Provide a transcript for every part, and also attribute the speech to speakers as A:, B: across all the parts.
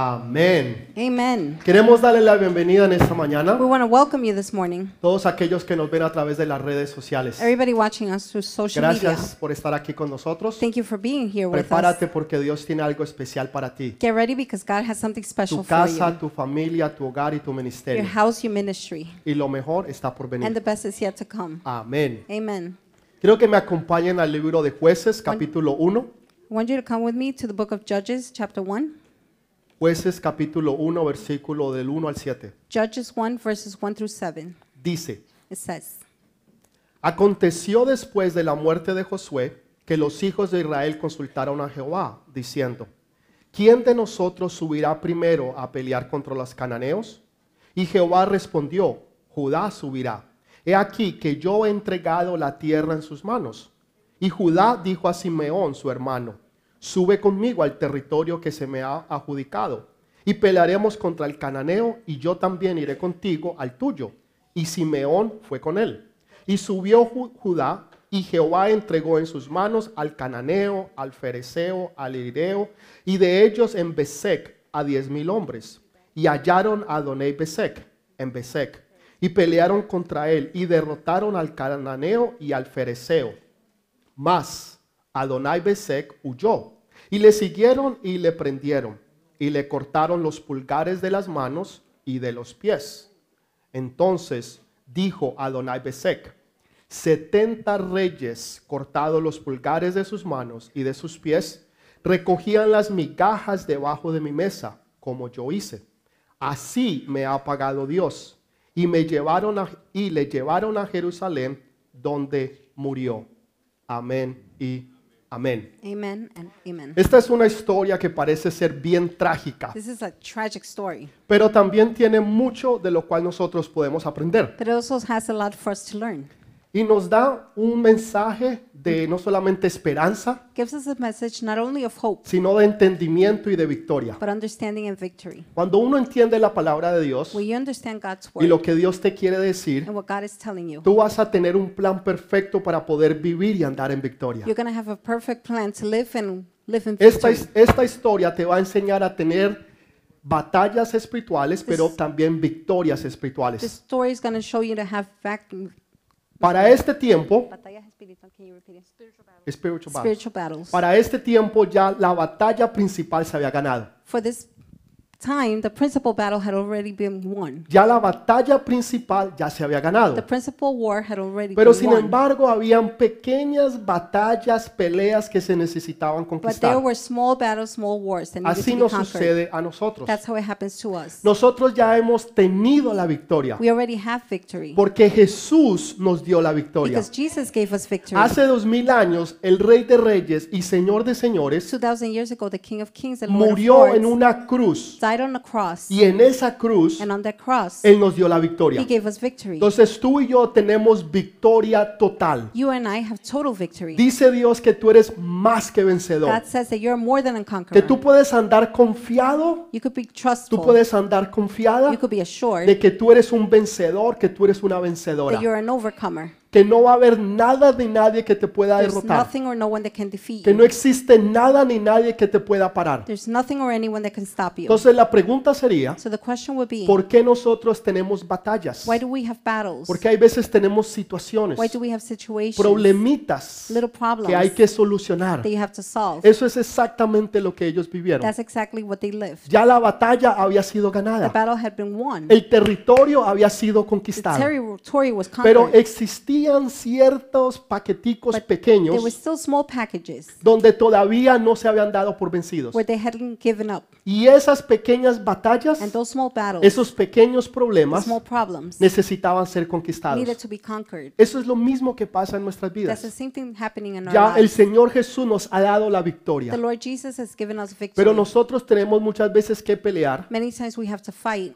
A: Amén.
B: Amen.
A: Queremos darle la bienvenida en esta mañana
B: We want to welcome you this morning.
A: todos aquellos que nos ven a través de las redes sociales.
B: Everybody watching us through social media.
A: Gracias por estar aquí con nosotros.
B: Thank you for being here with us.
A: Prepárate porque Dios tiene algo especial para ti.
B: Get ready because God has something special
A: Tu
B: for
A: casa,
B: you.
A: tu familia, tu hogar y tu
B: Your
A: ministerio.
B: house, your ministry.
A: Y lo mejor está por
B: And the
A: venir.
B: best is yet to come.
A: Amén.
B: Amen.
A: Quiero que me acompañen al libro de jueces, capítulo 1.
B: I want you to come with me to the book of Judges, chapter 1.
A: Jueces, capítulo 1, versículo del 1 al 7.
B: Judges 1, verses 1 through 7.
A: Dice.
B: It says,
A: Aconteció después de la muerte de Josué que los hijos de Israel consultaron a Jehová, diciendo, ¿quién de nosotros subirá primero a pelear contra los cananeos? Y Jehová respondió, Judá subirá. He aquí que yo he entregado la tierra en sus manos. Y Judá dijo a Simeón, su hermano, sube conmigo al territorio que se me ha adjudicado, y pelearemos contra el cananeo, y yo también iré contigo al tuyo. Y Simeón fue con él. Y subió Ju- Judá, y Jehová entregó en sus manos al cananeo, al fereceo, al hireo, y de ellos en Besec a diez mil hombres. Y hallaron a Adonai Besec en Besec, y pelearon contra él, y derrotaron al cananeo y al fereceo. Mas Adonai Besek huyó, y le siguieron y le prendieron, y le cortaron los pulgares de las manos y de los pies. Entonces dijo Adonai Besek, setenta reyes cortados los pulgares de sus manos y de sus pies, recogían las migajas debajo de mi mesa, como yo hice. Así me ha pagado Dios. Y me llevaron a- y le llevaron a Jerusalén, donde murió. Amén y amén.
B: Amen and Amen.
A: Esta es una historia que parece ser bien trágica,
B: This is a tragic story,
A: pero también tiene mucho de lo cual nosotros podemos aprender.
B: but it also has a lot for us to learn.
A: Y nos da un mensaje de no solamente esperanza,
B: Gives us a message not only of hope,
A: sino de entendimiento y de victoria.
B: but understanding and victory.
A: Cuando uno entiende la palabra de Dios
B: When you understand God's
A: y
B: word
A: lo que Dios te quiere decir,
B: and what God is telling you,
A: tú vas a tener un plan perfecto para poder vivir y andar en victoria.
B: you're going to have a perfect plan to live and live in
A: Esta,
B: victory.
A: his- esta historia te va a enseñar a tener batallas espirituales, pero también victorias
B: This
A: espirituales.
B: story is going to show you to have back,
A: Para este tiempo, spiritual battle.
B: spiritual battles.
A: para este tiempo ya la batalla principal se había ganado.
B: For this time, the principal battle had already been won.
A: Ya la batalla principal ya se había
B: The
A: ganado.
B: principal war had already
A: Pero
B: been
A: sin
B: won.
A: embargo, habían pequeñas batallas, peleas que se necesitaban
B: but there
A: conquistar.
B: were small battles, small wars that needed
A: Así
B: to be
A: nos
B: conquered.
A: sucede a nosotros.
B: That's how it happens to us.
A: Nosotros ya hemos tenido la victoria,
B: We already have victory
A: porque Jesús nos dio la victoria.
B: because Jesus gave us victory.
A: Hace dos mil años, el Rey de Reyes y Señor de Señores
B: 2,000 years ago, the King of Kings and Lord of
A: murió
B: Lords
A: en una cruz
B: died on the cross,
A: y en esa cruz
B: and on that cross,
A: Él nos dio la
B: He
A: victoria.
B: gave us victory.
A: Entonces tú y yo tenemos victoria total.
B: You and I have total victory.
A: Dice Dios que tú eres más que vencedor,
B: God says that you're more than a
A: que
B: conqueror.
A: tú puedes andar confiado,
B: You could be
A: tú
B: trustful.
A: puedes andar confiada
B: You could be assured
A: de que tú eres un vencedor, que tú eres una vencedora,
B: that you're an overcomer.
A: que no va a haber nada de nadie que te pueda
B: There's
A: derrotar,
B: nothing or no one that can defeat
A: que
B: you.
A: no existe nada ni nadie que te pueda parar.
B: There's nothing or anyone that can stop you.
A: Entonces la pregunta sería,
B: So the question would be,
A: ¿Por qué nosotros tenemos batallas?
B: why do we have battles?
A: Porque hay veces tenemos situaciones,
B: Why do we have situations,
A: problemitas
B: little
A: que hay
B: problems
A: que solucionar.
B: that you have to solve?
A: Eso es exactamente lo que ellos vivieron.
B: That's exactly what they lived.
A: Ya la batalla había sido
B: The
A: ganada,
B: battle had been won.
A: el territorio había sido
B: The
A: conquistado,
B: territory was
A: pero
B: conquered.
A: existían ciertos paqueticos
B: There were
A: pequeños
B: still small packages
A: donde todavía no se habían dado por vencidos.
B: where they hadn't given up.
A: Y esas pequeñas batallas,
B: And those small battles,
A: esos pequeños problemas
B: small problems,
A: necesitaban ser conquistados.
B: needed to be conquered.
A: Eso es lo mismo que pasa en nuestras
B: That's the
A: vidas.
B: same thing happening in our
A: Ya el
B: lives.
A: Señor Jesús nos ha dado la
B: The
A: victoria,
B: Lord Jesus has given us
A: pero
B: victory.
A: nosotros tenemos muchas veces que pelear
B: Many times we have to fight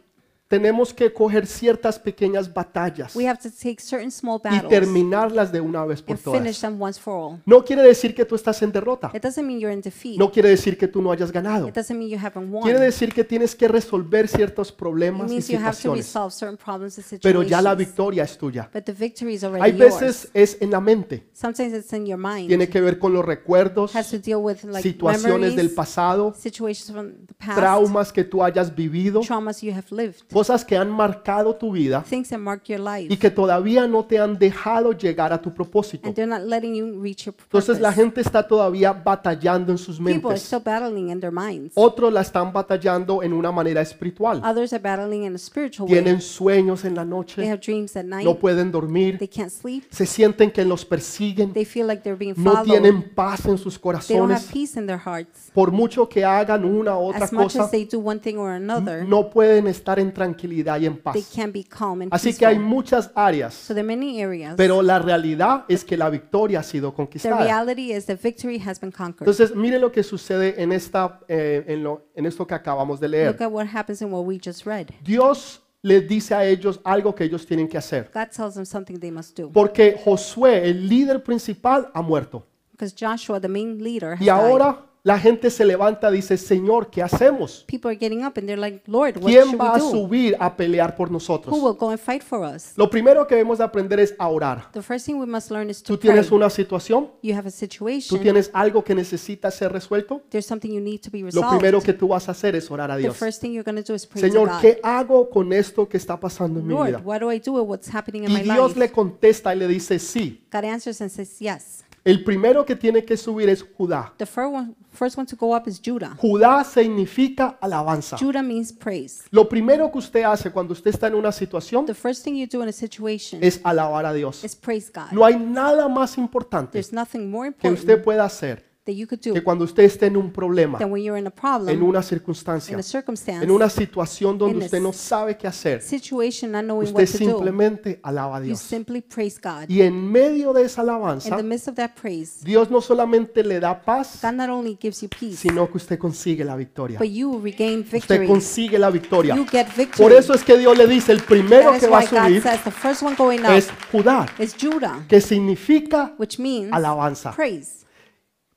A: tenemos que coger ciertas pequeñas batallas
B: We have to take certain small
A: y
B: battles
A: terminarlas de una vez por
B: and finish
A: todas.
B: them once for all.
A: No quiere decir que tú estás en derrota.
B: It doesn't mean you're in defeat.
A: No quiere decir que tú no hayas ganado.
B: It doesn't mean you haven't won.
A: Quiere decir que tienes que resolver ciertos
B: it
A: problemas y
B: means you have to
A: situaciones.
B: resolve certain problems and situations.
A: Pero ya la victoria es tuya.
B: But the victory is
A: Hay
B: already yours.
A: veces es en la mente.
B: Sometimes it's in your mind.
A: Tiene que ver con los recuerdos,
B: has to deal with like
A: situaciones
B: memories,
A: del pasado,
B: situations from the past,
A: traumas que tú hayas vivido,
B: traumas you have lived,
A: cosas que han marcado tu vida
B: things that mark your life,
A: y que todavía no te han dejado llegar a tu propósito.
B: and they're not letting you reach your purpose.
A: Entonces la gente está todavía batallando en sus
B: People are
A: mentes.
B: still battling in their minds.
A: Otros la están batallando en una manera espiritual.
B: Others are battling in a spiritual way.
A: Tienen sueños en la
B: They
A: noche,
B: have dreams at night.
A: no pueden dormir,
B: They can't sleep.
A: se sienten que los persiguen,
B: They feel like they're being
A: no
B: followed.
A: tienen paz en sus
B: they don't have
A: corazones.
B: peace in their hearts.
A: Por mucho que hagan una u otra
B: As much
A: cosa,
B: as they do one thing or another,
A: no pueden estar en tranquilidad y en
B: they
A: paz.
B: can't be calm and
A: Así que hay
B: peaceful.
A: muchas áreas,
B: So there are many areas.
A: pero la realidad es que la victoria ha sido
B: the
A: conquistada.
B: reality is that victory has been conquered.
A: Entonces, mire lo que sucede en, esta, eh, en, lo- en esto que acabamos de leer.
B: Look at what happens in what we just read.
A: Dios les dice a ellos algo que ellos tienen que hacer.
B: God tells them something they must do.
A: Porque Josué, el líder principal, ha muerto.
B: Because Joshua, the main leader, has
A: Y
B: died.
A: ahora la gente se levanta y dice, Señor, ¿qué hacemos?
B: People are getting up and they're like, Lord, what
A: ¿Quién
B: should
A: va
B: we
A: a
B: do?
A: subir a pelear por
B: Who
A: nosotros?
B: will go and fight for us?
A: Lo primero que debemos de aprender es a orar.
B: The first thing we must learn is to
A: Tú tienes
B: pray.
A: una situación,
B: You have a
A: tú
B: situation.
A: tienes algo que necesita ser resuelto.
B: There's something you need to be
A: Lo
B: resolved.
A: primero que tú vas a hacer es orar a
B: The
A: Dios.
B: first thing you're going to do is pray to
A: Señor,
B: God.
A: ¿qué hago con esto que está pasando en mi vida?
B: Lord, what do I do with what's happening in
A: Y
B: my
A: Dios
B: life?
A: le contesta y le dice, sí.
B: God answers and says, yes.
A: El primero que tiene que subir es Judá.
B: The first one, first one to go up is Judah.
A: Judá significa alabanza.
B: Judah means praise.
A: Lo primero que usted hace cuando usted está en una situación
B: The first thing you do in a situation
A: es alabar a Dios.
B: is praise God.
A: No hay nada más importante
B: There's nothing more
A: que
B: important
A: usted pueda hacer
B: that you could
A: que
B: do
A: cuando usted esté en un problema,
B: than when you're in a
A: en
B: problem,
A: una
B: in
A: circunstancia,
B: a circumstance,
A: en una situación donde
B: in
A: usted
B: a
A: no sabe qué hacer.
B: situation, not knowing
A: Usted
B: what to do.
A: simplemente alaba a
B: You
A: Dios.
B: simply praise God.
A: Y en medio de esa
B: In
A: alabanza,
B: the midst of that praise,
A: Dios no solamente le da paz,
B: God not only gives you peace,
A: sino que usted consigue la victoria.
B: but you regain
A: Usted
B: victory.
A: consigue la victoria.
B: You get victory.
A: Por eso es que Dios le dice, el primero
B: that
A: que
B: is
A: va a
B: why God
A: subir
B: says the first one going up
A: es Judá,
B: is Judah,
A: que significa
B: which means
A: alabanza.
B: praise.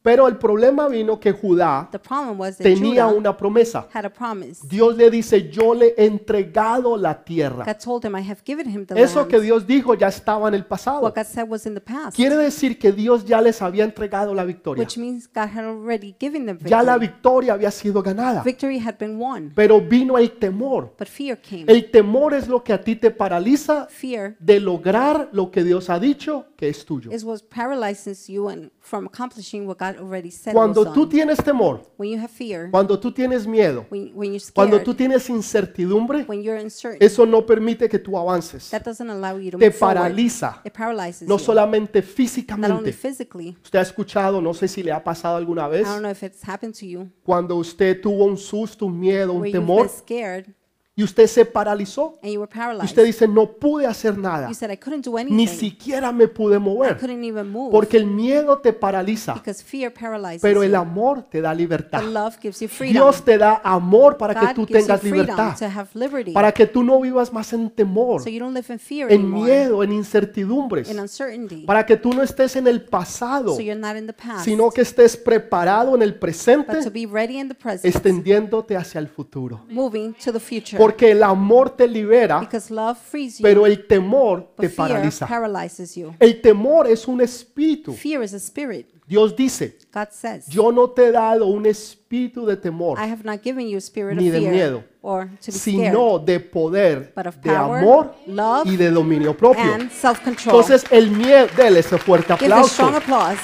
A: Pero el problema vino que Judá
B: The problem was that
A: tenía
B: Judah
A: una promesa.
B: had a promise.
A: Dios le dice, yo le he entregado la tierra.
B: God told him, I have given him the
A: Eso
B: land.
A: que Dios dijo ya estaba en el pasado.
B: What God said was in the past,
A: Quiere decir que Dios ya les había entregado la victoria.
B: which means God had already given them
A: Ya la
B: victory.
A: victoria había sido ganada.
B: Victory had been won,
A: Pero vino el temor.
B: but fear came.
A: El temor es lo que a ti te paraliza
B: Fear
A: de lograr lo que Dios ha dicho que es tuyo.
B: is what paralyzes you and from accomplishing what God already said was
A: Cuando tú
B: done.
A: tienes temor,
B: When you have fear,
A: cuando tú tienes miedo,
B: when, when you're
A: cuando
B: scared,
A: tú tienes incertidumbre,
B: when you're uncertain,
A: eso no permite que tú avances.
B: that doesn't allow you to
A: Pues Te
B: move forward.
A: paraliza,
B: It paralyzes
A: no
B: you,
A: solamente
B: not only
A: físicamente.
B: physically.
A: Usted ha escuchado, no sé si le ha pasado alguna
B: I
A: vez,
B: don't know if it's happened to you,
A: cuando usted tuvo un susto, un miedo,
B: where
A: un
B: you've
A: temor
B: been scared
A: y usted se paralizó.
B: and you were
A: Y
B: paralyzed.
A: usted dice, no pude hacer nada,
B: You said, I couldn't do
A: ni
B: anything.
A: siquiera me pude
B: I
A: mover,
B: couldn't even move
A: porque el miedo te paraliza,
B: because fear paralyzes
A: pero el
B: you.
A: amor te da libertad.
B: But love gives you freedom.
A: Dios te da amor para que
B: God
A: tú
B: gives you
A: tengas
B: freedom
A: libertad,
B: to have liberty.
A: para que tú no vivas más en temor,
B: So you don't live in fear
A: en
B: anymore,
A: miedo, en incertidumbres,
B: in uncertainty.
A: para que tú no estés en el pasado,
B: So you're not in the past,
A: sino que estés preparado en el
B: but to
A: presente,
B: be ready in the present,
A: extendiéndote hacia el futuro.
B: moving to the future.
A: Porque el amor te libera,
B: Because love frees you,
A: pero el temor te
B: but fear
A: paraliza.
B: paralyzes you.
A: El temor es un espíritu.
B: Fear is a spirit.
A: Dios dice,
B: God says,
A: yo no te he dado un espíritu de temor,
B: I have not given you a spirit
A: Ni
B: of
A: de
B: fear
A: miedo,
B: or to be scared,
A: sino de poder,
B: but of
A: de
B: power,
A: amor
B: love,
A: y de dominio propio.
B: and self-control.
A: Entonces el miedo, dele ese fuerte
B: Give a strong
A: aplauso.
B: applause.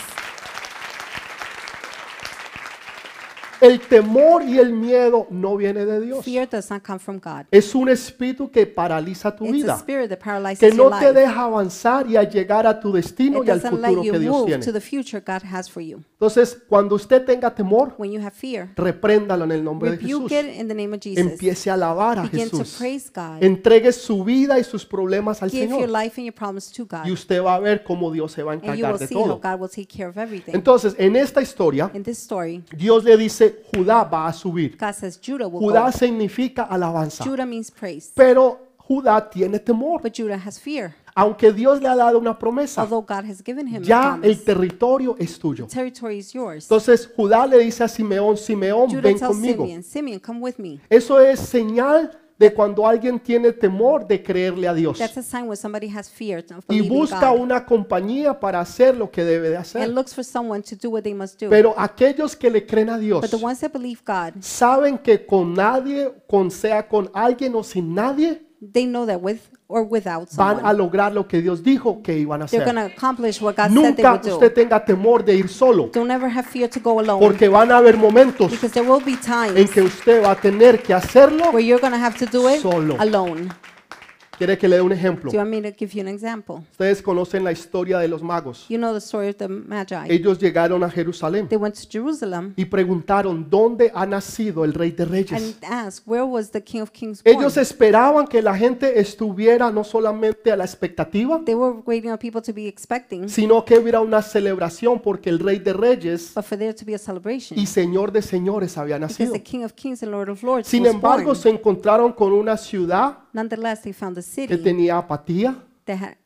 A: El temor y el miedo no viene de Dios.
B: Fear does not come from God.
A: Es un espíritu que paraliza tu
B: It's a
A: vida,
B: spirit that
A: que
B: paralyzes your
A: no te
B: life.
A: deja avanzar y a llegar a tu destino
B: It
A: y al
B: doesn't let
A: futuro
B: you
A: que Dios
B: move
A: tiene.
B: to the future God has for you.
A: Entonces, cuando usted tenga temor,
B: When you have fear,
A: repréndalo en el nombre de Jesús.
B: rebuke it in the name of Jesus.
A: Empiece a alabar a
B: Begin to
A: Jesús.
B: praise God.
A: Entregue su vida y sus problemas al
B: Give your
A: Señor.
B: life and your problems to
A: Y
B: God.
A: usted va a ver cómo Dios se va a
B: And you
A: encargar
B: will
A: de
B: see how
A: todo.
B: God will take care of everything.
A: Entonces, en esta historia,
B: In this story,
A: Dios le dice, dice, Judá va a subir.
B: God says Judah will go.
A: Judá
B: up."
A: significa alabanza.
B: Judah means praise.
A: Pero Judá tiene temor.
B: But Judah has fear.
A: Aunque Dios le ha dado una promesa,
B: Although God has given
A: Ah.
B: him a
A: ya el
B: promise.
A: territorio es tuyo.
B: territory is yours.
A: Entonces Judá le dice a Simeón, Simeón,
B: Judah
A: ven
B: tells
A: conmigo.
B: Simeon, Simeon, come with me.
A: Eso es señal de cuando alguien tiene temor de creerle a Dios
B: That's a sign when somebody has fear of
A: y
B: believing
A: busca
B: God
A: una compañía para hacer lo que debe de
B: and
A: hacer.
B: looks for someone to do what they must do.
A: Pero aquellos que le creen a Dios
B: But the ones that believe God,
A: saben que con nadie, con sea con alguien o sin nadie,
B: they know that with or without
A: van a
B: someone,
A: lograr lo que Dios dijo que iban a
B: they're going
A: hacer.
B: to accomplish what God said they
A: Nunca
B: would
A: usted
B: do.
A: tenga temor de ir solo,
B: Don't ever have fear to go alone
A: porque van a haber momentos
B: because there will be
A: en
B: times
A: que usted va a tener que hacerlo.
B: where you're going to have to do it
A: Solo.
B: alone. Do
A: Quiere que le dé un ejemplo.
B: you want me to give you an example?
A: Ustedes conocen la historia de los magos.
B: You know the story of the Magi.
A: Ellos llegaron a Jerusalén
B: They went to Jerusalem
A: y preguntaron dónde ha nacido el Rey de
B: and
A: Reyes.
B: asked, Where was the King of Kings born?
A: Ellos esperaban que la gente estuviera no solamente a la expectativa,
B: They were waiting on people to be expecting,
A: sino que hubiera una celebración porque el Rey de Reyes
B: but for there to be a celebration.
A: y Señor de Señores había
B: because
A: nacido.
B: the King of Kings and Lord of Lords
A: Sin
B: was
A: embargo,
B: born.
A: se encontraron con una ciudad
B: Nonetheless, they found a
A: que
B: city
A: tenía apatía,
B: that had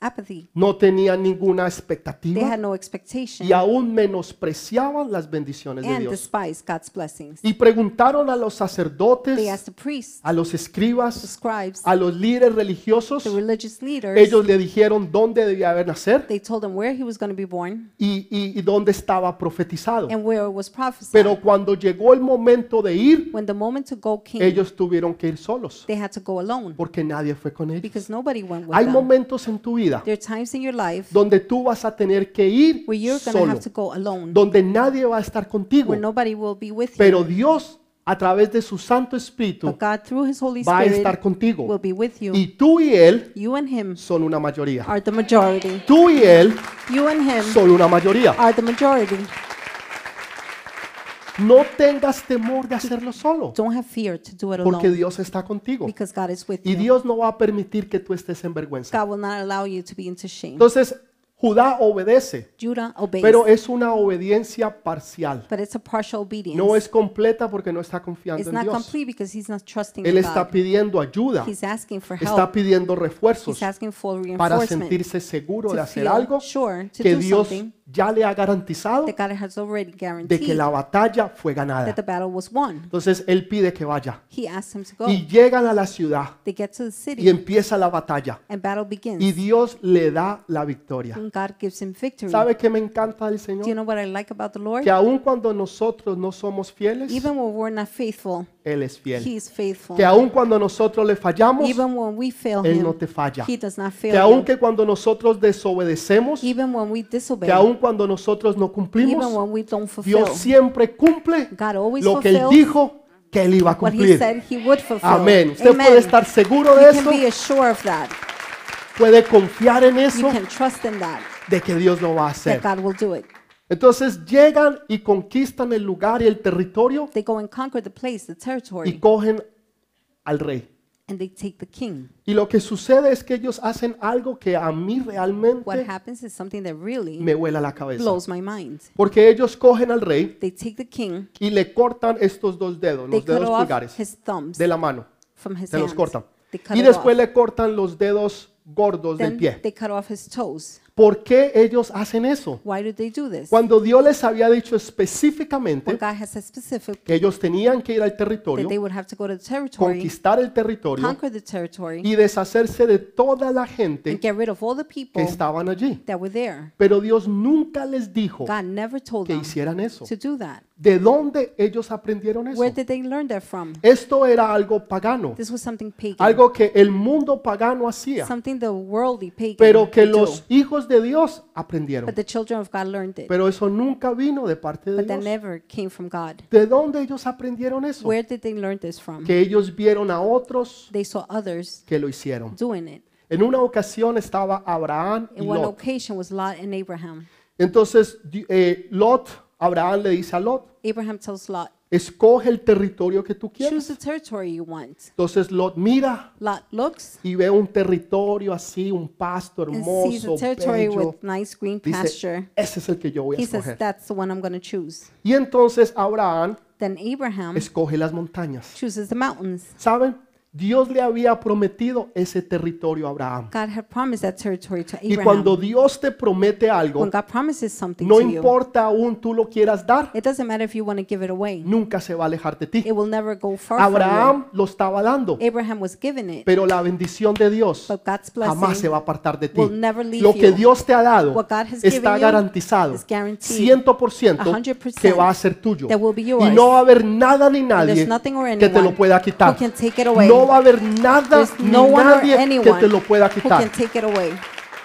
B: apathy.
A: no tenía ninguna
B: They
A: expectativa
B: had no
A: y
B: expectation
A: aún menospreciaban las bendiciones de
B: and
A: Dios.
B: despised God's blessings.
A: Y preguntaron a los
B: They
A: sacerdotes,
B: asked the priests,
A: a los
B: the
A: escribas,
B: scribes,
A: a los líderes religiosos.
B: the religious leaders.
A: Ellos le dijeron dónde debía haber nacer
B: They told him where he was going to be born
A: y, y- y dónde estaba profetizado.
B: and where it was prophesied.
A: Pero cuando llegó el momento de ir,
B: when the moment to go came,
A: ellos tuvieron que ir solos
B: they had to go alone
A: porque nadie fue con ellos.
B: because nobody went with
A: Hay
B: them.
A: momentos en tu vida
B: There are times in your life
A: donde tú vas a tener que ir
B: where you're going to
A: solo,
B: have to go alone,
A: donde nadie va a estar contigo.
B: where nobody will be with you.
A: Pero Dios, a través de su Santo Espíritu,
B: But God, through His Holy
A: va a
B: Spirit,
A: estar
B: will
A: contigo.
B: be with you.
A: Y tú y Él
B: You and Him
A: son una mayoría.
B: are the majority.
A: Tú y Él
B: You and Him
A: son una mayoría.
B: are the majority.
A: No tengas temor de hacerlo solo,
B: Don't have fear to do it
A: porque
B: alone
A: Dios está contigo.
B: because God is with
A: Y
B: you.
A: Dios no va a permitir que tú estés en vergüenza.
B: God will not allow you to be into shame.
A: Entonces, Judá obedece,
B: Judah obeys,
A: pero es una obediencia parcial.
B: but it's a partial obedience.
A: No es completa porque no está
B: it's
A: confiando en
B: not
A: Dios.
B: complete because he's not trusting
A: Él
B: in
A: está
B: God.
A: pidiendo ayuda,
B: He's asking for
A: está
B: help.
A: pidiendo refuerzos
B: He's asking for
A: para
B: reinforcement
A: sentirse seguro de
B: to
A: hacer
B: feel
A: algo
B: sure to
A: que
B: do
A: Dios
B: something
A: ya le ha garantizado
B: that God has already
A: de que
B: guaranteed
A: la batalla fue
B: that
A: ganada.
B: the battle was won.
A: Entonces él pide que vaya
B: He asks him to go.
A: y llegan a la ciudad
B: They get to the
A: y
B: city
A: empieza la batalla
B: and battle begins.
A: y Dios le da la victoria.
B: And God gives him victory.
A: ¿Sabe qué me encanta del
B: Do you
A: Señor?
B: know what I like about the Lord?
A: Que aun cuando nosotros no somos fieles,
B: Even when we're not faithful,
A: él es fiel.
B: He is faithful.
A: Que aun cuando nosotros le fallamos,
B: Even when we fail
A: él no
B: Him,
A: te falla.
B: He does not
A: Que
B: fail
A: aun
B: you.
A: que cuando nosotros desobedecemos,
B: Even when we disobey,
A: que aun cuando nosotros no
B: even
A: cumplimos,
B: when we don't
A: Dios
B: fulfill,
A: siempre cumple
B: God always
A: lo que él
B: fulfills
A: dijo que él iba a
B: what He
A: cumplir.
B: said He would fulfill.
A: Amén. Usted
B: Amen.
A: puede estar seguro de
B: You can
A: eso,
B: be assured of that.
A: puede confiar en
B: You
A: eso,
B: can trust in that,
A: de que Dios lo va a
B: that
A: hacer.
B: God will do it.
A: Entonces llegan y conquistan el lugar y el territorio
B: They go and conquer the place, the
A: y
B: territory,
A: cogen al rey.
B: and they take the king.
A: Y lo que sucede es que ellos hacen algo que a mí
B: What
A: realmente
B: happens is something that really
A: me vuela la cabeza.
B: blows my mind.
A: Porque ellos cogen al rey
B: They take the king,
A: y le cortan estos dos dedos,
B: they
A: los
B: cut
A: dedos
B: off
A: pulgares
B: his thumbs
A: de la mano.
B: from his
A: Se los
B: hands.
A: cortan.
B: They cut
A: Y
B: it off.
A: después le cortan los dedos gordos del
B: Then
A: pie.
B: they cut off his toes.
A: ¿Por qué ellos hacen eso?
B: Why do they do this?
A: Cuando Dios les había dicho
B: When
A: específicamente
B: God has a specific
A: que ellos tenían que ir al
B: that
A: territorio,
B: they would have to go to the territory,
A: conquistar el territorio
B: conquer the territory,
A: y deshacerse de toda la
B: and
A: gente
B: get rid of all the
A: que
B: people
A: estaban allí.
B: that were there.
A: Pero Dios nunca les dijo
B: God never told
A: que
B: them
A: hicieran eso.
B: to do that.
A: ¿De dónde ellos aprendieron eso?
B: Where did they learn that from?
A: Esto era algo pagano,
B: This was something pagan,
A: algo que el mundo pagano hacía,
B: something the worldly pagan
A: pero que
B: would do.
A: los hijos de Dios aprendieron.
B: But the children of God learned it.
A: Pero eso nunca vino de parte de
B: But that
A: Dios.
B: never came from God.
A: ¿De dónde ellos aprendieron eso?
B: Where did they learn this from?
A: Que ellos vieron a otros
B: They saw others
A: que lo hicieron.
B: doing it.
A: En una ocasión estaba Abraham y
B: In one
A: Lot.
B: occasion was Lot and Abraham.
A: Entonces di- eh, Lot, Abraham le dice a Lot,
B: Abraham tells Lot,
A: escoge el territorio que tú
B: choose
A: quieras.
B: the territory you want.
A: Entonces Lot mira
B: Lot looks
A: y ve un territorio así, un pasto
B: and sees
A: hermoso,
B: a territory
A: bello.
B: with nice green
A: Dice,
B: pasture.
A: ese es el que yo voy a
B: He says,
A: escoger.
B: that's the one I'm going to choose.
A: Y entonces Abraham
B: Then Abraham
A: escoge las montañas.
B: chooses the mountains.
A: ¿Saben? Dios le había prometido ese territorio a Abraham.
B: God had promised that territory to
A: Y
B: Abraham.
A: cuando Dios te promete algo,
B: when God promises something
A: no
B: to you,
A: importa aún tú lo quieras dar,
B: it doesn't matter if you want to give it away.
A: nunca se va a alejar de ti.
B: It will never go far from
A: Abraham lo estaba dando,
B: you. Abraham was given it,
A: pero la bendición de Dios
B: but God's
A: jamás se
B: blessing
A: va a apartar de ti.
B: will never leave
A: Lo que
B: you.
A: Dios te ha dado
B: What God has given
A: está
B: you
A: garantizado,
B: is guaranteed,
A: 100%
B: 100%
A: que va a ser tuyo.
B: that will be
A: Y
B: yours.
A: no va a haber nada ni nadie
B: there's nothing or
A: que te lo
B: anyone
A: pueda quitar.
B: who can take it away.
A: No va a haber nada
B: There's
A: ni
B: no one or
A: nadie que
B: anyone
A: te lo pueda
B: who can
A: quitar.
B: take it away.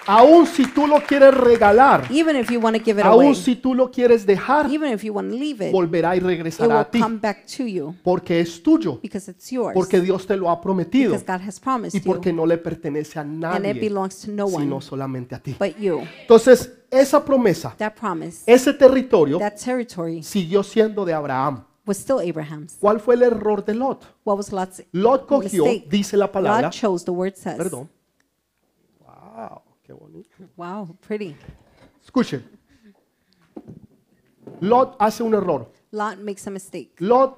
A: Aún si tú lo quieres regalar,
B: Even if you want to give it away,
A: aún si tú lo quieres dejar,
B: even if you want to leave it,
A: volverá y
B: it
A: regresará
B: will
A: a ti,
B: come back to you
A: porque es tuyo,
B: because it's yours.
A: porque Dios te lo ha prometido
B: because God has promised
A: y porque
B: you,
A: no le pertenece a
B: and it
A: nadie,
B: belongs to no one
A: sino solamente a ti.
B: but you.
A: Entonces, esa promesa,
B: That promise,
A: ese territorio,
B: that territory,
A: siguió siendo de Abraham.
B: was still Abraham's.
A: ¿Cuál fue el error de Lot?
B: What was Lot's?
A: Lot cogió,
B: Mistake.
A: dice la palabra,
B: Lot chose. The word says.
A: perdón. Wow, qué bonito.
B: Wow, pretty.
A: Escuchen. Lot hace un error.
B: Lot makes a mistake.
A: Lot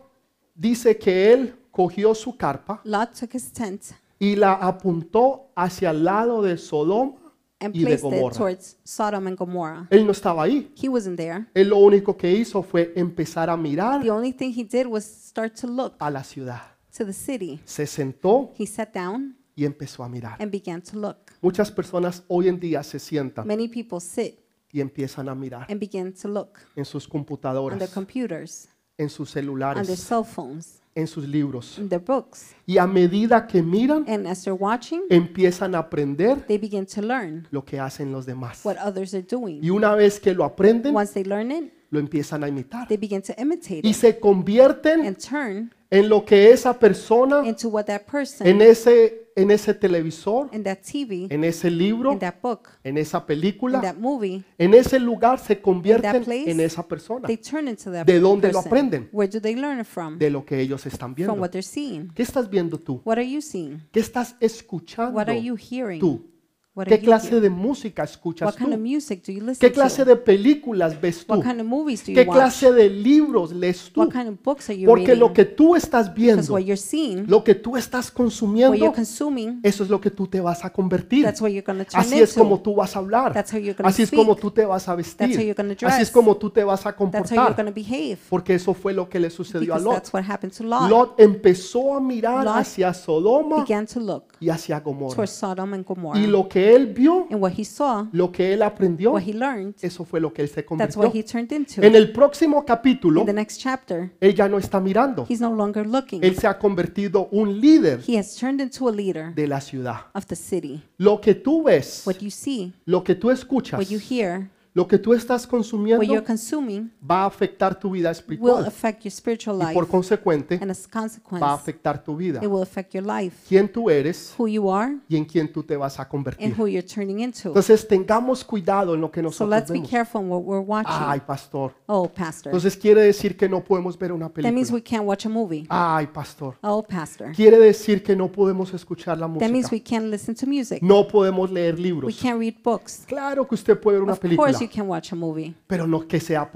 A: dice que él cogió su carpa
B: Lot took his tent
A: y la apuntó hacia el lado de Sodoma
B: and
A: y de
B: placed it
A: Gomorra.
B: towards Sodom and Gomorrah.
A: Él no estaba ahí.
B: He wasn't there.
A: Él lo único que hizo fue empezar a mirar
B: The only thing he did was start to look
A: a la ciudad.
B: to the city.
A: Se sentó
B: He sat down
A: y empezó a mirar.
B: and began to look.
A: Muchas personas hoy en día se sientan
B: Many people sit
A: y empiezan a mirar
B: and begin to look
A: en sus
B: on their
A: computadoras,
B: computers,
A: en sus
B: on their
A: celulares,
B: cell phones,
A: en sus libros.
B: in their books.
A: Y a medida que miran,
B: And as they're watching,
A: empiezan a aprender
B: they begin to learn
A: lo que hacen los demás.
B: what others are doing.
A: Y una vez que lo aprenden,
B: Once they learn it,
A: lo empiezan a imitar.
B: they begin to imitate
A: Y
B: it
A: se convierten
B: and turn
A: en lo que esa persona,
B: into what that
A: en
B: person
A: ese, en ese televisor,
B: in that TV,
A: en ese libro,
B: in that book,
A: en esa
B: in
A: película,
B: that movie,
A: en ese lugar se convierten en esa persona,
B: they turn into that
A: ¿De dónde lo
B: person.
A: aprenden?
B: Where do they learn it from?
A: de lo que ellos están
B: From
A: viendo.
B: what they're seeing.
A: ¿Qué estás viendo tú?
B: What are you seeing?
A: ¿Qué estás escuchando
B: What are you hearing?
A: tú?
B: What are
A: ¿Qué
B: you
A: clase
B: hearing?
A: de música escuchas
B: What kind of
A: tú?
B: music do you listen
A: ¿Qué clase
B: to?
A: de películas ves tú?
B: What kind of movies do you
A: ¿Qué
B: watch?
A: clase de libros lees tú?
B: What kind of books are you
A: Porque
B: reading?
A: lo que tú estás
B: because
A: viendo,
B: what you're seeing,
A: lo que tú estás
B: what you're
A: consumiendo,
B: consuming,
A: eso es lo que tú te vas a convertir.
B: that's what you're going to turn
A: Así
B: into.
A: es como tú vas a hablar.
B: That's how you're gonna
A: Así es
B: speak.
A: como tú te vas a
B: That's how
A: vestir.
B: you're gonna dress.
A: Así es como tú te vas a
B: that's how you're
A: comportar.
B: going to behave.
A: Porque eso fue lo que le sucedió a
B: Because
A: Lot.
B: that's what happened to Lot.
A: Lot empezó a mirar
B: Lot
A: hacia Sodoma
B: began to look
A: y hacia Gomorra.
B: towards Sodom and Gomorrah.
A: Y lo que él vio,
B: and what he saw,
A: lo que él aprendió,
B: what he learned,
A: eso fue lo que él se
B: that's what
A: convirtió.
B: he turned into.
A: En el próximo
B: In
A: capítulo,
B: the next chapter,
A: él ya no está mirando.
B: he's no longer looking.
A: Él se ha convertido un líder
B: he has turned into a leader
A: de la ciudad.
B: of the city.
A: Lo que tú ves,
B: What you see,
A: lo que tú escuchas,
B: what you hear,
A: lo que tú estás
B: what you're
A: consumiendo
B: consuming
A: va a afectar tu vida
B: will
A: espiritual
B: affect your spiritual
A: y
B: life.
A: por consecuente
B: And as
A: va
B: a
A: a
B: consequence,
A: afectar tu vida.
B: it will affect your life,
A: Quién tú eres
B: who you are,
A: y en quién tú te vas a
B: and
A: convertir.
B: who you're turning into.
A: Entonces tengamos cuidado en lo que
B: So
A: nosotros
B: let's be
A: vemos.
B: careful in what we're
A: Ay,
B: watching.
A: pastor.
B: Oh, Pastor.
A: Entonces quiere decir que no podemos ver una
B: That means
A: película.
B: we can't watch a movie.
A: Ay, pastor.
B: Oh, Pastor.
A: Quiere decir que no podemos escuchar la
B: That means
A: música.
B: we can't listen to music.
A: No podemos leer
B: We
A: libros.
B: can't read books.
A: Claro que usted puede ver una
B: Of
A: película,
B: course, you can watch a movie,
A: pero no que sea
B: but not a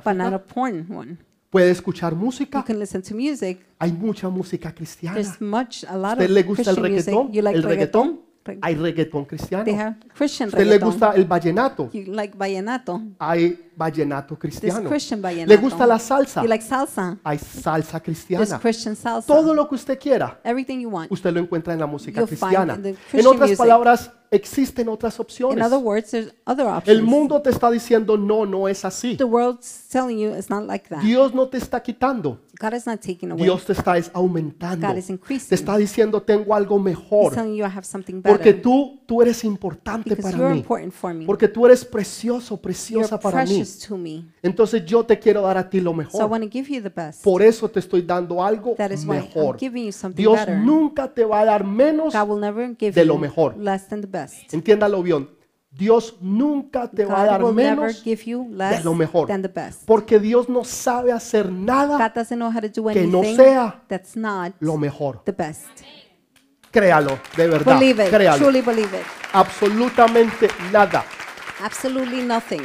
A: pornográfica.
B: porn one.
A: Puede escuchar
B: You
A: música.
B: can listen to music.
A: Hay mucha música cristiana.
B: There's much, a lot
A: ¿Usted le
B: of
A: gusta el
B: Christian music.
A: reggaetón?
B: You like
A: ¿El reggaetón?
B: reggaetón? Reg-
A: Hay reggaetón cristiano.
B: They have Christian
A: ¿Usted le
B: reggaetón.
A: gusta el vallenato?
B: You like vallenato?
A: Hay vallenato
B: There's
A: cristiano.
B: Christian vallenato.
A: ¿Le gusta la salsa?
B: You like salsa?
A: Hay salsa
B: There's
A: cristiana.
B: Christian salsa.
A: Todo lo que usted quiera,
B: Everything you want.
A: usted lo encuentra en la música
B: You'll find
A: cristiana.
B: in the
A: En
B: Christian
A: otras
B: music.
A: palabras, existen otras
B: In
A: opciones.
B: other words, there's other options.
A: El mundo te está diciendo, no, no es así.
B: the world's telling you it's not like that.
A: Dios no te está quitando.
B: God is not taking away.
A: Dios te está es aumentando.
B: God is
A: Te
B: increasing.
A: está diciendo, tengo algo
B: He's
A: mejor.
B: telling you I have something better.
A: Porque tú, tú eres importante
B: because
A: para
B: you're
A: mí.
B: important for me.
A: Porque tú eres precioso,
B: You're
A: preciosa para mí.
B: precious to me.
A: Entonces yo te quiero dar a ti lo
B: So I
A: mejor.
B: want to give you the best.
A: Por eso te estoy dando algo
B: That is why I'm
A: mejor.
B: giving you something
A: Dios
B: better.
A: nunca te va a dar menos.
B: God will never give
A: de
B: you
A: lo mejor.
B: less than the best.
A: Entiéndalo bien. Dios nunca te va a
B: God
A: dar
B: will never
A: menos
B: give you less
A: lo mejor.
B: than the best.
A: porque Dios no sabe hacer nada
B: God doesn't know how to do
A: que
B: anything
A: no sea
B: that's not
A: lo mejor.
B: the best.
A: Créalo, de verdad.
B: Believe it.
A: Créalo.
B: Truly believe it.
A: Absolutamente nada.
B: Absolutely nothing.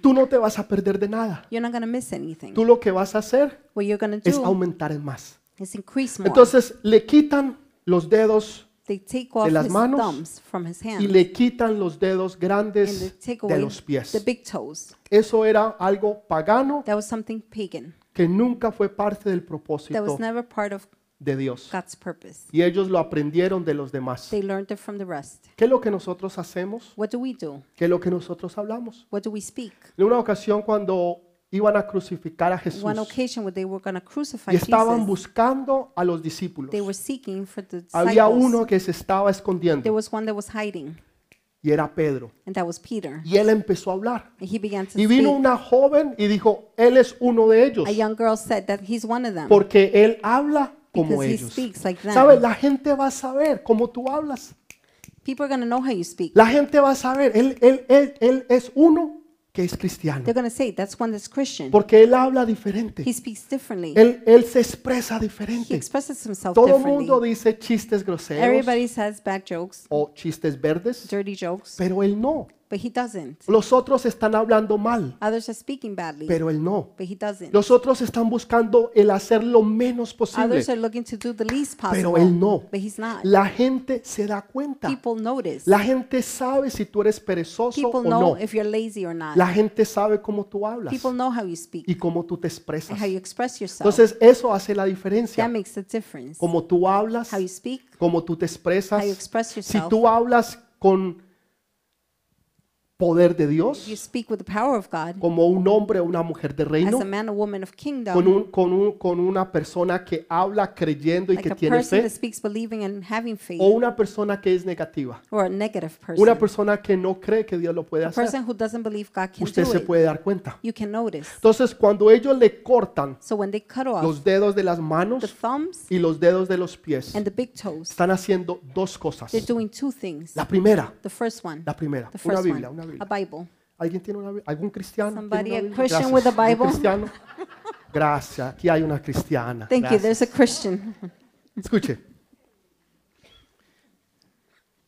A: Tú no te vas a perder de nada.
B: You're not going to miss anything.
A: Tú lo que vas a hacer
B: What you're going to
A: es
B: do
A: aumentar en más.
B: is increase more.
A: Entonces le quitan los dedos
B: they take off
A: de las
B: his
A: manos
B: thumbs from his
A: y
B: hands
A: le quitan los dedos
B: and they
A: grandes
B: take
A: de
B: away
A: los
B: the
A: pies.
B: big toes.
A: Eso era algo pagano
B: That was something pagan.
A: que nunca fue parte del
B: That
A: propósito
B: was never part of
A: de Dios.
B: God's purpose.
A: Y ellos lo aprendieron de los demás.
B: They learned it from the rest.
A: ¿Qué es lo que nosotros hacemos?
B: What do we do?
A: ¿Qué es lo que nosotros hablamos?
B: What do we speak?
A: En una ocasión cuando iban a crucificar a Jesús
B: One occasion when they were going to crucify
A: y estaban
B: Jesus,
A: buscando a los discípulos,
B: they were seeking for the
A: había uno
B: disciples.
A: que se estaba
B: There
A: escondiendo
B: was one that was hiding,
A: y era Pedro.
B: and that was Peter.
A: Y él empezó a hablar.
B: And he began to
A: Y vino
B: speak.
A: una joven y dijo, él es uno de ellos,
B: A young girl said that he's one of them.
A: porque él habla como
B: Because he
A: ellos.
B: speaks like them.
A: ¿Sabes? La gente va a saber cómo tú hablas.
B: People are going to know how you speak.
A: La gente va a saber, él, él, él, él es uno que es cristiano,
B: They're going to say, that's one that's Christian.
A: porque él habla diferente.
B: He speaks differently.
A: Él, él se expresa
B: He
A: diferente.
B: expresses himself
A: Todo el mundo
B: differently.
A: dice chistes groseros
B: Everybody says bad jokes,
A: o chistes verdes,
B: dirty jokes,
A: pero él no.
B: but he doesn't.
A: Los otros están hablando mal,
B: Others are speaking badly,
A: pero él no.
B: but he doesn't.
A: Los otros están buscando el hacer lo menos posible.
B: Others are looking to do the least
A: Pero él no.
B: possible, but he's not.
A: La gente se da cuenta.
B: People notice.
A: La gente sabe si tú eres perezoso
B: People
A: o
B: know
A: no.
B: if you're lazy or not.
A: La gente sabe cómo tú hablas
B: People know how you speak
A: y cómo tú te
B: and
A: expresas.
B: how you express yourself.
A: Entonces eso hace la
B: That
A: diferencia.
B: makes a difference.
A: Cómo tú hablas,
B: How you speak,
A: cómo tú te expresas.
B: how you express
A: Si
B: yourself.
A: tú hablas con poder de
B: You
A: Dios,
B: speak with the power of God
A: como un hombre o una mujer de
B: as
A: reino,
B: a man or woman of
A: con,
B: kingdom,
A: un, con, un- con una persona que habla creyendo y
B: like
A: que
B: a
A: tiene
B: person
A: fe,
B: that speaks believing and having faith,
A: o una persona que es negativa,
B: or a negative
A: una
B: person,
A: persona que no cree que Dios lo puede
B: a
A: hacer.
B: person who doesn't believe God can
A: Usted
B: do
A: se
B: it.
A: puede dar cuenta.
B: You can notice.
A: Entonces, cuando ellos le cortan
B: So when they cut off
A: los dedos de las
B: the
A: manos
B: thumbs
A: y los dedos de los pies,
B: and the big toes,
A: están haciendo dos cosas.
B: they're doing two things.
A: La primera,
B: The first one,
A: la primera,
B: the
A: una
B: first
A: Biblia,
B: one,
A: una
B: a
A: Biblia.
B: Bible.
A: ¿Alguien tiene una Biblia? ¿Algún cristiano? tiene
B: Somebody,
A: una
B: a
A: Biblia?
B: Christian
A: Gracias.
B: with a
A: ¿Un
B: Bible?
A: cristiano? Gracias. Aquí hay una cristiana.
B: Thank you.
A: Gracias.
B: There's a Christian.
A: Escuche.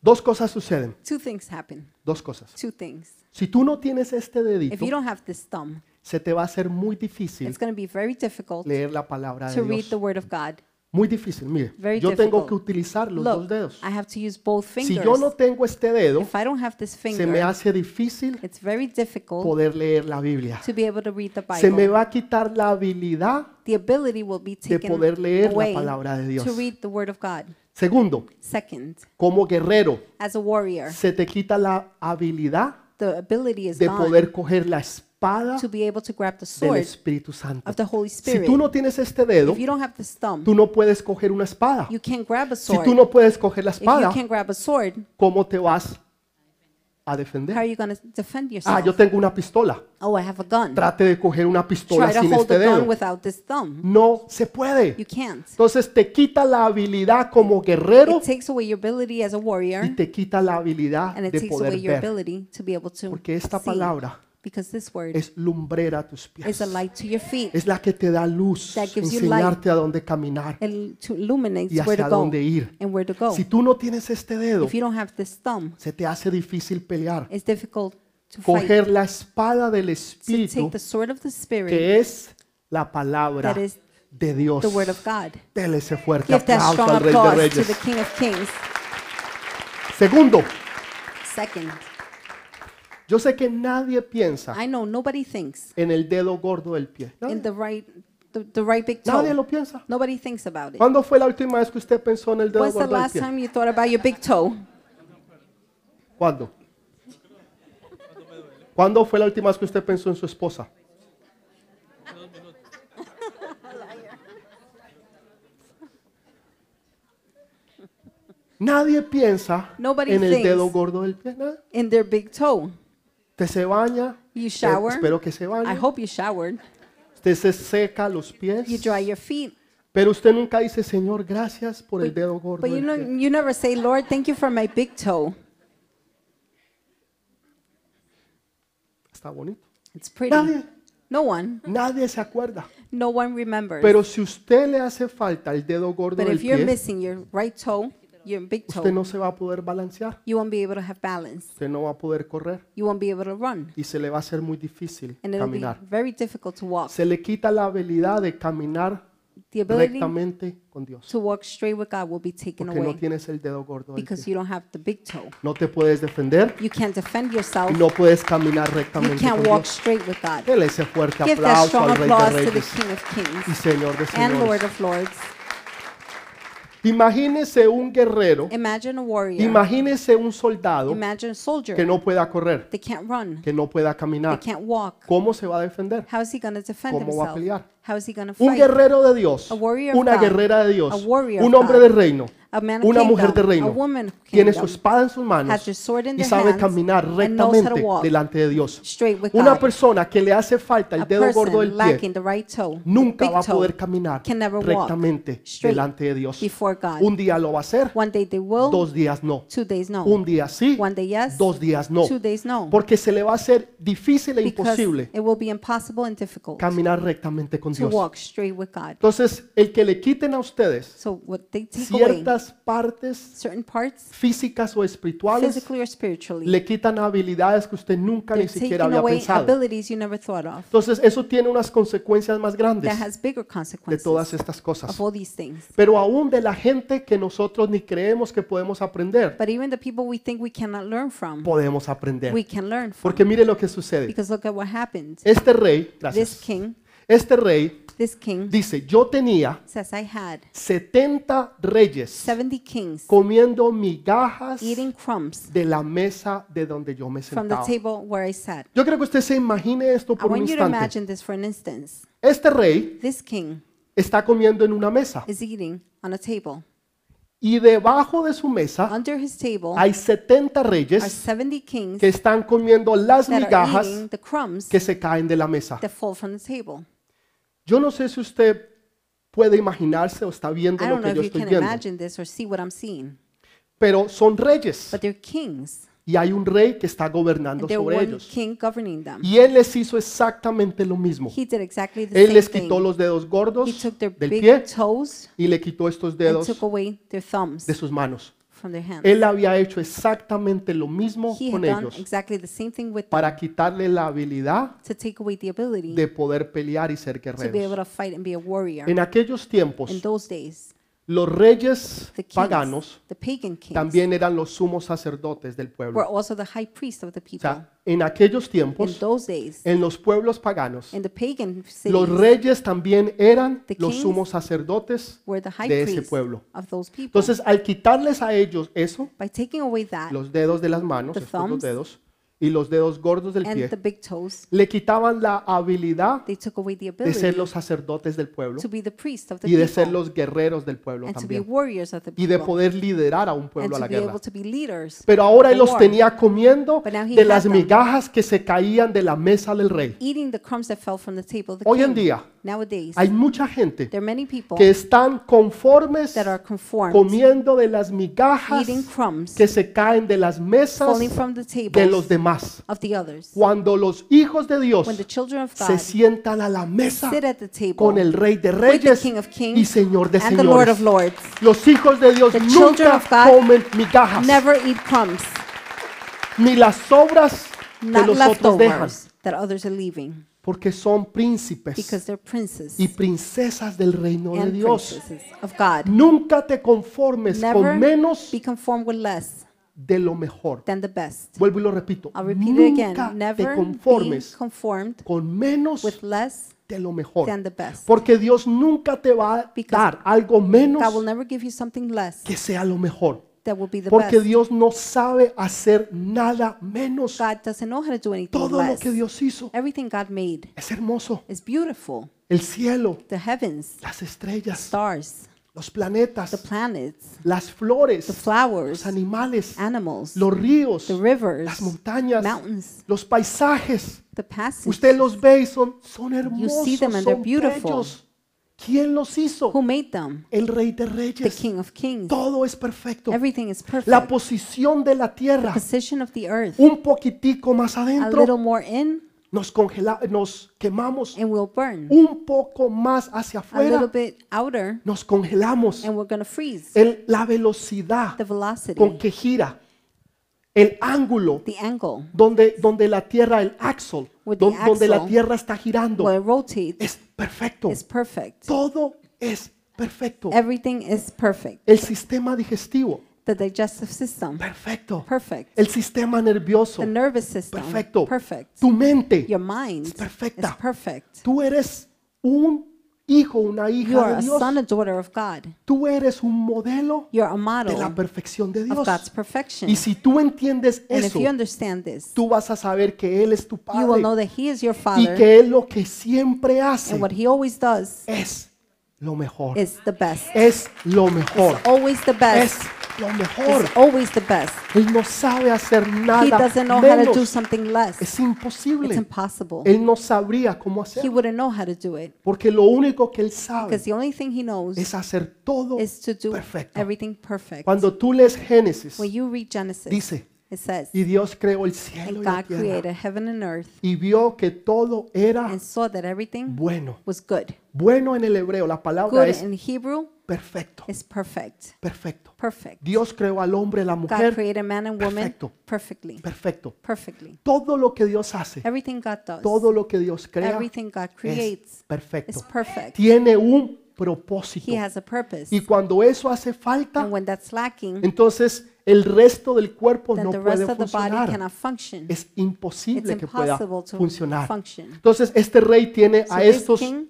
A: Dos cosas suceden.
B: Two things happen.
A: Dos cosas.
B: Two things.
A: Si tú no tienes este
B: If you
A: dedito,
B: don't have this thumb,
A: se te va a hacer muy difícil
B: it's going to be very difficult
A: leer la palabra de
B: to read the
A: Dios.
B: Word of God.
A: Muy difícil. Mire,
B: Very
A: yo tengo
B: difficult.
A: que utilizar los dos
B: Look,
A: dedos.
B: I have to use both
A: Si yo
B: fingers.
A: no tengo este dedo,
B: If I don't have this
A: se me
B: finger,
A: hace difícil
B: it's very difficult
A: poder leer la Biblia.
B: to be able to read the
A: Se me
B: Bible.
A: va a quitar la habilidad.
B: The ability will be taken
A: poder leer la
B: away
A: palabra de Dios.
B: to read the Word of God.
A: Segundo,
B: Second,
A: como guerrero,
B: as a warrior,
A: se te quita la habilidad
B: the ability is
A: de
B: gone
A: poder coger la espada
B: to be able to grab the
A: del
B: sword
A: Espíritu Santo.
B: of the Holy
A: Si
B: Spirit.
A: tú no tienes este dedo,
B: If you don't have this thumb,
A: tú no puedes coger una espada.
B: you can't grab a
A: Si
B: sword.
A: tú no puedes coger la
B: If you
A: espada,
B: can't grab a sword,
A: ¿cómo te vas a
B: how are
A: defender?
B: you going to defend
A: Ah,
B: yourself?
A: yo tengo una pistola.
B: Oh, I have a gun.
A: Trate de coger una pistola
B: Try to
A: sin
B: hold
A: este
B: the gun
A: dedo.
B: without this thumb.
A: No se puede.
B: You can't.
A: Entonces te quita la habilidad como guerrero
B: It takes away your ability as a
A: y
B: warrior
A: te quita la habilidad
B: and it
A: de
B: takes away
A: poder
B: your
A: ver.
B: ability to be able to
A: Porque esta
B: see.
A: palabra
B: because this word
A: Es lumbrera a tus
B: is
A: pies.
B: a light to your feet.
A: Es la que te da luz,
B: That gives you
A: enseñarte a dónde caminar
B: It to
A: y
B: illuminates where
A: hacia
B: to go
A: dónde ir.
B: and where to go.
A: Si tú no tienes este dedo,
B: If you don't have this thumb,
A: se te hace difícil pelear.
B: it's difficult to fight.
A: Coger la espada del
B: To
A: Espíritu,
B: take the sword of the Spirit,
A: que es la palabra
B: that is
A: de Dios.
B: the word of God.
A: Dele ese fuerte
B: Give that
A: aplauso
B: strong
A: al Rey de
B: applause to the
A: Reyes.
B: King of Kings.
A: Segundo,
B: Second,
A: yo sé que nadie piensa
B: I know nobody thinks
A: en el dedo gordo del pie.
B: in
A: Nadie,
B: the right, the, the right big
A: nadie
B: toe.
A: lo piensa.
B: Nobody thinks about it.
A: ¿Cuándo fue la última vez que usted pensó en el dedo
B: When's the
A: gordo del
B: last
A: pie?
B: time you thought about your big toe?
A: ¿Cuándo? ¿Cuándo fue la última vez que usted pensó en su esposa? Nadie piensa
B: Nobody
A: en el
B: thinks.
A: dedo gordo del pie. nada.
B: In their big toe.
A: Usted se baña.
B: You
A: eh,
B: shower.
A: espero que se
B: I
A: bañe.
B: hope you showered.
A: Usted se seca los pies.
B: You dry your feet.
A: Pero usted nunca dice, Señor, gracias por el dedo gordo
B: But you
A: del
B: know
A: pie".
B: you never say, Lord, thank you for my big toe.
A: Está bonito.
B: It's pretty.
A: Nadie,
B: No one.
A: nadie se acuerda.
B: No one remembers.
A: Pero si usted le hace falta el dedo gordo
B: but
A: del
B: if you're
A: pie,
B: missing your right toe, your big toe.
A: Usted no se va a poder balancear,
B: You won't be able to have balance.
A: usted no va a poder correr
B: You won't be able to run.
A: y se le va a hacer muy difícil
B: And it'll be
A: caminar.
B: very difficult to walk.
A: Se le quita la habilidad de caminar
B: The ability
A: rectamente con Dios,
B: to walk straight with God will be taken
A: porque no
B: away
A: tienes el dedo gordo. del
B: because
A: pie.
B: you don't have the big toe.
A: No te puedes defender
B: You can't defend yourself.
A: y no puedes caminar
B: You
A: rectamente con
B: can't walk
A: Dios.
B: straight with God.
A: Dele ese fuerte
B: Give that
A: aplauso
B: strong
A: al Rey de
B: applause to the
A: Reyes
B: King of
A: y
B: Kings
A: Señor de
B: and Lord
A: Señores.
B: of Lords.
A: Imagínese un guerrero,
B: Imagine a warrior.
A: imagínese un soldado
B: Imagine a
A: que
B: soldier.
A: no pueda correr,
B: They can't run.
A: que no pueda
B: They
A: caminar.
B: can't walk.
A: ¿Cómo se va a defender?
B: How is he going to defend
A: ¿Cómo va a
B: himself?
A: pelear?
B: How is he going to
A: Un
B: fight?
A: guerrero de Dios,
B: A warrior of
A: una
B: God.
A: guerrera de Dios,
B: A warrior of
A: un hombre
B: God.
A: de reino,
B: A man of
A: una mujer de
B: kingdom, a
A: reino,
B: woman of
A: tiene su
B: kingdom,
A: espada en sus manos
B: has their sword in
A: y
B: their
A: sabe
B: hands
A: caminar
B: and knows how to
A: rectamente
B: walk
A: delante de Dios.
B: straight with
A: Una
B: God.
A: persona que le hace falta
B: A
A: el dedo gordo del
B: person
A: pie
B: lacking the right toe, the
A: nunca
B: big
A: va a
B: toe,
A: poder caminar
B: can never walk
A: rectamente
B: straight
A: delante de Dios.
B: before God.
A: Un día lo va a hacer,
B: One day they will,
A: dos días no.
B: two days no.
A: Un día sí,
B: One day yes,
A: dos días no.
B: two days no.
A: Porque se le va a hacer difícil e
B: because
A: imposible
B: it will be impossible and difficult
A: caminar rectamente con
B: to
A: Dios.
B: walk straight with God.
A: Entonces, el que le quiten a ustedes
B: So what they take away,
A: ciertas partes
B: certain parts,
A: físicas o espirituales,
B: physically or spiritually,
A: le quitan habilidades que usted nunca
B: they're
A: ni siquiera
B: taking
A: había
B: away
A: pensado.
B: abilities you never thought of.
A: Entonces, eso tiene unas consecuencias más grandes
B: That has bigger
A: de
B: consequences
A: todas estas cosas.
B: of all these things.
A: Pero aún de la gente que nosotros ni creemos que podemos aprender,
B: But even the people we think we cannot learn from,
A: podemos aprender.
B: we can learn from.
A: Porque mire lo que sucede.
B: Because look at what happened.
A: Este rey,
B: This
A: gracias.
B: king,
A: Este rey
B: this king
A: dice, yo tenía
B: says, I had
A: 70 reyes
B: 70 kings
A: comiendo migajas
B: eating crumbs
A: de la mesa de donde yo me
B: from the
A: sentaba.
B: table where I sat.
A: Yo creo que usted se imagine esto
B: I
A: por un
B: want you to
A: instante.
B: imagine this for an instance.
A: Este rey
B: This king
A: está comiendo en una mesa
B: is eating on a table.
A: y debajo de su mesa
B: Under his table
A: hay 70
B: are
A: reyes
B: 70 kings
A: que están comiendo las
B: that are
A: migajas
B: eating the crumbs
A: que se caen de la mesa.
B: that fall from the table.
A: Yo no sé si usted puede imaginarse o está viendo
B: I
A: lo
B: don't
A: que
B: know if
A: yo
B: you
A: estoy
B: can
A: viendo,
B: imagine this or see what I'm seeing,
A: pero son reyes
B: but they're kings.
A: y hay un rey que está gobernando
B: And they're
A: sobre
B: one
A: ellos.
B: king governing them.
A: Y él les hizo exactamente lo mismo.
B: He did exactly the
A: Él les
B: same
A: quitó
B: thing.
A: los dedos gordos
B: He took their
A: del pie
B: big toes
A: y le quitó estos
B: and
A: dedos
B: took away their thumbs
A: de sus manos.
B: from their hands.
A: Él había hecho exactamente lo mismo
B: He had
A: con
B: done
A: ellos
B: exactly the same thing with them
A: para quitarle la habilidad
B: to take away the ability
A: de poder pelear y ser
B: to be able
A: guerreros.
B: to fight and be a warrior.
A: En aquellos
B: In
A: tiempos,
B: those days,
A: los reyes
B: the kings,
A: paganos
B: the pagan kings,
A: también eran los sumos sacerdotes del pueblo.
B: were also the high priests of the
A: O
B: people.
A: sea, en aquellos
B: In
A: tiempos,
B: those days,
A: en los pueblos paganos,
B: in the pagan
A: los
B: cities,
A: reyes también eran
B: The
A: los
B: kings
A: sumos sacerdotes.
B: were the high
A: de ese
B: priests
A: pueblo.
B: of those people.
A: Entonces, al quitarles a ellos eso,
B: By taking away that
A: los dedos de las manos,
B: The
A: estos dos
B: thumbs.
A: dedos, y los dedos gordos del
B: and
A: pie,
B: the big toes,
A: le quitaban la habilidad
B: they took away the
A: de ser los
B: ability
A: sacerdotes del pueblo
B: to be the priests of the
A: y de ser
B: people
A: los guerreros del pueblo
B: and to be
A: también
B: warriors of the
A: y de
B: people
A: poder liderar a un
B: and
A: pueblo a
B: to
A: la
B: be
A: guerra.
B: able to be leaders,
A: Pero ahora
B: of
A: él los
B: war,
A: tenía comiendo
B: But now he
A: de
B: had
A: las
B: them.
A: migajas que se caían de la mesa del rey.
B: eating the crumbs that fell from the table of the
A: Hoy en
B: king.
A: día
B: Nowadays,
A: Hay mucha gente
B: there are many people
A: que están conformes
B: that are conformed,
A: comiendo de las migajas
B: eating crumbs
A: que se caen de las mesas
B: falling from the
A: de los
B: tables
A: demás.
B: of the others.
A: Cuando los hijos de Dios
B: When the children of
A: se
B: God
A: sientan a la mesa
B: sit at the table
A: con el Rey de
B: with the
A: Reyes
B: King of Kings
A: y Señor de
B: and the Lord
A: Señores.
B: of Lords,
A: Los hijos de Dios
B: The children
A: nunca
B: of God
A: comen migajas,
B: never eat crumbs,
A: ni las sobras que
B: not
A: los otros dejan,
B: leftovers that others are leaving,
A: porque son príncipes
B: because they're princes
A: y princesas del reino de
B: and
A: Dios.
B: princesses of God.
A: Nunca te conformes con
B: Never
A: menos
B: be conformed with less
A: de lo mejor.
B: than the best.
A: Vuelvo y lo repito.
B: I'll repeat it
A: Nunca
B: again.
A: te
B: Never be
A: conformes
B: conformed
A: con menos
B: with less
A: de lo mejor.
B: than the best.
A: Porque Dios nunca te va a
B: Because
A: dar algo menos
B: God will never give you something less
A: que sea lo mejor.
B: that will be the
A: Porque
B: best.
A: Dios no sabe hacer nada menos.
B: God doesn't know how to do anything
A: Todo lo
B: less.
A: que Dios hizo
B: Everything God made
A: es hermoso.
B: is beautiful.
A: El cielo,
B: The heavens,
A: las estrellas,
B: stars,
A: los
B: the
A: planetas,
B: planets,
A: las
B: the
A: flores, los
B: flowers,
A: animales,
B: animals,
A: los ríos,
B: the rivers,
A: las montañas,
B: mountains,
A: los paisajes.
B: the passes.
A: Usted los ve y son, son
B: You
A: hermosos,
B: see them and they're
A: son
B: beautiful.
A: bellos. ¿Quién los hizo?
B: Who made them?
A: El Rey de
B: The
A: Reyes.
B: King of Kings.
A: Todo es perfecto.
B: Everything is
A: La
B: perfect.
A: posición de la tierra
B: Position of the earth.
A: un poquitico más
B: A
A: adentro,
B: little more in,
A: nos congela, nos quemamos
B: and we'll burn.
A: un poco más hacia
B: A little
A: afuera,
B: bit outer
A: nos congelamos.
B: and we're going to freeze.
A: El- la velocidad
B: The
A: con
B: velocity,
A: que gira, el ángulo
B: the angle,
A: donde, donde la Tierra, el axel,
B: With
A: don-
B: the
A: donde la
B: axle.
A: Tierra está girando,
B: where it rotates
A: es perfecto.
B: is perfect.
A: Todo es perfecto.
B: Everything is perfect.
A: El sistema digestivo,
B: The digestive system,
A: perfecto.
B: perfect.
A: El sistema nervioso,
B: The nervous system,
A: perfecto.
B: perfect.
A: Tu mente,
B: Your mind
A: Es
B: is
A: perfecta.
B: perfect.
A: tú eres un hijo, una
B: You are
A: hija de
B: a
A: Dios.
B: son, a daughter of God.
A: Tú eres un modelo
B: You're a
A: de la
B: model
A: perfección de
B: of
A: Dios.
B: God's perfection.
A: Y si tú entiendes
B: And if
A: eso,
B: you understand this,
A: tú vas a saber que Él es tu
B: you will know
A: Padre
B: that He is your
A: y
B: Father,
A: que Él lo que siempre hace
B: and what He always does
A: es lo mejor.
B: is the best.
A: Es lo mejor.
B: It's always the
A: Es
B: best.
A: lo mejor.
B: It's always the best.
A: Él no sabe hacer
B: He
A: nada
B: doesn't know how to do
A: menos.
B: something less.
A: Es imposible.
B: It's impossible.
A: Él no sabría cómo
B: He
A: hacerlo.
B: wouldn't know how to do it
A: Porque lo único que Él sabe
B: because the only thing He knows
A: es hacer todo
B: is to do
A: perfecto.
B: everything perfect.
A: Cuando tú lees Génesis,
B: When you read Genesis,
A: dice,
B: it says,
A: y Dios creó el cielo
B: And
A: y la
B: God
A: tierra
B: created heaven and earth
A: y vio que todo era
B: and saw that everything
A: bueno.
B: was good.
A: Bueno en el hebreo, la palabra
B: Good
A: es
B: in Hebrew
A: perfecto,
B: is perfect.
A: perfecto.
B: Perfect.
A: Dios creó al hombre, la
B: God
A: mujer,
B: created man and woman
A: perfecto.
B: perfectly.
A: perfecto.
B: Perfectly.
A: Todo lo que Dios hace,
B: Everything God does,
A: todo lo que Dios crea
B: everything God
A: es
B: creates is
A: perfecto.
B: perfect.
A: Tiene un propósito.
B: He has a purpose.
A: Y cuando eso hace falta,
B: And when that's lacking,
A: entonces el resto del cuerpo
B: then
A: no
B: the rest
A: puede
B: of the body
A: funcionar.
B: cannot function.
A: Es
B: It's
A: imposible que pueda
B: impossible to
A: funcionar.
B: function.
A: Entonces este rey tiene
B: So
A: a
B: this
A: estos
B: king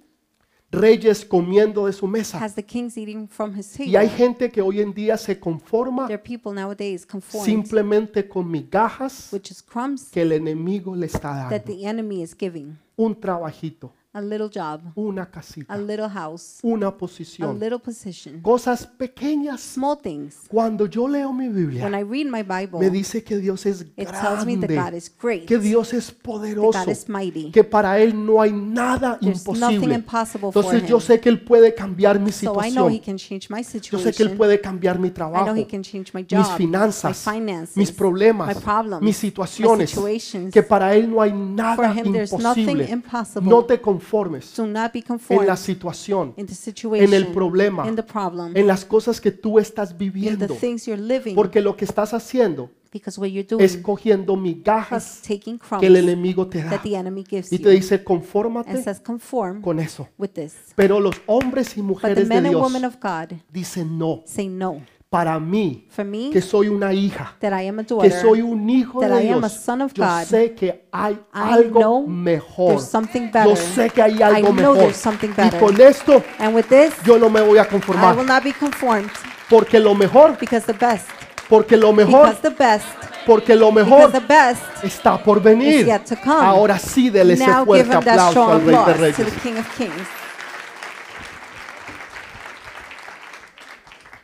A: reyes comiendo de su mesa.
B: has the kings eating from his
A: Y hay
B: table.
A: gente que hoy en día se conforma
B: There are people nowadays conformed,
A: simplemente con migajas
B: which is crumbs
A: que el enemigo le está
B: that
A: dando.
B: the enemy is giving.
A: Un trabajito,
B: A little job,
A: una
B: a
A: casita,
B: little house,
A: una
B: a
A: posición,
B: little position,
A: cosas pequeñas.
B: small things.
A: Cuando yo leo mi
B: When
A: Biblia,
B: I read my Bible,
A: me dice que Dios es
B: it tells me that God
A: grande,
B: is great,
A: que
B: that
A: Dios es poderoso,
B: God is mighty.
A: que para Él no hay nada
B: There's nothing
A: imposible.
B: impossible for
A: Entonces yo
B: him.
A: sé que Él puede cambiar mi
B: So I know He
A: situación.
B: can change my
A: Yo sé que Él
B: situation.
A: puede cambiar mi
B: I know
A: trabajo,
B: He can change my
A: mis
B: job, my
A: finanzas,
B: finances,
A: mis problemas,
B: my problems,
A: mis
B: my
A: situaciones,
B: situations.
A: que para Él no hay nada
B: For him there's
A: imposible.
B: nothing impossible.
A: No te conformes
B: Do not be
A: en
B: conformed
A: la situación,
B: in the situation,
A: problema,
B: in the problem,
A: en las cosas que tú estás
B: in the
A: viviendo,
B: things you're living,
A: porque lo que estás haciendo
B: because what you're
A: es
B: doing
A: cogiendo
B: is
A: migajas
B: taking
A: que el
B: crumbs
A: enemigo te da
B: that the enemy gives
A: y te
B: you
A: dice
B: and
A: confórmate
B: says, conform
A: con eso.
B: with this.
A: Pero los hombres y
B: But the
A: mujeres de
B: men and
A: Dios
B: women of God
A: dicen no,
B: say no.
A: para mí
B: For me,
A: que soy una hija,
B: that I am a
A: que soy
B: daughter,
A: un hijo
B: that
A: de
B: I am a
A: Dios.
B: son of
A: Yo
B: God.
A: sé que hay
B: know
A: algo mejor.
B: there's something
A: Yo
B: better.
A: sé que hay
B: I
A: algo
B: know
A: mejor.
B: there's something
A: Y
B: better.
A: con esto
B: and with this,
A: yo no me voy a
B: I will
A: conformar.
B: not be conformed
A: Porque lo mejor,
B: because the best,
A: porque lo mejor,
B: because the best,
A: porque lo
B: because
A: mejor
B: the best.
A: está por venir.
B: is yet to come.
A: Ahora sí, dele ese
B: Now give
A: fuerte
B: him that
A: aplauso
B: strong
A: al Rey de
B: applause to
A: Reyes.
B: the King of Kings.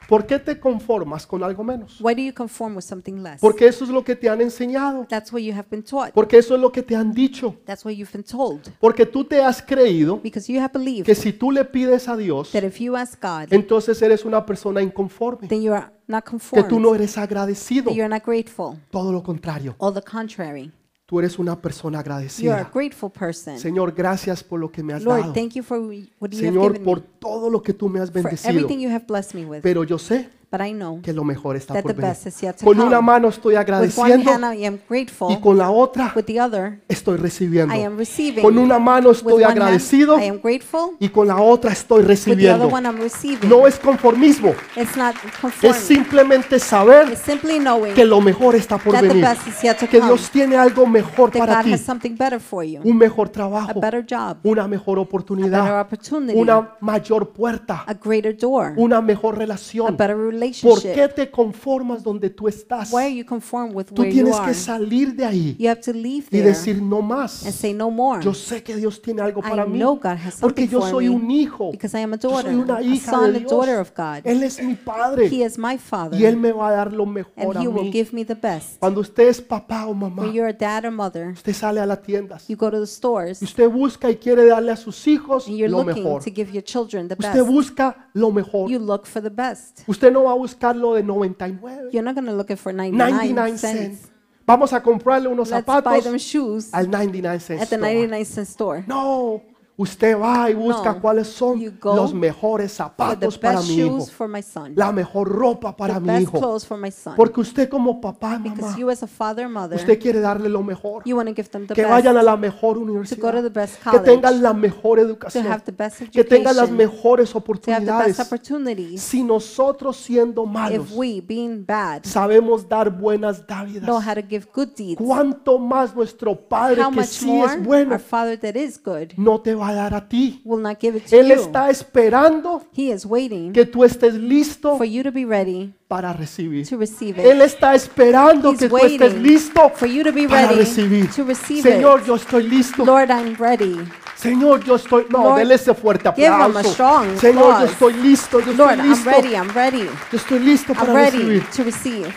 A: ¿Por qué te conformas con algo menos?
B: Why do you conform with something less?
A: Porque eso es lo que te han enseñado.
B: That's what you have been taught.
A: Porque eso es lo que te han dicho.
B: That's what you've been told.
A: Porque tú te has creído
B: Because you have believed
A: que si tú le pides a Dios,
B: that if you ask God,
A: entonces eres una persona inconforme.
B: then you are not
A: que
B: conformed,
A: tú no eres agradecido.
B: that you are not grateful.
A: Todo lo contrario,
B: All the contrary,
A: tú eres una persona
B: you are a
A: agradecida.
B: grateful person.
A: Señor, gracias por lo que me has
B: Lord,
A: dado.
B: thank you for what you have
A: Señor,
B: given me,
A: por todo lo que tú me has
B: for
A: bendecido.
B: everything you have blessed me with.
A: Pero yo sé
B: But I know
A: que lo mejor está
B: that
A: por
B: the
A: venir.
B: best is yet to
A: Con una
B: come.
A: mano estoy
B: With one
A: agradeciendo
B: hand I am
A: y
B: grateful,
A: con la otra
B: with the other
A: estoy recibiendo.
B: I am receiving.
A: Con una mano
B: With
A: estoy
B: one hand,
A: agradecido
B: I am grateful,
A: y con la otra estoy
B: with the other
A: recibiendo.
B: one I'm receiving.
A: No es conformismo,
B: It's not
A: es
B: conforming.
A: simplemente saber
B: It's simply knowing
A: que lo mejor está por
B: that the
A: venir.
B: best is yet to
A: Que
B: come.
A: Dios tiene algo mejor
B: that
A: para
B: God
A: ti,
B: has something better for you,
A: un mejor
B: a
A: trabajo,
B: better job,
A: una mejor
B: better
A: oportunidad,
B: opportunity,
A: una mayor puerta,
B: a greater door,
A: una mejor
B: a
A: relación.
B: better
A: ¿Por qué
B: relationship.
A: te conformas donde tú estás?
B: Why are you conformed with
A: Tú
B: where you
A: tienes
B: are?
A: que salir de ahí
B: You have to leave
A: y
B: there
A: decir no
B: and
A: más.
B: say no more.
A: Yo sé que Dios tiene algo
B: I
A: para mí
B: know God has
A: porque
B: something
A: yo
B: for
A: soy
B: me
A: un hijo.
B: because I am a
A: Yo
B: daughter,
A: soy una
B: a
A: hija
B: son,
A: de
B: a daughter
A: Dios.
B: of God.
A: Él es mi padre
B: He is my father,
A: y él me va a dar lo mejor
B: and
A: a
B: he will
A: mí.
B: give me the best.
A: Cuando usted es papá o mamá,
B: When you're a dad or mother,
A: usted sale a las tiendas
B: you go to the stores
A: y usted busca y quiere darle a sus hijos
B: and you're
A: lo
B: looking
A: mejor.
B: to give your children the
A: Usted
B: best.
A: busca lo mejor.
B: You look for the best.
A: Usted no va a buscar lo de 99,
B: You're not going to look it for 99
A: 99
B: cents.
A: cents. Vamos a comprarle unos
B: Let's buy
A: zapatos
B: them shoes
A: al 99 cent
B: at the
A: store.
B: 99 cent store.
A: No, usted va y busca
B: No,
A: cuáles son
B: you go
A: los mejores
B: For the
A: zapatos para
B: best
A: mi hijo,
B: shoes for my son.
A: la mejor ropa para
B: The
A: mi
B: best
A: hijo,
B: clothes for my son.
A: porque usted como papá y mamá,
B: Because you as a father and mother,
A: usted quiere darle lo mejor,
B: you want to give them the
A: que
B: best.
A: vayan a la mejor
B: go to
A: universidad,
B: the best
A: que
B: college,
A: tengan la mejor
B: to
A: educación,
B: have the best
A: que tengan las
B: education,
A: mejores
B: to have the best
A: oportunidades.
B: opportunities.
A: Si nosotros siendo malos
B: If we, being bad,
A: sabemos dar buenas dávidas,
B: know how to give good deeds,
A: cuánto más nuestro Padre
B: how
A: que
B: much
A: sí
B: more
A: es bueno
B: our Father that is good
A: no te va a dar a ti.
B: will not give it to
A: Él
B: you.
A: está esperando
B: he is waiting
A: que tú estés listo
B: for you to be ready
A: para recibir.
B: to receive it.
A: Él está esperando
B: He's
A: que tú estés
B: waiting
A: listo
B: for you to be
A: para
B: ready
A: recibir.
B: to receive
A: Señor, yo estoy
B: it.
A: listo.
B: Lord, I'm ready.
A: Señor, yo estoy. No,
B: Lord,
A: déle ese fuerte
B: give him a
A: aplauso.
B: strong
A: Señor, yo
B: applause.
A: estoy listo. Yo estoy
B: Lord, I'm
A: listo.
B: ready. I'm ready.
A: Yo estoy listo
B: I'm
A: para
B: ready
A: recibir.
B: to receive.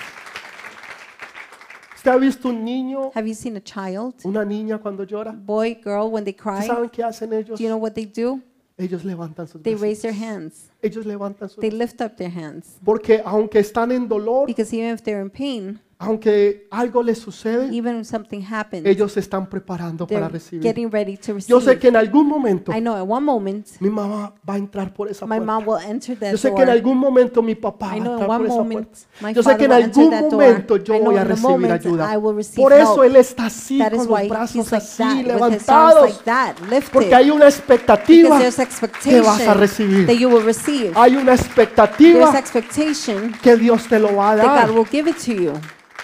A: ¿Usted ha visto un niño,
B: Have you seen a child,
A: una niña cuando llora?
B: boy, girl, when they
A: ¿Ustedes
B: cry?
A: ¿Saben qué hacen ellos?
B: Do you know what they do?
A: Ellos levantan sus
B: They
A: brazos.
B: raise their hands.
A: Ellos levantan sus
B: They lift up their hands.
A: Porque aunque están en dolor,
B: Because even if they're in pain,
A: aunque algo les sucede,
B: even if something happens,
A: ellos se están preparando para
B: they're
A: recibir.
B: getting ready to
A: Yo sé
B: receive.
A: que en algún momento
B: I know at one moment,
A: mi mamá va a entrar por esa
B: my
A: puerta.
B: mom will enter that
A: Yo sé que en
B: door.
A: algún momento mi papá va a
B: I know in
A: entrar
B: one
A: por esa
B: moment
A: puerta.
B: my
A: Yo sé que en
B: father will
A: algún
B: enter that door.
A: momento yo
B: I know
A: voy a
B: in the
A: recibir
B: moment
A: ayuda.
B: I will receive
A: Por eso
B: help.
A: él está así
B: That
A: con
B: is
A: los
B: why
A: brazos
B: he's like
A: así
B: that, with his arms
A: levantados,
B: like that,
A: porque
B: lifted.
A: hay una expectativa
B: Because there's
A: que vas a
B: expectation that
A: recibir.
B: you will receive.
A: Hay una
B: There's
A: expectativa
B: expectation
A: que Dios te lo va a
B: that God
A: dar.
B: will give it to you.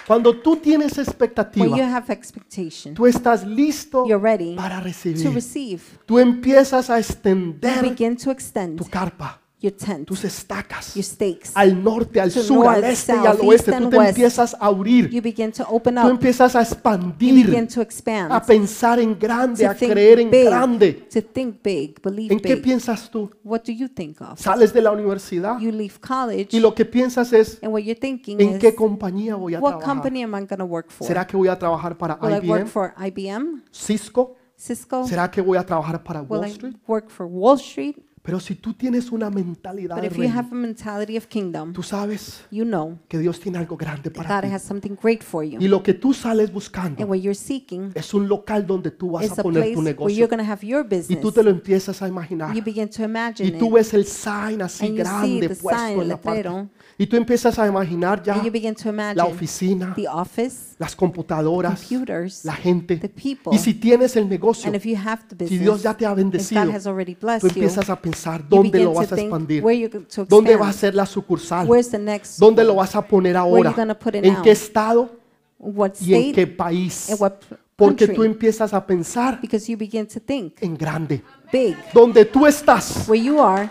A: Cuando tú tienes
B: When you
A: expectativa,
B: have expectation,
A: tú estás listo
B: you're ready
A: para
B: to
A: recibir.
B: receive.
A: Tú empiezas a
B: You
A: extender
B: begin to
A: tu
B: extend
A: carpa,
B: your tent,
A: tus estacas,
B: your stakes.
A: al norte, al
B: to
A: sur, al
B: north,
A: este y
B: south,
A: al
B: east
A: oeste. Tú
B: and
A: te
B: west.
A: empiezas a abrir,
B: You begin to open
A: tú
B: up.
A: empiezas a
B: You begin
A: expandir,
B: to expand.
A: a pensar en grande,
B: to
A: a creer en
B: big,
A: grande.
B: To think big, believe
A: ¿En qué
B: big.
A: piensas tú?
B: What do you think of?
A: Sales de la universidad
B: You leave college,
A: y lo que piensas es
B: and what you're thinking
A: en
B: is,
A: qué compañía voy a
B: what
A: trabajar.
B: company am I going to work for?
A: ¿Será que voy a trabajar para
B: Will I work
A: IBM,
B: for IBM,
A: Cisco?
B: Cisco?
A: ¿Será que voy a trabajar para
B: Will
A: Wall
B: I
A: Street?
B: work for Wall Street?
A: Pero si tú tienes una mentalidad
B: But
A: de
B: if you
A: reino,
B: have a mentality of kingdom,
A: tú sabes
B: you know
A: que Dios tiene algo grande para
B: God
A: ti.
B: has something great for
A: Y
B: you.
A: lo que tú sales
B: And
A: buscando
B: what you're seeking
A: es un local donde tú vas
B: is
A: a
B: a
A: poner
B: place
A: tu
B: where you're
A: negocio.
B: going to have your
A: Y tú te
B: business.
A: lo empiezas a imaginar.
B: You begin to
A: Y
B: imagine
A: tú
B: it,
A: ves el sign así
B: And you see
A: grande
B: the
A: puesto
B: sign,
A: en la parte.
B: letrero.
A: Y tú empiezas a imaginar ya
B: and you begin
A: la
B: to imagine
A: oficina,
B: the office,
A: las computadoras,
B: computers,
A: la gente.
B: the people.
A: Y si tienes el negocio,
B: And if you have the
A: si Dios
B: business,
A: ya te ha
B: if
A: bendecido,
B: God has already
A: tú
B: blessed you,
A: empiezas a pensar
B: you
A: dónde lo
B: begin to
A: vas a
B: think
A: expandir,
B: where you're going to
A: dónde va a
B: expand.
A: ser la sucursal,
B: Where's the next?
A: dónde lo
B: one?
A: vas a poner
B: Where
A: ahora,
B: you gonna put it
A: en
B: now?
A: qué estado
B: What
A: y en
B: state?
A: qué país.
B: And what p-
A: Porque
B: country?
A: tú empiezas a pensar
B: Because you begin to think
A: en grande.
B: big.
A: Donde tú estás,
B: Where you are,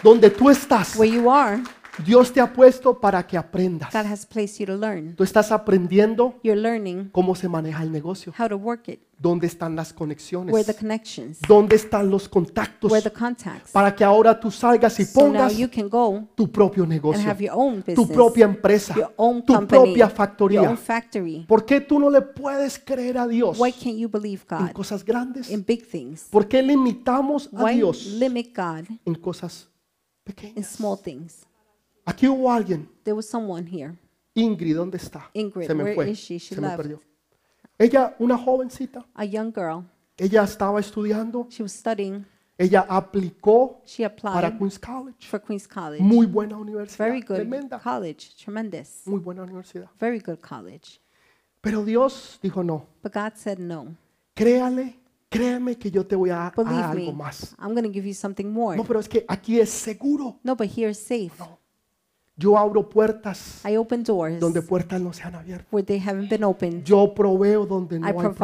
A: donde tú estás,
B: where you are,
A: Dios te ha puesto para que aprendas.
B: God has placed you to learn.
A: Tú estás aprendiendo
B: You're learning
A: cómo se maneja el negocio,
B: how to work it,
A: dónde están las
B: where the
A: conexiones,
B: connections,
A: dónde están los contactos,
B: where the contacts.
A: para que ahora tú salgas y
B: So now
A: pongas
B: you can go
A: tu propio
B: and
A: negocio,
B: have your own
A: tu
B: business,
A: propia empresa,
B: your own
A: tu
B: company,
A: propia
B: your own
A: factoría.
B: factory.
A: ¿Por qué tú no le puedes creer a Dios
B: Why can't you believe
A: en
B: God
A: cosas grandes?
B: in big things?
A: ¿Por qué limitamos a
B: Why
A: Dios
B: limit God
A: en cosas
B: in
A: pequeñas?
B: small things?
A: Aquí hubo alguien,
B: There was someone here.
A: Ingrid, ¿dónde está?
B: Ingrid,
A: se me
B: where
A: fue,
B: is she? She
A: se me
B: left.
A: perdió. Ella, una jovencita,
B: a young girl.
A: ella estaba estudiando,
B: She was studying.
A: ella aplicó
B: She
A: para
B: applied
A: Queens College,
B: for Queens College.
A: muy buena universidad,
B: Very good
A: tremenda,
B: college. Tremendous.
A: muy buena universidad.
B: Very good college.
A: Pero Dios dijo no,
B: But God said no.
A: créale, créeme que yo te voy a
B: Believe
A: dar algo
B: me,
A: más.
B: I'm going to give you something more.
A: No, pero es que aquí es seguro.
B: No, but here is safe.
A: Yo abro puertas
B: I open doors
A: donde puertas no se han abierto.
B: where they haven't been opened.
A: Yo proveo donde no
B: I
A: hay
B: provide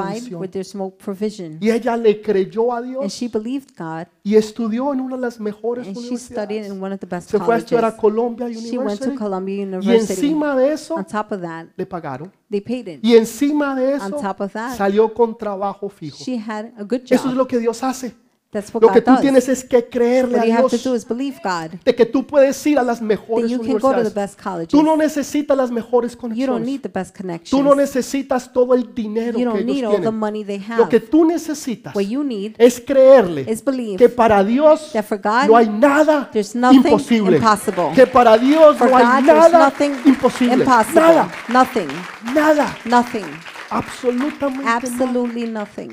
A: provisión.
B: where there's no provision.
A: Y ella le creyó a
B: And
A: Dios
B: she believed God,
A: y estudió en una de las mejores
B: and she studied in
A: universidades.
B: one of the best
A: Se fue a estudiar a
B: colleges.
A: Colombia
B: She went to
A: University
B: Columbia
A: y
B: University.
A: encima de eso
B: On top of that,
A: le pagaron.
B: they paid it.
A: Y encima de eso
B: On top of that,
A: salió con trabajo fijo.
B: She had a good
A: Eso es
B: job.
A: lo que Dios hace.
B: That's what
A: Lo que
B: God
A: tú
B: does.
A: tienes es que creerle a
B: What you have to do
A: Dios
B: is believe God.
A: de que tú puedes ir a las
B: Then
A: mejores
B: you can go to the
A: universidades.
B: best colleges.
A: Tú no necesitas las mejores
B: You don't
A: conexiones.
B: need the best connections.
A: Tú no necesitas todo el dinero
B: You
A: que
B: don't need
A: ellos
B: all the
A: tienen.
B: money they
A: Lo que
B: have.
A: tú necesitas
B: What you need
A: es creerle
B: is belief.
A: que para Dios
B: that for God,
A: no hay nada
B: there's nothing
A: imposible.
B: impossible.
A: Que para Dios
B: For
A: no hay
B: God, there's
A: nada
B: nothing
A: imposible.
B: impossible.
A: Nada,
B: Nothing.
A: nada.
B: Nothing.
A: Absolutamente nada.
B: Absolutely nothing.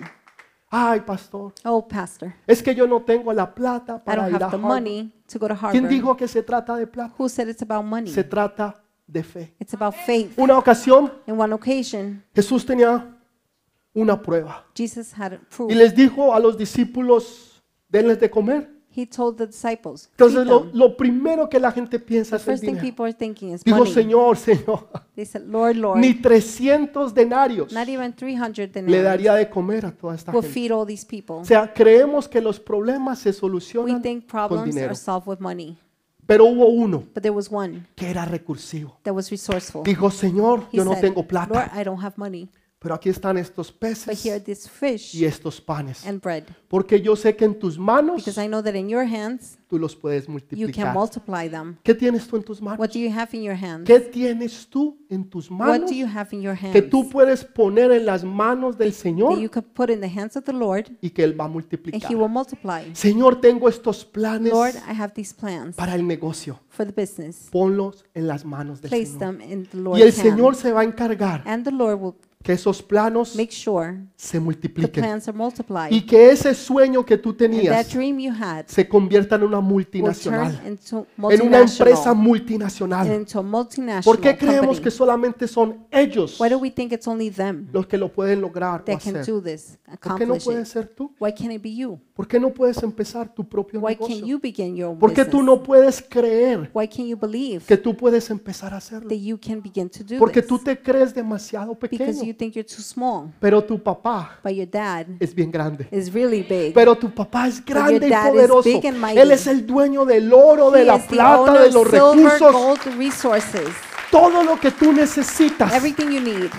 A: Ay, pastor,
B: Oh, pastor,
A: es que yo no tengo la plata
B: I
A: para
B: don't
A: ir a
B: have the
A: Harvard.
B: money to go to
A: ¿Quién
B: Harvard.
A: dijo que se trata de plata?
B: Who said it's about money?
A: Se trata de fe.
B: It's about faith.
A: Una ocasión,
B: In one occasion,
A: Jesús tenía una prueba
B: Jesus had
A: y
B: proof.
A: les dijo a los discípulos, denles de comer.
B: He told the disciples, "Feed
A: Entonces lo,
B: them."
A: lo primero que la gente piensa
B: The
A: es el
B: first thing
A: dinero.
B: people are thinking is
A: Dijo,
B: money.
A: Señor, Señor,
B: They said, Lord, Lord,
A: ni 300 denarios
B: not even 300
A: le
B: denarii
A: daría de comer a toda esta
B: will
A: gente.
B: feed all these
A: O
B: people.
A: sea, creemos que los problemas se
B: We
A: solucionan
B: think
A: con
B: problems
A: dinero.
B: are solved with money.
A: Pero hubo uno
B: But there was one
A: que era recursivo.
B: that was resourceful.
A: Dijo, Señor,
B: He
A: yo no
B: said,
A: tengo
B: Lord,
A: plata,
B: I don't have money.
A: pero aquí están estos
B: But here are
A: peces
B: these fish
A: y estos panes.
B: and bread.
A: Porque yo sé que en tus manos
B: Because I know that in your hands,
A: tú los puedes
B: you can
A: multiplicar.
B: multiply them.
A: ¿Qué tienes tú en tus manos?
B: What do you have in your hands?
A: ¿Qué tienes tú en tus
B: What
A: manos
B: do you have in your
A: que
B: hands
A: tú puedes poner en las manos del
B: that you
A: Señor
B: could put in the hands of the Lord
A: y que Él va a
B: and
A: multiplicar?
B: He will multiply?
A: Señor, tengo estos planes
B: Lord, I have these plans
A: para el negocio.
B: for the business.
A: Ponlos en las manos del
B: Place
A: Señor.
B: them in
A: Y
B: the
A: el
B: Lord's
A: Señor
B: hands.
A: se va a encargar
B: And the Lord will
A: que esos planos
B: make sure
A: se
B: the
A: multipliquen
B: plans are multiplied.
A: y que ese sueño que tú
B: And that
A: tenías
B: dream you had
A: se convierta en una
B: will turn
A: multinacional,
B: into
A: en una empresa
B: multinational. and
A: multinacional.
B: Into a multinational
A: ¿Por qué creemos que
B: company.
A: solamente son ellos
B: Why do we think it's only them
A: los que lo pueden lograr o
B: that can
A: hacer?
B: do this,
A: ¿Por qué no
B: accomplish
A: puedes
B: it?
A: ser tú?
B: Why can't it be you?
A: ¿Por qué no puedes empezar tu propio
B: Why can't
A: negocio?
B: you begin your own
A: ¿Por qué tú
B: business?
A: no puedes creer
B: Why can't you believe
A: que tú puedes empezar a hacerlo?
B: that you can begin to do
A: Porque
B: this?
A: tú te crees demasiado
B: because you
A: pequeño,
B: think you're too small.
A: pero tu papá
B: But your dad
A: es bien grande.
B: is really big.
A: Pero tu papá es grande y
B: dad is
A: poderoso.
B: big and mighty.
A: Él es el dueño del oro, de
B: He
A: la
B: is the owner
A: plata, de los
B: of silver,
A: recursos.
B: gold, resources.
A: Todo lo que tú necesitas,
B: Everything you need,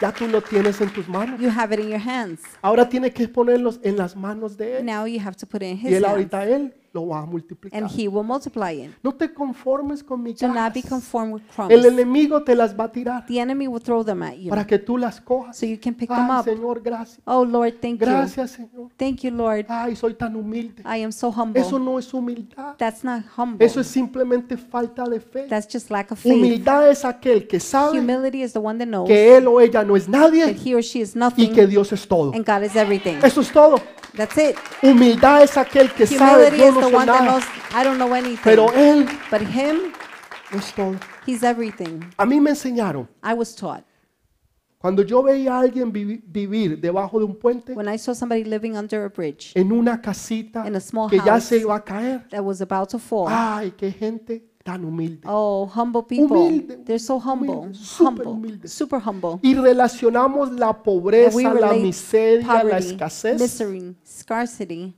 A: ya tú lo tienes en tus manos.
B: you have it in your hands.
A: Ahora tienes que ponerlos en las manos de Él.
B: Now you have to put it in
A: Y
B: his
A: Él
B: hands,
A: ahorita Él lo va a multiplicar.
B: and he will multiply it.
A: No te conformes con
B: Do not be
A: migajas.
B: conformed with
A: El
B: crumbs.
A: enemigo te las va a tirar
B: The enemy will throw them at you,
A: para que tú las cojas.
B: so you can pick them
A: Ay,
B: up.
A: Señor, gracias.
B: Oh Lord, thank you.
A: Gracias, Señor.
B: Thank you, Lord.
A: Ay, soy tan humilde.
B: I am so
A: Eso
B: humble.
A: no es humildad.
B: That's not humble.
A: Eso es simplemente falta de fe.
B: That's just lack of faith.
A: Humildad es aquel que sabe
B: Humility is the one that knows
A: que él o ella no es
B: that
A: nadie
B: he or she is
A: y que
B: nothing
A: Dios es todo.
B: and God is everything.
A: Eso es todo.
B: That's it.
A: Humildad es aquel que sabe
B: Humility
A: yo
B: is
A: no
B: the
A: soy
B: one that
A: nada,
B: knows I don't know
A: pero
B: anything.
A: él
B: But him,
A: es todo.
B: he's everything.
A: A mí me enseñaron
B: I was taught.
A: cuando yo veía a alguien vivi- vivir debajo de un puente
B: When I saw somebody living under a bridge
A: en una casita
B: In a small
A: que ya
B: house.
A: se iba a caer.
B: that was about to fall.
A: Ay, qué gente tan humilde.
B: Oh, humble people.
A: Humilde,
B: They're so humble.
A: humilde, super
B: Humble.
A: humilde.
B: Super humble.
A: y relacionamos la
B: And we
A: pobreza, la
B: relate
A: miseria, la
B: poverty,
A: escasez
B: misery, scarcity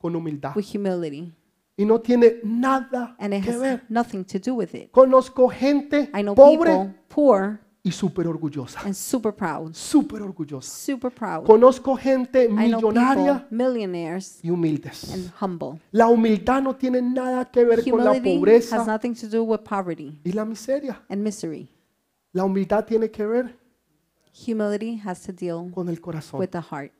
A: con humildad.
B: with humility.
A: Y no tiene nada
B: And it
A: que
B: has
A: ver.
B: nothing to do with it.
A: Conozco gente
B: I know
A: pobre
B: people poor
A: y súper orgullosa.
B: and super proud.
A: Súper orgullosa.
B: Super proud.
A: Conozco gente
B: I know people,
A: millonaria
B: millionaires
A: y humildes.
B: and humble.
A: La humildad no tiene nada que ver con la
B: Humility has
A: pobreza
B: nothing to do with poverty
A: y la miseria.
B: and misery.
A: La humildad tiene que ver
B: Humility has to deal
A: con el corazón.
B: with the heart.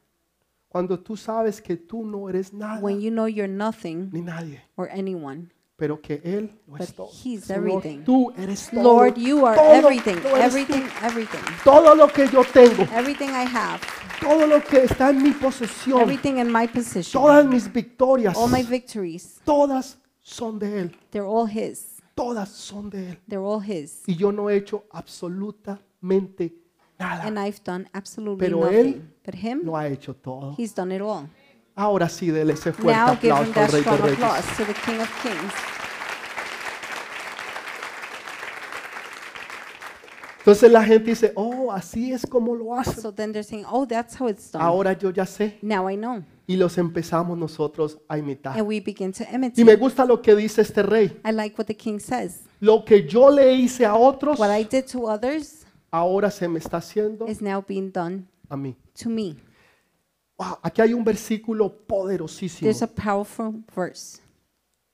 A: Cuando tú sabes que tú no eres nada
B: When you know you're nothing
A: ni nadie,
B: or anyone,
A: pero que Él lo es
B: But
A: todo.
B: he's
A: Señor,
B: everything.
A: tú eres todo.
B: Lord, you are
A: Todo
B: everything,
A: lo eres tú.
B: everything, everything,
A: Todo lo que yo tengo,
B: everything I have,
A: todo lo que está en mi posesión,
B: everything in my position,
A: todas mis victorias,
B: all my victories,
A: todas son de Él.
B: they're all His.
A: Todas son de Él.
B: They're all His.
A: Y yo no he hecho absolutamente nada.
B: And I've done absolutely
A: Pero él
B: nothing. But Him,
A: Lo ha hecho todo.
B: He's done it all.
A: Ahora sí, dele ese fuerte
B: Now give Him
A: aplauso al
B: that
A: Rey de
B: strong
A: Reyes.
B: applause to the King of Kings.
A: Entonces la gente dice, oh, así es como lo hace.
B: So then they're saying, oh, that's how it's done.
A: Ahora yo ya sé.
B: Now I know.
A: Y los empezamos nosotros a imitar.
B: And we begin to
A: Y me
B: imitate.
A: gusta lo que dice este rey.
B: I like what the King says.
A: Lo que yo le hice a otros,
B: What I did to others
A: ahora se me está haciendo
B: is now being done
A: a mí.
B: to me.
A: Wow, aquí hay un versículo poderosísimo.
B: There's a powerful verse,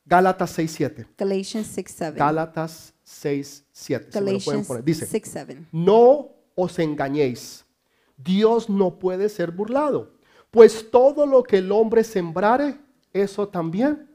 A: Gálatas 6:7.
B: Galatians 6 7.
A: Gálatas 6:7. Si me lo pueden
B: Galatians
A: poner. Dice,
B: 6 7.
A: "No os engañéis. Dios no puede ser burlado, pues todo lo que el hombre sembrare, eso también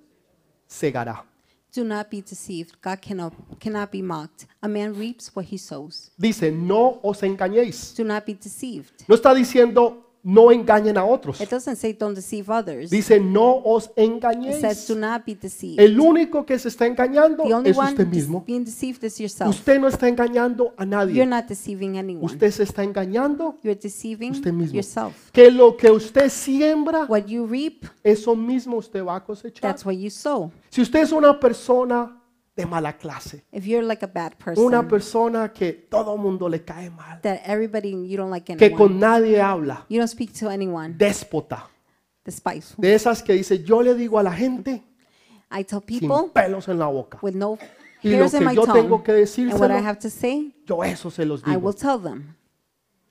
A: segará."
B: Do not be deceived. God cannot, cannot be mocked. A man reaps what he sows.
A: Dice, no os engañéis.
B: Do not be deceived.
A: No está diciendo, no engañen a otros.
B: It doesn't say don't deceive others. It
A: Dice, no os
B: says
A: engañéis.
B: do not be deceived.
A: El único que se está engañando
B: The only
A: es
B: one
A: usted
B: des-
A: mismo.
B: being deceived is yourself.
A: Usted no está engañando a
B: You're
A: nadie.
B: not deceiving anyone.
A: Usted se está engañando
B: You're deceiving
A: usted mismo.
B: yourself.
A: que lo que usted siembra,
B: What you reap,
A: eso mismo usted va a cosechar.
B: that's what you sow.
A: Si usted es una persona de mala clase,
B: If you're like a bad
A: una
B: person,
A: persona que todo mundo le cae mal,
B: that everybody you don't like
A: que
B: anyone,
A: con nadie habla,
B: you don't speak to anyone,
A: déspota,
B: despiteful.
A: de esas que dice yo le digo a la gente
B: I tell
A: sin
B: people
A: pelos en la boca,
B: with no
A: Y lo
B: hairs in
A: que
B: my
A: yo
B: tongue,
A: tengo que
B: and what I
A: decírselo,
B: have to say,
A: yo eso se los
B: I will
A: digo
B: tell them.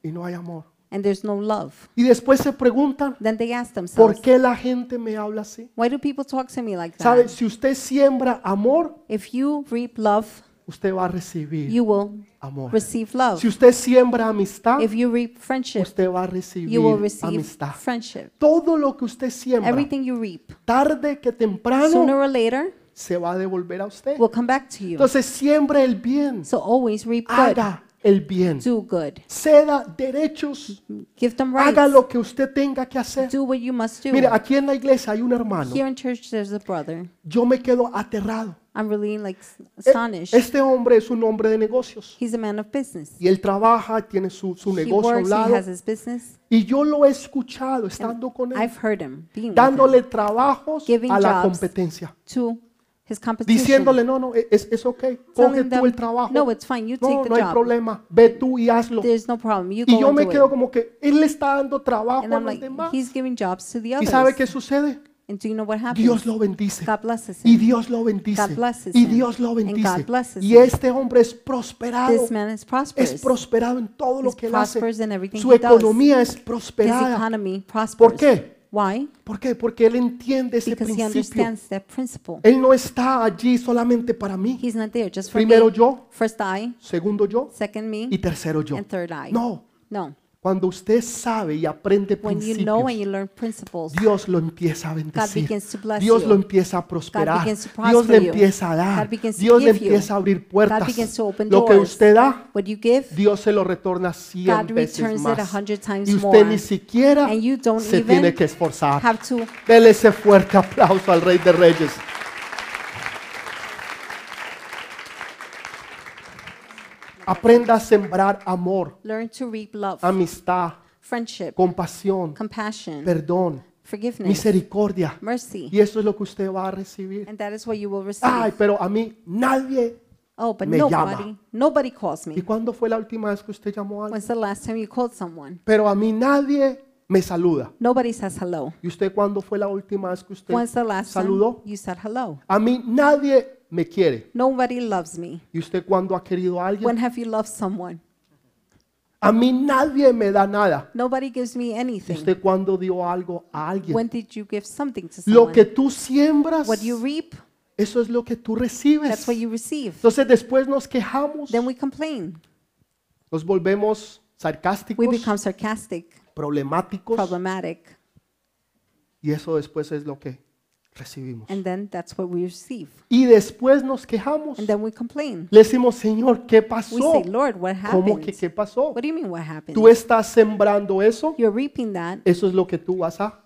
A: y no hay amor.
B: And there's no love.
A: Y después se preguntan,
B: Then they ask
A: ¿por
B: themselves,
A: qué la gente me habla así?
B: why do people talk to me like
A: ¿Sabe?
B: that?
A: Si usted siembra amor,
B: If you reap love,
A: usted va a recibir
B: you will
A: amor.
B: receive love.
A: Si usted siembra amistad,
B: If you reap friendship,
A: usted va a
B: you will
A: recibir
B: receive
A: amistad.
B: friendship.
A: Todo lo que usted siembra,
B: Everything you reap,
A: tarde que
B: sooner
A: temprano,
B: or later,
A: se va a devolver a usted.
B: will come back to you.
A: Entonces, siembre el bien,
B: So always reap good.
A: haga el bien,
B: Do good.
A: ceda derechos,
B: Give them
A: haga
B: rights.
A: lo que usted tenga que hacer.
B: Do what you must do.
A: Mire, aquí en la iglesia hay un hermano,
B: Here in church, there's a brother.
A: yo me quedo aterrado.
B: I'm really like s-
A: E-
B: astonished.
A: Este hombre es un hombre de negocios
B: He's a man of business.
A: y él trabaja, tiene su, su
B: He
A: negocio a un
B: works, he
A: lado
B: has his business.
A: y yo lo he escuchado estando con él,
B: I've heard him being with him,
A: dándole trabajos
B: Giving
A: a la
B: jobs.
A: competencia.
B: to his competition.
A: diciéndole no, no, e- es, es ok, coge
B: telling
A: tú el
B: them,
A: trabajo,
B: no,
A: no,
B: it's fine, you take
A: no
B: the
A: hay
B: job.
A: problema, ve tú y hazlo.
B: There's no problem, you
A: Y
B: go
A: yo me
B: and
A: quedo
B: do it.
A: como que él le está dando trabajo
B: And
A: a
B: I'm
A: los
B: like,
A: demás.
B: he's giving jobs to the
A: ¿Y sabe
B: others.
A: qué sucede?
B: And do you know what
A: Dios
B: happens?
A: lo bendice.
B: God blesses
A: Y
B: him.
A: Dios lo bendice.
B: God blesses
A: Y
B: him.
A: Dios lo
B: And
A: bendice.
B: God blesses
A: Y
B: him.
A: este hombre es prosperado.
B: This man is
A: Es
B: prosperous.
A: prosperado en todo lo
B: He's
A: que él hace.
B: prosperous Pues, in everything
A: Su
B: he does.
A: economía es
B: His
A: prosperada.
B: economy prospers.
A: qué?
B: Why?
A: ¿Por qué? Porque él entiende ese
B: Because he
A: principio.
B: understands that principle.
A: Él no está allí solamente para mí.
B: He's not there just for
A: Primero
B: me.
A: yo,
B: First I,
A: segundo yo
B: second
A: y
B: me,
A: tercero yo.
B: and third I.
A: No,
B: No.
A: Cuando usted sabe y aprende
B: When you know
A: principios,
B: and you learn principles,
A: Dios lo empieza a bendecir.
B: begins to bless
A: Dios
B: you.
A: lo empieza a prosperar.
B: begins to
A: Dios le
B: prosper you.
A: empieza a dar.
B: God begins to
A: Dios le
B: give you.
A: empieza a abrir
B: God
A: puertas.
B: begins to open
A: Lo que
B: doors.
A: usted da,
B: What you give,
A: Dios se lo retorna 100
B: God
A: veces
B: returns it
A: más.
B: 100 times
A: Y usted
B: more.
A: ni siquiera
B: And you don't
A: se
B: even
A: tiene que esforzar.
B: have to
A: Dele ese fuerte aplauso al Rey de Reyes. Aprenda a sembrar amor,
B: learn to reap love,
A: amistad,
B: friendship,
A: compasión,
B: compassion,
A: perdón,
B: forgiveness,
A: misericordia.
B: mercy.
A: Y eso es lo que usted va a recibir.
B: And that is what you will
A: Ay,
B: receive.
A: pero a mí nadie.
B: Oh, but
A: me llama.
B: nobody, nobody calls
A: ¿Y
B: me.
A: cuándo fue la última vez que usted llamó a alguien?
B: When's the last time you called someone?
A: Pero a mí nadie me saluda.
B: Nobody says hello.
A: ¿Y usted cuándo fue la última vez que usted
B: When's the last time
A: saludó?
B: you said hello?
A: A mí nadie me quiere.
B: Nobody loves me.
A: ¿Y usted cuándo ha querido a
B: When
A: alguien?
B: have you loved someone?
A: A mí nadie me da nada.
B: Nobody gives me
A: ¿Y
B: anything.
A: usted cuándo dio algo a alguien?
B: When did you give something to
A: Lo que
B: someone?
A: tú siembras,
B: What you reap,
A: eso es lo que tú
B: that's
A: recibes.
B: what you receive.
A: Entonces después nos quejamos,
B: Then we complain.
A: nos volvemos
B: We
A: sarcásticos,
B: become sarcastic,
A: problemáticos,
B: problematic,
A: Y eso después es lo que recibimos.
B: and then that's what we receive.
A: Y después nos quejamos.
B: And
A: Le
B: then we complain.
A: decimos, Señor, ¿qué
B: We
A: pasó?
B: say, Lord, what
A: ¿Cómo que
B: happened?
A: qué pasó?
B: What do you mean, what happened?
A: Tú estás sembrando eso.
B: You're reaping that.
A: Eso es lo que tú vas a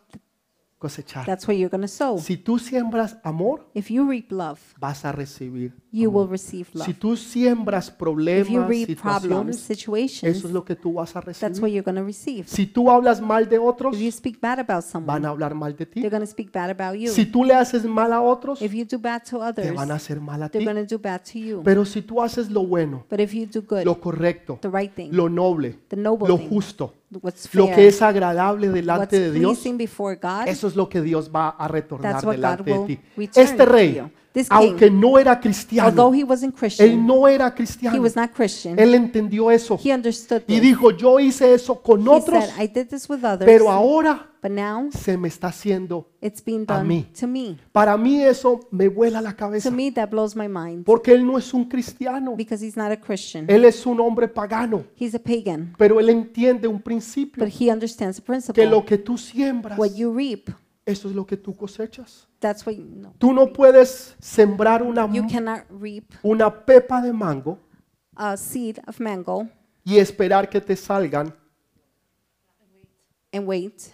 A: cosechar.
B: That's what you're going to sow.
A: Si tú siembras amor,
B: If you reap love,
A: vas a recibir.
B: you will receive
A: Si
B: love.
A: tú siembras
B: If you
A: problemas,
B: reap problems,
A: situaciones, eso es
B: situations,
A: lo que tú vas a
B: that's
A: recibir.
B: what you're going to receive.
A: Si tú hablas mal de otros,
B: If you speak bad
A: van
B: about someone,
A: a hablar mal de ti.
B: they're going to speak bad about
A: Si
B: you.
A: tú le haces mal a otros,
B: If you do bad to
A: te
B: others,
A: van a hacer mal a
B: they're
A: ti.
B: going to do bad to you.
A: Pero si tú haces lo bueno,
B: But if you do good,
A: lo correcto,
B: the right thing,
A: lo noble,
B: the noble
A: lo
B: thing,
A: justo,
B: what's
A: lo que
B: fair,
A: es agradable
B: what's
A: delante de Dios,
B: pleasing before God,
A: eso es lo que Dios va a retornar
B: That's what
A: delante
B: God
A: de
B: will
A: ti.
B: return
A: Este
B: to
A: rey,
B: you. This king,
A: aunque no era
B: although
A: cristiano,
B: he wasn't
A: él
B: Christian,
A: no era
B: he
A: cristiano,
B: was not Christian,
A: él entendió eso
B: he understood
A: y
B: this.
A: dijo, yo hice eso con
B: He
A: otros,
B: said, I did this with others,
A: pero ahora
B: but now
A: se me está haciendo.
B: it's being
A: a
B: done
A: mí.
B: to me.
A: Para mí eso me vuela la
B: To
A: cabeza,
B: me, that blows my mind
A: porque él no es un cristiano,
B: because he's not a Christian.
A: él es un hombre pagano,
B: He's a pagan,
A: pero él entiende un principio,
B: but he understands the
A: que lo
B: principle.
A: que tú siembras,
B: What you reap,
A: Eso es lo que tú cosechas.
B: That's what you know.
A: Tú no puedes sembrar una,
B: You cannot reap
A: una pepa de mango
B: a seed of mango
A: y esperar que te salgan
B: and wait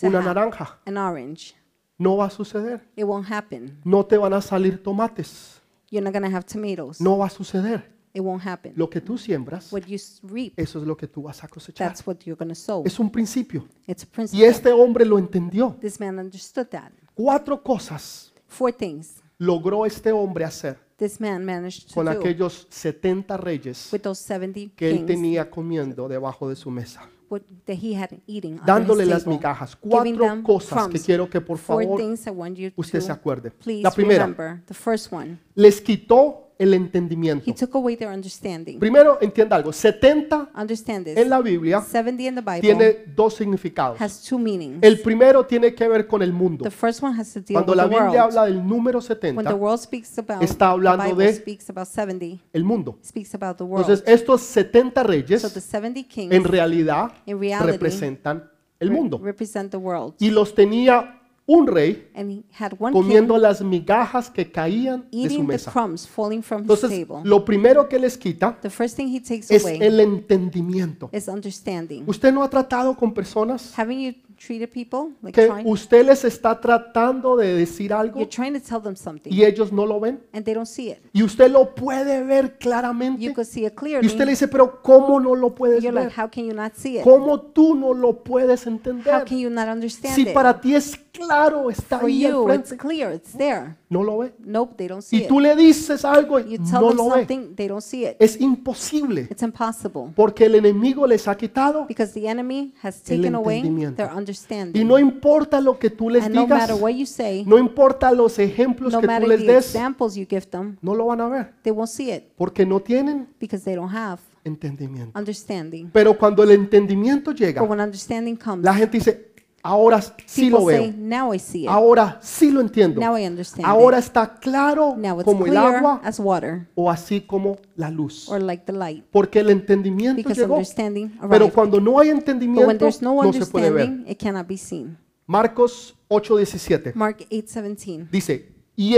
B: to
A: una
B: have
A: naranja.
B: an orange.
A: No va a suceder.
B: It won't happen.
A: No te van a salir tomates.
B: You're not going to have tomatoes.
A: No va a suceder.
B: It won't happen.
A: Lo que tú siembras,
B: What you s- reap,
A: eso es lo que tú vas a cosechar.
B: that's what you're going to sow.
A: Es un principio.
B: It's a
A: Y
B: principle.
A: este hombre lo entendió.
B: This man understood that.
A: Cuatro cosas
B: Four things
A: logró este hombre hacer
B: this man managed to
A: con
B: do
A: aquellos 70 reyes
B: with those 70
A: que él
B: kings
A: tenía comiendo debajo de su mesa.
B: what, that he had eating under
A: Dándole
B: his
A: las
B: table,
A: migajas.
B: giving
A: Cuatro
B: them
A: cosas que
B: crumbs.
A: quiero que por
B: Four
A: favor
B: things I want you to
A: usted se acuerde.
B: please
A: La primera,
B: remember. The first one,
A: les quitó el
B: he
A: entendimiento.
B: took away their understanding.
A: Primero, entienda algo. 70
B: Understand this.
A: en la Biblia
B: 70 in the Bible
A: tiene dos significados.
B: has two meanings.
A: El primero tiene que ver con el mundo.
B: the first one has to deal
A: Cuando
B: with
A: la
B: the world.
A: Biblia habla del número
B: when the
A: 70,
B: world speaks about,
A: está
B: the
A: hablando
B: Bible
A: de-
B: speaks about 70,
A: el mundo.
B: speaks about the world.
A: Entonces, estos 70
B: so the
A: reyes
B: 70 kings
A: en realidad
B: in reality,
A: representan el mundo.
B: represent the world.
A: Y los tenía un rey
B: and he had one
A: comiendo las migajas que caían
B: king
A: de su
B: eating the
A: mesa.
B: crumbs falling from his
A: Entonces,
B: table.
A: lo primero que les quita
B: The first thing he takes
A: es
B: away
A: el entendimiento.
B: is understanding.
A: ¿Usted no ha tratado con personas
B: Haven't you treated people like
A: que
B: trying,
A: usted les está tratando de decir algo
B: you're trying to tell them something
A: y ellos no lo ven?
B: and they don't see it.
A: Y usted lo puede ver
B: You
A: claramente.
B: could see it
A: Y
B: clearly.
A: usted le dice, pero ¿cómo no lo puedes
B: You're like,
A: ver?
B: how can you not see it?
A: ¿Cómo tú no lo puedes
B: How
A: entender?
B: can you not understand
A: Si
B: it?
A: para ti es claro, está
B: For
A: ahí al
B: you, it's
A: frente.
B: clear, it's there.
A: No lo ve.
B: Nope, they don't see
A: Y
B: it.
A: tú le dices algo y
B: You tell
A: no
B: them
A: lo ve.
B: something, they don't see it.
A: Es imposible
B: It's impossible
A: porque el enemigo les ha quitado.
B: because the enemy has
A: El
B: taken away
A: entendimiento.
B: their
A: Y
B: understanding.
A: no importa lo que tú les
B: and no
A: digas,
B: matter what you say,
A: no importa los ejemplos
B: no
A: que
B: matter
A: tú les
B: the
A: des,
B: examples you give them,
A: no lo van a ver
B: they won't see it
A: porque no tienen
B: because they don't have
A: entendimiento.
B: understanding.
A: Pero cuando el entendimiento llega,
B: But when understanding comes,
A: la gente dice, ahora sí
B: people
A: lo
B: say,
A: veo,
B: now I see it.
A: ahora sí lo entiendo,
B: Now I understand
A: ahora
B: it.
A: está claro
B: Now it's
A: como el
B: clear
A: agua
B: as water
A: o así como la luz.
B: or like the light
A: Porque el entendimiento
B: because
A: llegó.
B: understanding
A: Pero
B: arrived.
A: cuando no hay
B: But when
A: entendimiento,
B: there's no
A: no se puede ver.
B: understanding, it cannot be seen.
A: Marcos 8:17
B: Mark 8:17.
A: dice, y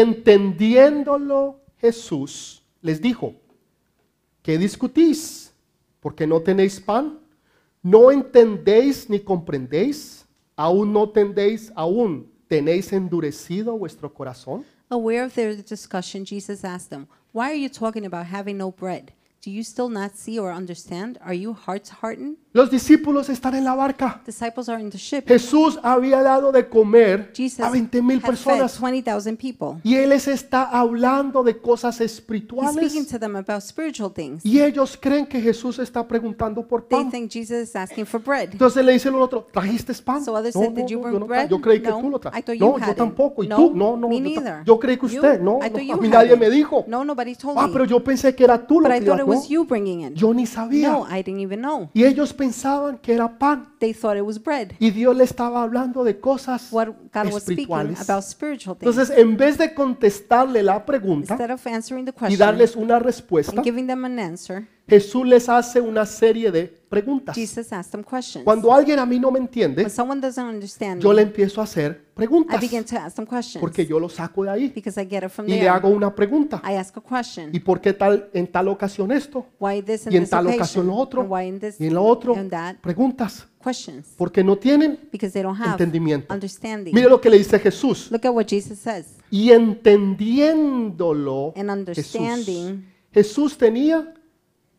A: entendiéndolo Jesús les dijo, ¿qué discutís? Porque no tenéis pan, no entendéis ni comprendéis, aún no tendéis, aún tenéis endurecido vuestro corazón.
B: Aware of their discussion, Jesus asked them, "Why are you talking about having no bread? Do you still not see or understand? Are you hearts hardened?"
A: Los discípulos están en la barca.
B: Disciples are in the ship.
A: Jesús había dado de comer
B: Jesus
A: a 20 mil
B: had fed
A: personas.
B: 20,000 people.
A: Y Él les está hablando de cosas
B: He's speaking
A: espirituales.
B: to them about spiritual things.
A: Y ellos creen que Jesús está preguntando por
B: They
A: pan.
B: think Jesus is asking for bread.
A: Entonces le dice el otro, ¿trajiste pan?
B: So others
A: No,
B: said,
A: no,
B: "Did you
A: no,
B: bring
A: yo, no tra-
B: bread?"
A: yo creí que
B: No,
A: tú lo
B: I
A: trajiste.
B: thought
A: No,
B: you had
A: yo
B: it.
A: tampoco. ¿Y
B: No,
A: tú? No, no,
B: me
A: yo, ta-
B: neither.
A: yo creí que usted.
B: You-
A: No, no,
B: I thought
A: a
B: you
A: mí
B: had
A: nadie
B: it.
A: me dijo.
B: No, nobody told
A: Ah,
B: me.
A: pero yo pensé que era tú lo
B: But I
A: que
B: thought it
A: ibas,
B: was
A: no,
B: you bringing it.
A: Yo ni sabía.
B: No, I didn't even know.
A: Y ellos pensaban que era pan.
B: They thought it was bread.
A: Y Dios le estaba hablando de cosas
B: What God was speaking
A: espirituales.
B: about spiritual things.
A: Entonces, en vez de contestarle la pregunta
B: Instead of answering the
A: y
B: question
A: darles una respuesta,
B: and giving them an answer,
A: Jesús les hace una serie de preguntas.
B: Jesus asked them questions.
A: Cuando alguien a mí no me entiende,
B: when someone doesn't understand
A: yo le
B: me,
A: empiezo a hacer
B: I
A: preguntas
B: begin to ask them questions
A: porque yo lo saco de ahí
B: because I get it from
A: y le
B: there.
A: hago una pregunta.
B: I ask a question.
A: ¿Y por qué tal en tal ocasión esto?
B: why this and
A: Y en
B: this
A: tal
B: occasion,
A: ocasión lo otro.
B: and why in this
A: Y en lo otro,
B: and that
A: preguntas
B: questions
A: porque no tienen
B: because they don't have
A: entendimiento.
B: understanding.
A: Mire lo que le dice Jesús.
B: Look at what Jesus says.
A: Y entendiéndolo,
B: And
A: Jesús,
B: understanding.
A: Jesús tenía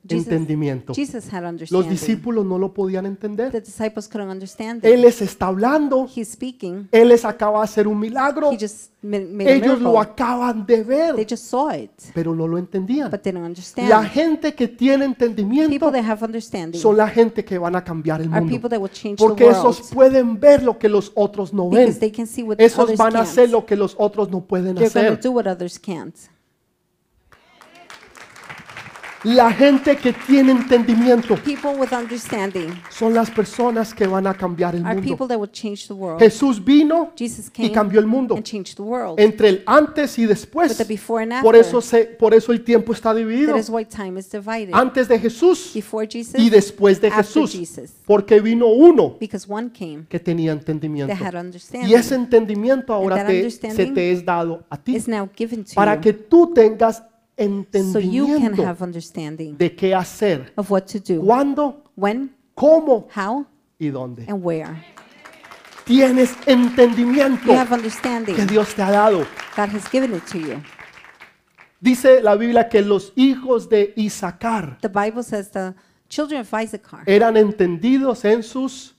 B: Jesus-
A: entendimiento.
B: Jesus had
A: Los
B: understanding.
A: discípulos no lo podían
B: the
A: entender.
B: disciples couldn't understand it.
A: Él les está hablando.
B: He's speaking.
A: Él les acaba de hacer un milagro.
B: He just ma- made a
A: Ellos lo
B: miracle.
A: acaban de
B: They
A: ver,
B: just saw it,
A: pero no lo entendían.
B: but they don't understand.
A: La gente que tiene entendimiento
B: people that have understanding
A: son la gente que van a cambiar el
B: are people
A: mundo.
B: that will change
A: Porque
B: the world
A: esos pueden ver lo que los otros no ven.
B: because they can see what
A: Esos
B: others
A: van a
B: can't.
A: hacer lo que los otros no pueden
B: They're going to
A: hacer.
B: do what others can't.
A: La gente que tiene entendimiento
B: People with understanding
A: son las personas que van a cambiar el
B: are
A: mundo.
B: people that will change the world.
A: Jesús vino
B: Jesus
A: y
B: came
A: cambió el mundo
B: and changed the world.
A: entre el antes y
B: With
A: después.
B: the before and
A: Por
B: after.
A: eso, se- por eso el tiempo está dividido.
B: That is why time is divided.
A: Antes de Jesús
B: Before Jesus,
A: y después de
B: after
A: Jesús.
B: Jesus.
A: Porque vino uno
B: because one came
A: que tenía
B: that
A: entendimiento.
B: had
A: Y
B: understanding
A: ese entendimiento ahora
B: that
A: te- se
B: understanding
A: te es dado a ti.
B: is now given to
A: Para
B: you.
A: que tú tengas
B: so you can
A: entendimiento
B: have understanding
A: de qué hacer,
B: of what to do,
A: cuándo,
B: when,
A: cómo
B: how,
A: y dónde.
B: and where.
A: Tienes entendimiento
B: You have understanding.
A: que Dios te ha dado.
B: God has given it to you.
A: Dice la Biblia que los hijos de Isaacar
B: The Bible says the children of Issachar,
A: eran entendidos en sus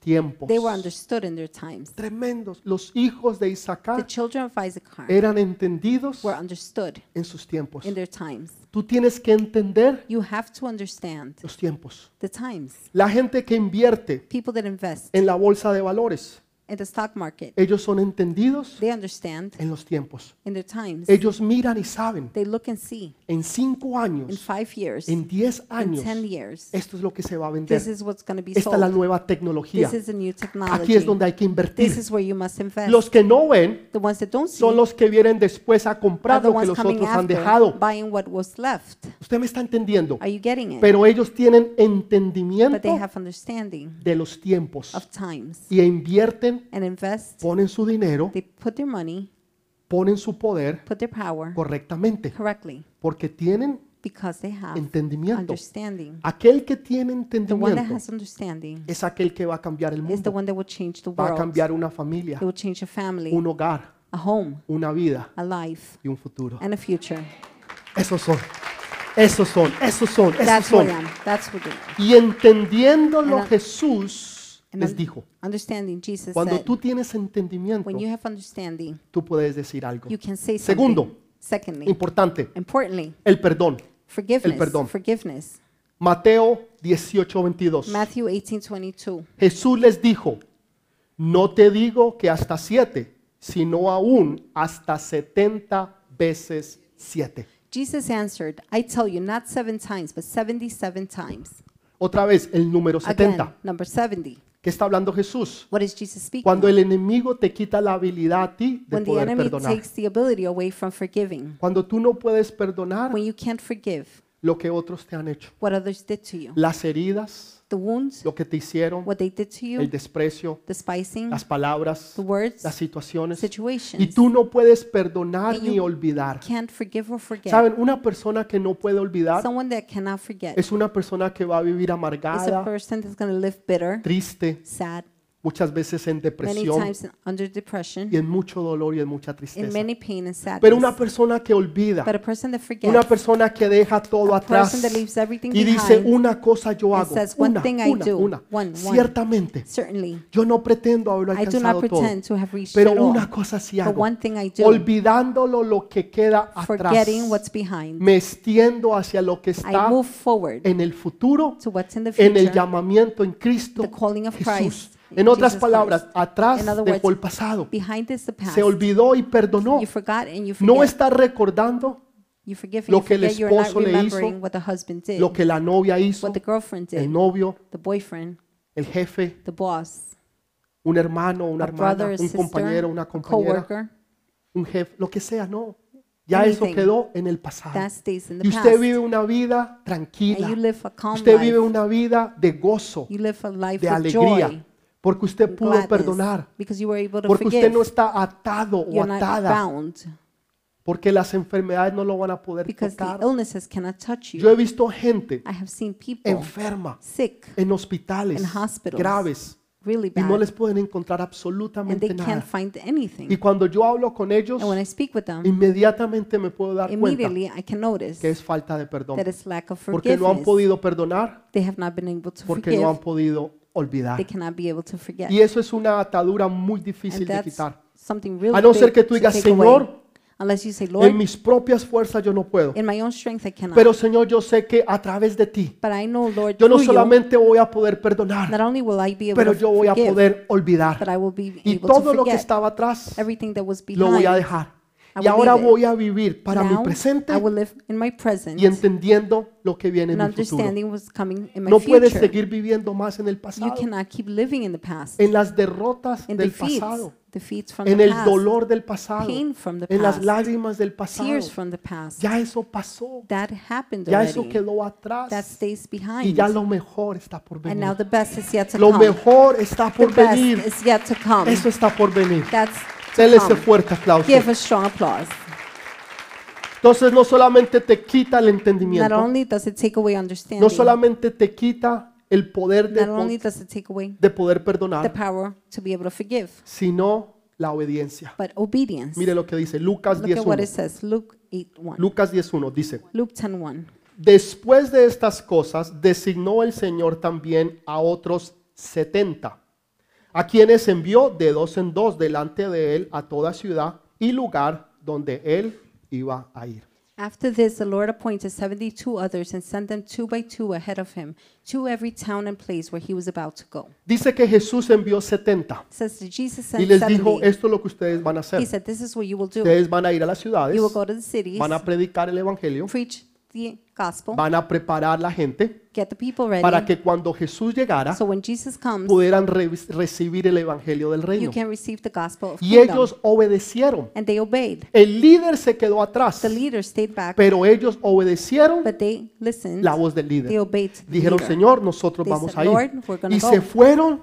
A: tiempos.
B: they were understood in their times.
A: Tremendos. Los hijos de
B: The
A: Isaacar
B: children of Issachar
A: eran entendidos
B: were understood
A: en sus tiempos.
B: in their times.
A: Tú tienes que entender
B: You have to understand
A: los tiempos.
B: the times.
A: La gente que invierte
B: People that invest
A: en la bolsa de valores,
B: in the stock market,
A: ellos son entendidos
B: they understand
A: en los tiempos.
B: in their times.
A: Ellos miran y saben,
B: They look and see
A: en cinco
B: in
A: años,
B: five years, in
A: en diez años,
B: ten years,
A: esto es lo que se va a vender.
B: this is what's going to be
A: Esta es la
B: sold.
A: nueva tecnología.
B: This is a new
A: Aquí es
B: technology.
A: donde hay que
B: This
A: invertir.
B: is where you must invest.
A: Los que no ven
B: the ones that don't see
A: son los que vienen después a
B: are
A: comprar
B: the
A: lo que
B: ones
A: los
B: coming
A: otros han
B: after,
A: dejado.
B: buying what was left.
A: Usted me está entendiendo.
B: Are you getting it?
A: Pero ellos tienen
B: but they
A: entendimiento
B: have understanding
A: de los tiempos
B: of times
A: y invierten,
B: and invest.
A: ponen su dinero,
B: They put their money,
A: ponen su poder
B: put their power
A: correctamente
B: correctly
A: porque tienen
B: because they have
A: entendimiento.
B: understanding.
A: Aquel que tiene
B: The one that
A: entendimiento
B: has understanding
A: es aquel que va a cambiar el
B: is the
A: mundo,
B: one that will change the
A: va a
B: world.
A: cambiar una familia,
B: It will change a family,
A: un hogar,
B: a home,
A: una vida
B: a life,
A: y un futuro.
B: and a future.
A: Esos son, esos son, esos son, esos
B: That's what
A: son.
B: I am. That's what I am.
A: Y entendiéndolo
B: And-
A: Jesús
B: And
A: les
B: un-
A: dijo,
B: Understanding, Jesus
A: cuando
B: said,
A: tú tienes entendimiento,
B: when you have understanding,
A: tú puedes decir algo.
B: you can say something.
A: Segundo,
B: Secondly,
A: importante,
B: importantly,
A: el perdón.
B: forgiveness.
A: perdón.
B: Forgiveness.
A: Mateo 18:22.
B: Matthew 18:22.
A: Jesús les dijo, no te digo que hasta siete, sino aún hasta setenta veces siete.
B: Jesus answered, I tell you, not seven times, but 77 times.
A: Otra vez, el número
B: Again,
A: 70.
B: number 70.
A: ¿Qué está hablando Jesús?
B: What is Jesus speaking?
A: Cuando el enemigo te quita la habilidad a ti de
B: when the
A: poder
B: enemy
A: perdonar.
B: takes the ability away from forgiving,
A: Cuando tú no puedes perdonar
B: when you can't forgive
A: lo que otros te han hecho.
B: what others did to you,
A: Las heridas,
B: the wounds,
A: lo que te hicieron,
B: what they did to
A: el
B: you,
A: desprecio,
B: the spicing,
A: las palabras,
B: the words,
A: las situaciones. Y
B: situations,
A: tú no puedes perdonar
B: And
A: ni
B: you
A: olvidar.
B: can't forgive or forget.
A: Saben, una persona que no puede olvidar
B: Someone that cannot forget
A: es una persona que va a vivir
B: is a
A: amargada,
B: person that's going to live bitter,
A: triste,
B: sad,
A: muchas veces en
B: many
A: depresión
B: times under depression,
A: y en mucho dolor y en mucha
B: in
A: tristeza.
B: many pain and sadness.
A: Pero una persona que olvida,
B: but a person that forgets,
A: una persona que deja todo
B: a
A: atrás
B: person that leaves everything
A: y dice
B: behind
A: una cosa yo
B: and
A: hago,
B: says, "One
A: una,
B: thing I
A: una,
B: do,
A: una.
B: one, one".
A: Ciertamente,
B: certainly,
A: yo no pretendo haberlo
B: I do not
A: alcanzado todo,
B: pretend to have reached
A: pero
B: it all.
A: una cosa sí
B: but
A: hago,
B: one thing I do,
A: olvidándolo lo que queda atrás,
B: forgetting what's behind,
A: me extiendo hacia lo que está
B: I move forward
A: en el futuro
B: to what's in the future.
A: en el llamamiento en Cristo
B: The calling of
A: Jesús.
B: Christ,
A: En otras
B: Jesus
A: palabras,
B: Christ.
A: atrás
B: In other
A: dejó
B: words,
A: el pasado.
B: Behind is the past.
A: Se olvidó y perdonó.
B: You forgot and you forget.
A: No está recordando
B: you forgive and
A: lo
B: you
A: que el
B: forget. You're not
A: esposo le hizo,
B: remembering what the husband did,
A: lo que la novia hizo,
B: what the girlfriend did,
A: el novio,
B: the boyfriend,
A: el jefe,
B: the boss,
A: un hermano, una
B: a brother,
A: hermana,
B: a
A: un
B: sister,
A: compañero, una compañera,
B: coworker.
A: un jefe, lo que sea, no. Ya eso
B: Anything.
A: quedó en el pasado.
B: That stays in the
A: Y
B: past.
A: usted vive una vida
B: and you
A: tranquila.
B: live a calm
A: Usted
B: life.
A: vive una vida de gozo,
B: you live a life
A: de
B: of joy,
A: alegría, porque usted
B: and
A: pudo
B: gladness,
A: perdonar.
B: because you were able to
A: Porque usted
B: forgive.
A: no está atado o
B: You're not
A: atada.
B: bound
A: Porque las enfermedades no lo van a poder
B: because the
A: tocar.
B: illnesses cannot touch you.
A: Yo he visto gente
B: I have seen people
A: enferma
B: sick,
A: en hospitales
B: In hospitals.
A: graves
B: really
A: y
B: bad,
A: no les pueden encontrar
B: and they
A: absolutamente
B: can't
A: nada.
B: find anything.
A: Y cuando yo hablo con ellos,
B: and when I speak with them,
A: inmediatamente me puedo dar cuenta
B: immediately I can notice
A: que es falta de perdón.
B: that it's lack of
A: Porque no han
B: forgiveness.
A: podido perdonar,
B: they have not been able to
A: porque no han
B: forgive.
A: podido olvidar.
B: They cannot be able to forget.
A: Y eso es una atadura muy difícil
B: And
A: de
B: that's
A: quitar.
B: something really
A: A no ser
B: big
A: que tú
B: to
A: digas,
B: take away.
A: "Señor,
B: unless you say, Lord,
A: En mis propias fuerzas yo no puedo.
B: in my own strength I cannot.
A: Pero Señor, yo sé que a través de ti
B: but I know, Lord,
A: Yo no
B: through you,
A: solamente voy a poder
B: not
A: perdonar,
B: only will I be able
A: pero
B: to
A: yo voy a
B: forgive,
A: poder
B: but
A: olvidar.
B: I will be
A: Y
B: able to
A: todo lo que
B: forget
A: estaba atrás
B: everything that was
A: lo voy a
B: behind.
A: dejar.
B: I
A: Y ahora
B: will leave
A: voy a vivir
B: it.
A: para mi
B: Now,
A: presente
B: I will live in my present
A: y entendiendo lo que viene en
B: and
A: mi futuro.
B: understanding what's coming in my
A: No puedes
B: future.
A: seguir viviendo más en el
B: You
A: pasado,
B: cannot keep living in the past,
A: en las derrotas
B: in
A: del
B: defeats,
A: pasado,
B: defeats from
A: en
B: the
A: el
B: past,
A: dolor del pasado,
B: pain from the
A: en las
B: past,
A: lágrimas del pasado.
B: tears from the past.
A: Ya eso pasó,
B: That happened
A: ya eso
B: already.
A: quedó
B: That
A: atrás
B: stays behind.
A: y ya lo mejor está por
B: And now
A: venir.
B: the best is yet to
A: Lo
B: come.
A: mejor está
B: the
A: por
B: best
A: venir,
B: is yet to come.
A: eso está por venir.
B: That's to
A: Dele ese
B: come.
A: fuerte aplauso.
B: Give a strong applause.
A: Entonces no solamente te quita el
B: Not
A: entendimiento,
B: only does it take away understanding,
A: no solamente te quita el poder de,
B: not
A: po-
B: only does it take away
A: de poder
B: the
A: perdonar,
B: power to be able to forgive,
A: sino la obediencia.
B: but obedience.
A: Mire lo que dice Lucas
B: Look at what
A: 10.1.
B: it says. Luke 8 1.
A: Lucas 10.1 dice,
B: Luke 10 1.
A: después de estas cosas designó el Señor también a otros setenta, a quienes envió de dos en dos delante de él a toda ciudad y lugar donde él iba a ir.
B: After this, the Lord appointed 72 others and sent them two by two ahead of him to every town and place where he was about to go.
A: Dice que Jesús envió 70
B: It says that Jesus
A: y
B: sent
A: les dijo,
B: 70.
A: esto es lo que ustedes van a
B: He
A: hacer.
B: said, This is what you will do.
A: Ustedes van a ir a las ciudades,
B: You will go to the cities,
A: van a predicar el Evangelio,
B: preach the gospel,
A: van a preparar la gente
B: get the people
A: para
B: ready.
A: que cuando Jesús llegara
B: So when Jesus comes,
A: pudieran re- recibir el Evangelio del
B: you
A: reino.
B: can receive the gospel of
A: Y
B: kingdom.
A: ellos obedecieron.
B: And they obeyed.
A: El líder se quedó atrás,
B: The leader stayed back,
A: pero ellos obedecieron
B: but they listened.
A: la voz del
B: They
A: líder.
B: obeyed to the
A: Dijeron,
B: leader.
A: Señor, nosotros
B: They
A: vamos
B: said,
A: a
B: "Lord,
A: ir.
B: we're gonna
A: Y
B: go."
A: se fueron,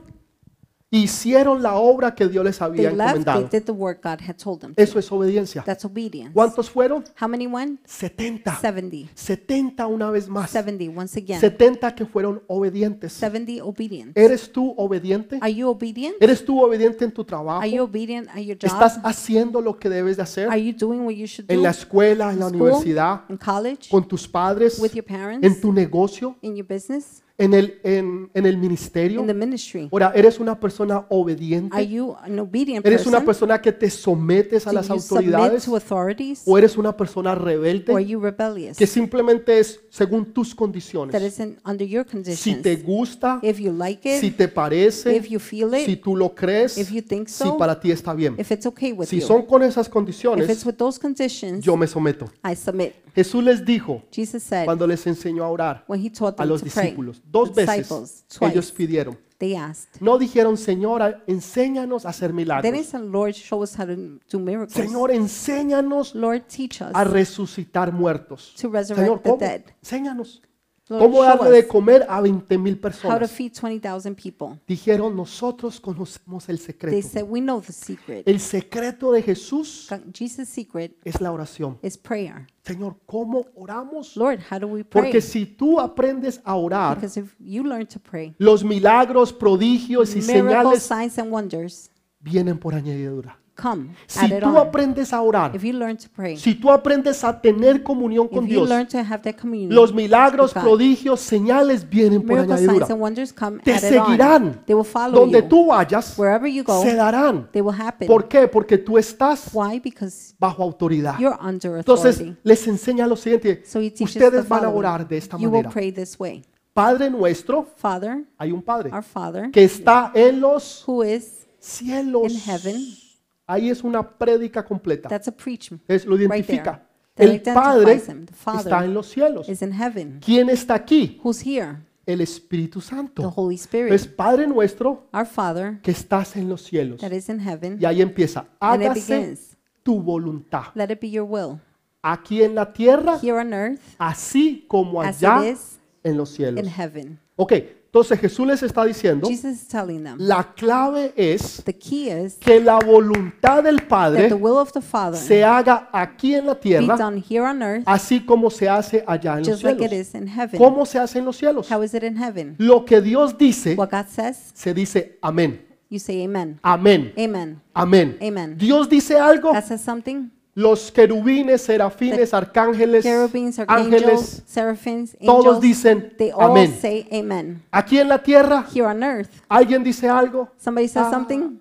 A: hicieron la obra que Dios les había
B: They left, they
A: encomendado.
B: did the work God had told them. to.
A: Eso es obediencia.
B: That's obedience.
A: ¿Cuántos fueron?
B: How many went?
A: 70.
B: 70.
A: 70 una vez más.
B: 70, once again.
A: 70 que fueron obedientes.
B: 70 obedient.
A: ¿Eres tú obediente?
B: Are you obedient?
A: ¿Eres tú obediente en tu trabajo?
B: Are you obedient at your
A: Eh, ¿Estás
B: job?
A: haciendo lo que debes de
B: Are
A: hacer
B: you doing what you should do?
A: en la escuela, en
B: In
A: la
B: school?
A: universidad,
B: In college?
A: con tus padres,
B: With your parents?
A: en tu negocio,
B: In your business?
A: en el, en, en el ministerio?
B: In the ministry?
A: Ahora, ¿eres una persona
B: Are
A: obediente?
B: you an obedient
A: ¿Eres una
B: person?
A: persona que te sometes a
B: Do
A: las
B: you submit
A: autoridades?
B: to authorities?
A: ¿O eres una persona
B: Or are
A: rebelde
B: you rebellious?
A: que simplemente es según tus
B: That
A: condiciones?
B: isn't under your
A: Si te
B: conditions.
A: gusta,
B: If you like
A: si
B: it,
A: te parece,
B: if you feel
A: si
B: it,
A: tú lo crees,
B: if you think
A: si
B: so,
A: para ti está bien.
B: if it's okay with
A: Si
B: you.
A: son con esas
B: If it's
A: condiciones,
B: with those conditions,
A: yo me someto.
B: I submit.
A: Jesús les dijo
B: Jesus said
A: cuando les enseñó a orar
B: when he taught
A: a
B: them
A: los
B: to pray,
A: discípulos,
B: the
A: dos veces
B: disciples,
A: ellos
B: twice,
A: pidieron.
B: they asked.
A: No dijeron, Señor, enséñanos a hacer
B: Then he
A: milagros.
B: said, Lord, show us how to do miracles.
A: Señor, enséñanos
B: Lord, teach us
A: a resucitar muertos.
B: pues, to resurrect
A: Señor,
B: the
A: ¿cómo?
B: dead.
A: Enséñanos.
B: Lord,
A: ¿Cómo
B: show
A: darle de
B: us
A: comer a 20 mil
B: how to
A: personas?
B: feed 20,000 people.
A: Dijeron, nosotros conocemos el
B: They
A: secreto.
B: said, we know the secret.
A: El secreto de Jesús
B: God- Jesus' secret
A: es la oración.
B: is prayer.
A: Señor, ¿cómo oramos?
B: Lord, how do we pray?
A: Porque si tú aprendes a orar,
B: Because if you learn to pray,
A: los milagros, prodigios y
B: miracles,
A: señales
B: signs, and wonders
A: vienen por añadidura.
B: come.
A: Si
B: Added
A: tú
B: on.
A: aprendes a orar,
B: If you learn to pray,
A: si tú aprendes a tener comunión con
B: if you
A: Dios,
B: learn to have that communion,
A: los milagros,
B: God.
A: prodigios, señales vienen por
B: miracles, signs,
A: añadidura.
B: and wonders come
A: Te
B: added on.
A: seguirán.
B: They will follow
A: Donde
B: you.
A: tú vayas,
B: Wherever you go,
A: se darán.
B: they will happen.
A: ¿Por qué? Porque tú estás
B: Why? Because
A: bajo autoridad.
B: you're under authority.
A: Entonces les enseña lo siguiente.
B: so he teaches the
A: Ustedes van a
B: following.
A: orar de esta
B: You will
A: manera.
B: pray this way.
A: Padre nuestro,
B: Father,
A: hay un Padre
B: our Father,
A: que está en los
B: who is,
A: cielos.
B: in heaven.
A: Ahí es una prédica completa.
B: that's a preachment,
A: Es, lo
B: right there.
A: identifica.
B: That
A: El
B: identifies
A: Padre
B: him. The Father
A: está en los cielos.
B: is in heaven.
A: ¿Quién está aquí?
B: Who's here?
A: El Espíritu
B: The
A: Santo.
B: Holy Spirit.
A: Es Padre nuestro
B: our Father
A: que estás en los cielos.
B: that is in heaven.
A: Y ahí empieza.
B: And it
A: Hágase
B: begins.
A: tu voluntad.
B: Let it be your will.
A: Aquí en la tierra,
B: Here on earth
A: así como
B: as
A: allá
B: it is
A: en los
B: in
A: cielos.
B: heaven.
A: Ok, entonces Jesús les está diciendo,
B: Jesus is telling them
A: la clave es
B: the key is
A: que la voluntad del
B: that the
A: Padre
B: will of the Father
A: se haga aquí en la
B: be
A: tierra,
B: done here on earth
A: así como se hace allá en los
B: just like it
A: cielos.
B: is in heaven.
A: ¿Cómo se hace en los cielos?
B: How is it in heaven?
A: Lo que Dios dice,
B: What God says,
A: se dice amén,
B: you say amen.
A: amén,
B: Amen.
A: amén.
B: Amen.
A: Dios dice algo,
B: God says something.
A: los querubines, serafines, arcángeles,
B: Cherubins, archangels,
A: ángeles,
B: seraphins,
A: todos
B: angels,
A: dicen
B: they all
A: amén.
B: say amen.
A: Aquí en la tierra,
B: Here on earth,
A: alguien dice algo,
B: somebody says
A: Ah.
B: something.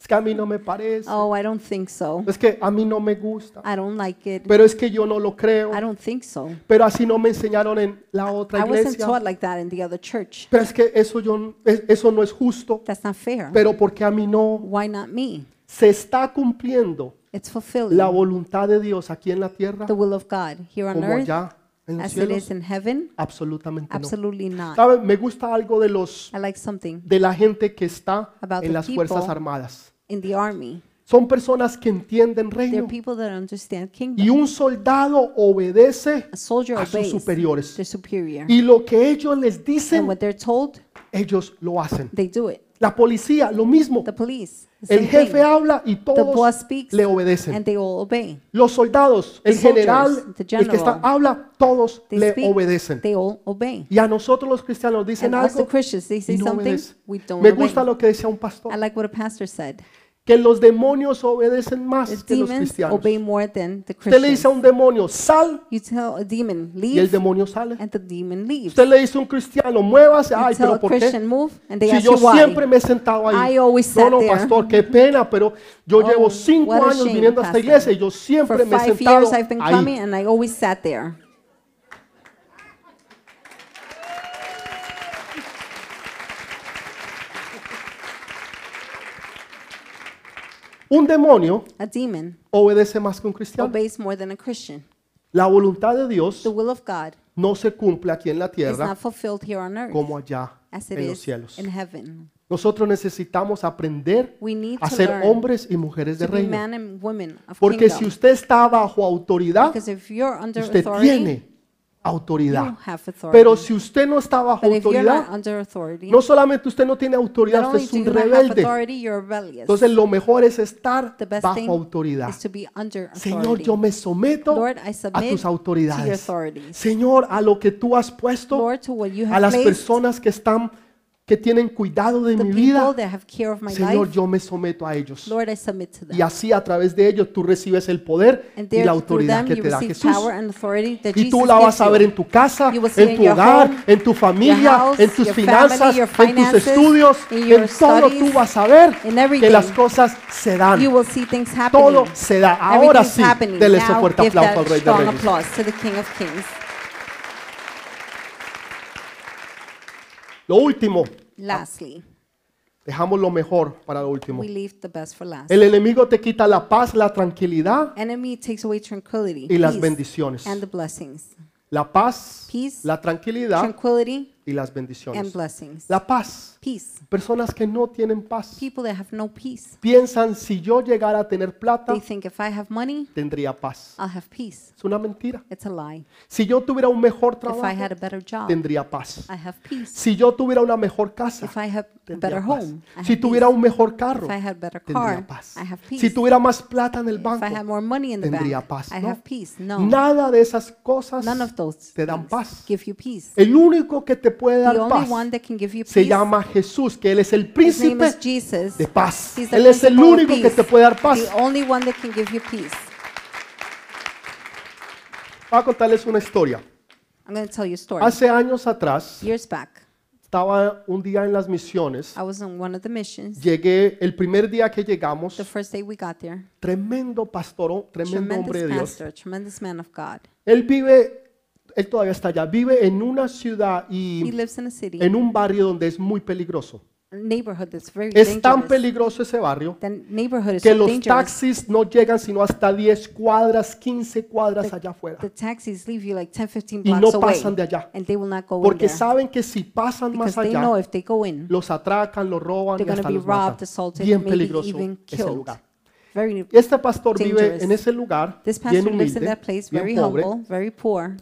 A: es que a mí no me parece.
B: Oh, I don't think so.
A: Es que a mí no me gusta,
B: I don't like it.
A: pero es que yo no lo creo,
B: I don't think so.
A: pero así no me enseñaron en la otra
B: I wasn't
A: iglesia.
B: taught like that in the other church.
A: Pero es que eso yo n- es- eso no es justo,
B: That's not fair.
A: pero porque a mí no
B: Why not me?
A: se está cumpliendo
B: It's fulfilling
A: la voluntad de Dios aquí en la tierra
B: the will of God here on
A: como
B: earth
A: allá en los
B: as it is
A: cielos?
B: in heaven.
A: Absolutamente no.
B: Absolutely not.
A: ¿Sabe? Me gusta algo de los
B: I like something
A: de la gente que está
B: About
A: en
B: the
A: las fuerzas
B: people.
A: armadas.
B: in the army.
A: Son personas que entienden
B: There are
A: reino
B: people that understand
A: y
B: kingdom.
A: un soldado obedece
B: A soldier
A: a sus
B: obeys
A: superiores.
B: their superior.
A: y lo que ellos les
B: And
A: dicen
B: what they're told,
A: ellos lo hacen.
B: they do it.
A: La policía lo mismo.
B: The police, the
A: El
B: same
A: jefe
B: thing.
A: habla y
B: boss
A: todos
B: speaks,
A: le obedecen.
B: And they all obey.
A: Los soldados, el
B: The soldiers,
A: general,
B: the
A: el que está
B: general.
A: habla, todos
B: They
A: le
B: speak,
A: obedecen.
B: they all obey.
A: Y a nosotros los cristianos nos dicen
B: And us the
A: algo
B: Christians, they
A: y
B: say
A: no
B: something,
A: obedecen.
B: we don't
A: Me gusta
B: obey.
A: lo que decía un
B: I
A: pastor,
B: like what a pastor said.
A: que los demonios obedecen
B: The
A: más que los
B: demons
A: cristianos.
B: obey more than the
A: Usted le dice a
B: Christians.
A: un demonio, sal,
B: You tell a demon,
A: y el
B: leave,
A: demonio sale.
B: and the demon leaves.
A: Usted le dice a un cristiano, muévase,
B: You
A: ay,
B: tell
A: pero
B: a
A: ¿por qué?
B: Christian, move, and they
A: Si
B: ask
A: yo
B: you
A: siempre
B: why.
A: me he sentado ahí.
B: I always
A: No,
B: sat
A: no,
B: there.
A: pastor, qué pena, pero yo
B: Oh,
A: llevo cinco
B: what a
A: años
B: shame,
A: viniendo a esta
B: pastor.
A: iglesia y yo siempre
B: For
A: me he
B: five
A: sentado
B: years I've been coming,
A: ahí.
B: and I always sat there.
A: Un demonio
B: A demon
A: obedece más que un cristiano.
B: obeys more than a Christian.
A: La voluntad de Dios
B: The will of God
A: no se cumple aquí en la
B: is
A: tierra
B: not fulfilled here on earth
A: como allá
B: as it
A: en los
B: is
A: cielos.
B: in heaven.
A: Nosotros necesitamos aprender
B: We need
A: a
B: to
A: ser
B: learn
A: hombres y mujeres de
B: To be
A: reino.
B: man and woman of
A: Porque si
B: kingdom.
A: usted está bajo autoridad,
B: Because if you're under
A: usted
B: authority,
A: tiene
B: you
A: autoridad.
B: have authority.
A: Pero si usted no está bajo
B: But if you're not
A: autoridad,
B: under authority,
A: no solamente usted no tiene
B: not
A: autoridad, usted
B: only
A: es
B: do you
A: un
B: not have
A: rebelde.
B: authority, you're rebellious.
A: Entonces lo mejor es estar
B: the best thing
A: bajo autoridad.
B: is to be under
A: Señor,
B: authority.
A: yo me someto
B: Lord, I
A: a
B: submit
A: tus
B: to your
A: autoridades.
B: authority.
A: Señor, a lo que tú has puesto,
B: Lord, to what you
A: a
B: have
A: las
B: placed,
A: personas que están, que tienen cuidado de
B: the
A: mi
B: people
A: vida,
B: that have care of my
A: Señor,
B: life,
A: yo me someto a ellos.
B: Lord, I submit to
A: Y
B: them.
A: así a través de ellos tú recibes el poder y
B: And there,
A: la
B: through
A: autoridad
B: them,
A: que
B: you
A: te da
B: receive
A: Jesús.
B: power and authority that
A: Y tú
B: Jesus
A: la
B: gives
A: vas a ver
B: you.
A: en tu casa,
B: You will see it
A: en
B: in
A: tu
B: your
A: hogar,
B: home,
A: en tu familia,
B: house,
A: en tus
B: your
A: finanzas,
B: family, your
A: en tus
B: finances,
A: estudios,
B: in your
A: en todo
B: studies,
A: tú vas a ver
B: in
A: que
B: everything.
A: las cosas se dan.
B: You will see things happening.
A: Todo se da. Ahora
B: Everything's
A: sí,
B: happening.
A: dele ese
B: Now
A: fuerte
B: give
A: aplauso
B: that
A: al Rey de
B: strong
A: Reyes.
B: applause to the King of Kings.
A: Lo último,
B: Lastly,
A: dejamos lo mejor para lo último.
B: we leave the best for last.
A: El enemigo te quita la paz, la tranquilidad
B: Enemy takes away tranquility,
A: y las
B: peace,
A: bendiciones.
B: and the blessings.
A: La paz,
B: Peace,
A: la tranquilidad
B: Tranquility
A: y las
B: and
A: bendiciones.
B: blessings.
A: La paz.
B: Peace.
A: Personas que no tienen paz
B: People that have no peace,
A: piensan si yo llegara a tener plata,
B: they think if I have money,
A: tendría paz.
B: I'll have peace.
A: Es una mentira.
B: It's a lie.
A: Si yo tuviera un mejor
B: If I
A: trabajo,
B: had a better job,
A: tendría paz.
B: I have peace.
A: Si yo tuviera una mejor casa,
B: If I have a better
A: tendría paz.
B: home, I
A: Si
B: have peace.
A: tuviera un mejor carro,
B: If I had better
A: tendría
B: car,
A: paz.
B: I have peace.
A: Si tuviera más plata en el
B: If I had
A: banco,
B: more money in the
A: tendría
B: bank,
A: paz,
B: I
A: ¿no?
B: have peace. No,
A: nada de esas cosas
B: none of those
A: te dan
B: things
A: paz.
B: give you peace.
A: El único que te puede
B: The
A: dar
B: only
A: paz
B: one that can give you
A: se
B: peace,
A: llama Jesús, que Él es el
B: his name
A: príncipe
B: is Jesus.
A: de paz.
B: He's the
A: Él es el
B: principle of
A: único que
B: peace.
A: te puede dar paz.
B: The only one that can give you peace.
A: Voy a contarles una historia.
B: I'm going to tell you a story.
A: Hace años atrás,
B: Years back,
A: estaba un día en las misiones.
B: I was on one of the missions.
A: Llegué, el primer día que llegamos,
B: The first day we got there,
A: tremendo pastor, oh, tremendo hombre de
B: tremendous
A: Dios.
B: pastor, tremendous man of God.
A: Él vive, él todavía está allá, vive en una ciudad
B: He
A: y
B: lives in a city,
A: en un barrio donde es muy peligroso.
B: a neighborhood that's very
A: Es tan
B: dangerous.
A: peligroso ese barrio
B: The neighborhood is
A: que
B: so
A: los
B: dangerous.
A: taxis no llegan sino hasta 10 cuadras, 15 cuadras allá afuera.
B: The taxis leave you like 10, 15
A: Y no
B: blocks away,
A: pasan de allá.
B: and they will not go in
A: Porque
B: there.
A: saben que si pasan
B: Because
A: más
B: they know
A: allá,
B: if they go in,
A: los atracan, los roban
B: they're
A: y
B: going to
A: hasta
B: be
A: los matan.
B: robbed, assaulted,
A: Bien
B: maybe
A: peligroso
B: even
A: ese
B: killed.
A: lugar.
B: Very.
A: Este pastor vive
B: Dangerous.
A: en ese lugar,
B: This pastor
A: bien
B: lives in
A: humilde,
B: that place, very
A: bien pobre,
B: humble, very poor.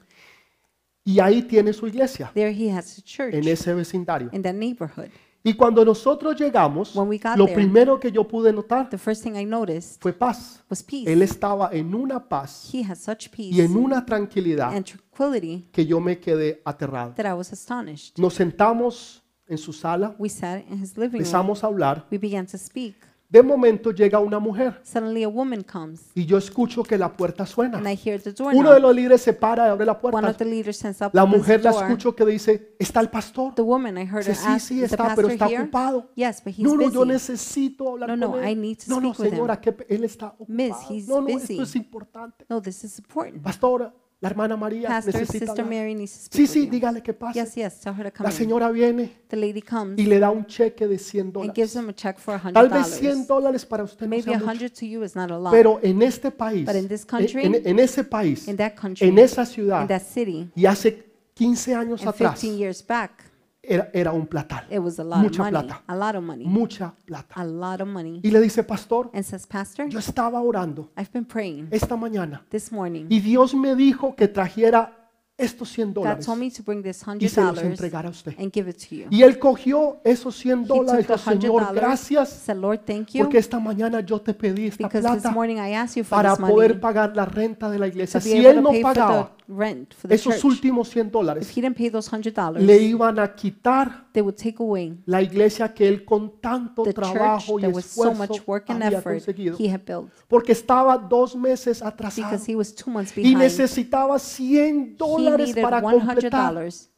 A: y ahí tiene su iglesia,
B: There he has a church
A: en ese vecindario.
B: in that neighborhood.
A: Y cuando nosotros llegamos,
B: When we got
A: lo
B: there,
A: primero que yo pude notar
B: The first thing I noticed
A: fue paz.
B: was peace.
A: Él estaba en una paz
B: he has such peace
A: y en una tranquilidad
B: and tranquility
A: que yo me quedé aterrado.
B: that I was astonished.
A: Nos sentamos en su sala,
B: We sat in his living room.
A: empezamos a hablar.
B: We began to speak.
A: De momento llega una mujer
B: Suddenly a woman comes
A: y yo escucho que la puerta
B: and
A: suena.
B: I hear the door
A: Uno de
B: knock.
A: los líderes se para y abre la
B: One of
A: puerta.
B: the leaders stands up
A: La
B: opens
A: mujer
B: the
A: la
B: door.
A: escucho que dice, está el pastor.
B: The woman, I heard her
A: Dice, sí,
B: ask,
A: sí,
B: "Is the
A: está, pero
B: pastor
A: está
B: here?"
A: ocupado.
B: Yes, but he's
A: No, no, yo
B: busy.
A: necesito hablar
B: No, no,
A: con
B: I
A: él.
B: need to
A: No, no,
B: speak with him.
A: señora, que él está
B: Miss,
A: ocupado.
B: he's
A: No, no,
B: busy.
A: esto es importante.
B: No, this is important.
A: Pastor, La hermana María
B: Pastor,
A: necesita.
B: Sister Mary needs to
A: Sí,
B: speak
A: sí,
B: with you.
A: dígale que pase.
B: Yes, yes, tell her to come
A: La
B: in.
A: señora viene
B: The lady comes
A: y le da un cheque de 100
B: and
A: dólares.
B: gives him a check for
A: Tal vez 100
B: $100.
A: dólares para usted no
B: Maybe
A: sea mucho,
B: 100 to you is not a lot.
A: pero en este país,
B: But in this country,
A: en, en- en ese país,
B: in that country,
A: en esa
B: in
A: ciudad,
B: that city,
A: y hace 15 años
B: and
A: atrás,
B: 15 years back,
A: era, era un platal,
B: it was a lot of
A: mucha
B: money.
A: plata,
B: A lot of money.
A: mucha plata.
B: A lot of money.
A: Y le dice, pastor,
B: And says, Pastor,
A: yo estaba orando
B: I've been praying
A: esta mañana
B: this morning.
A: y Dios me dijo que trajera estos 100
B: Mm-hmm. God
A: dólares
B: told me to bring this
A: y se los
B: $100
A: entregara a usted.
B: and give it to you.
A: Y él cogió esos 100
B: He
A: dólares,
B: took the
A: dijo, Señor,
B: $100,
A: gracias
B: said, Lord, thank you,
A: Porque esta mañana yo te pedí esta
B: because this
A: plata
B: morning I asked you for
A: para
B: this
A: poder
B: money
A: pagar la renta de la iglesia.
B: to
A: Si
B: be able
A: él
B: to
A: no
B: pay for the
A: pagaba
B: rent for the
A: esos
B: church.
A: últimos 100
B: If
A: dólares,
B: he didn't pay
A: le
B: those $100,
A: iban a quitar
B: they would take away
A: la iglesia que él con tanto
B: the church
A: trabajo y
B: that with so
A: esfuerzo
B: much work and
A: había
B: effort
A: conseguido.
B: he had built
A: Porque estaba dos meses atrasado
B: because he was two months
A: y
B: behind.
A: necesitaba 100
B: He
A: dólares
B: needed
A: para completar.
B: $100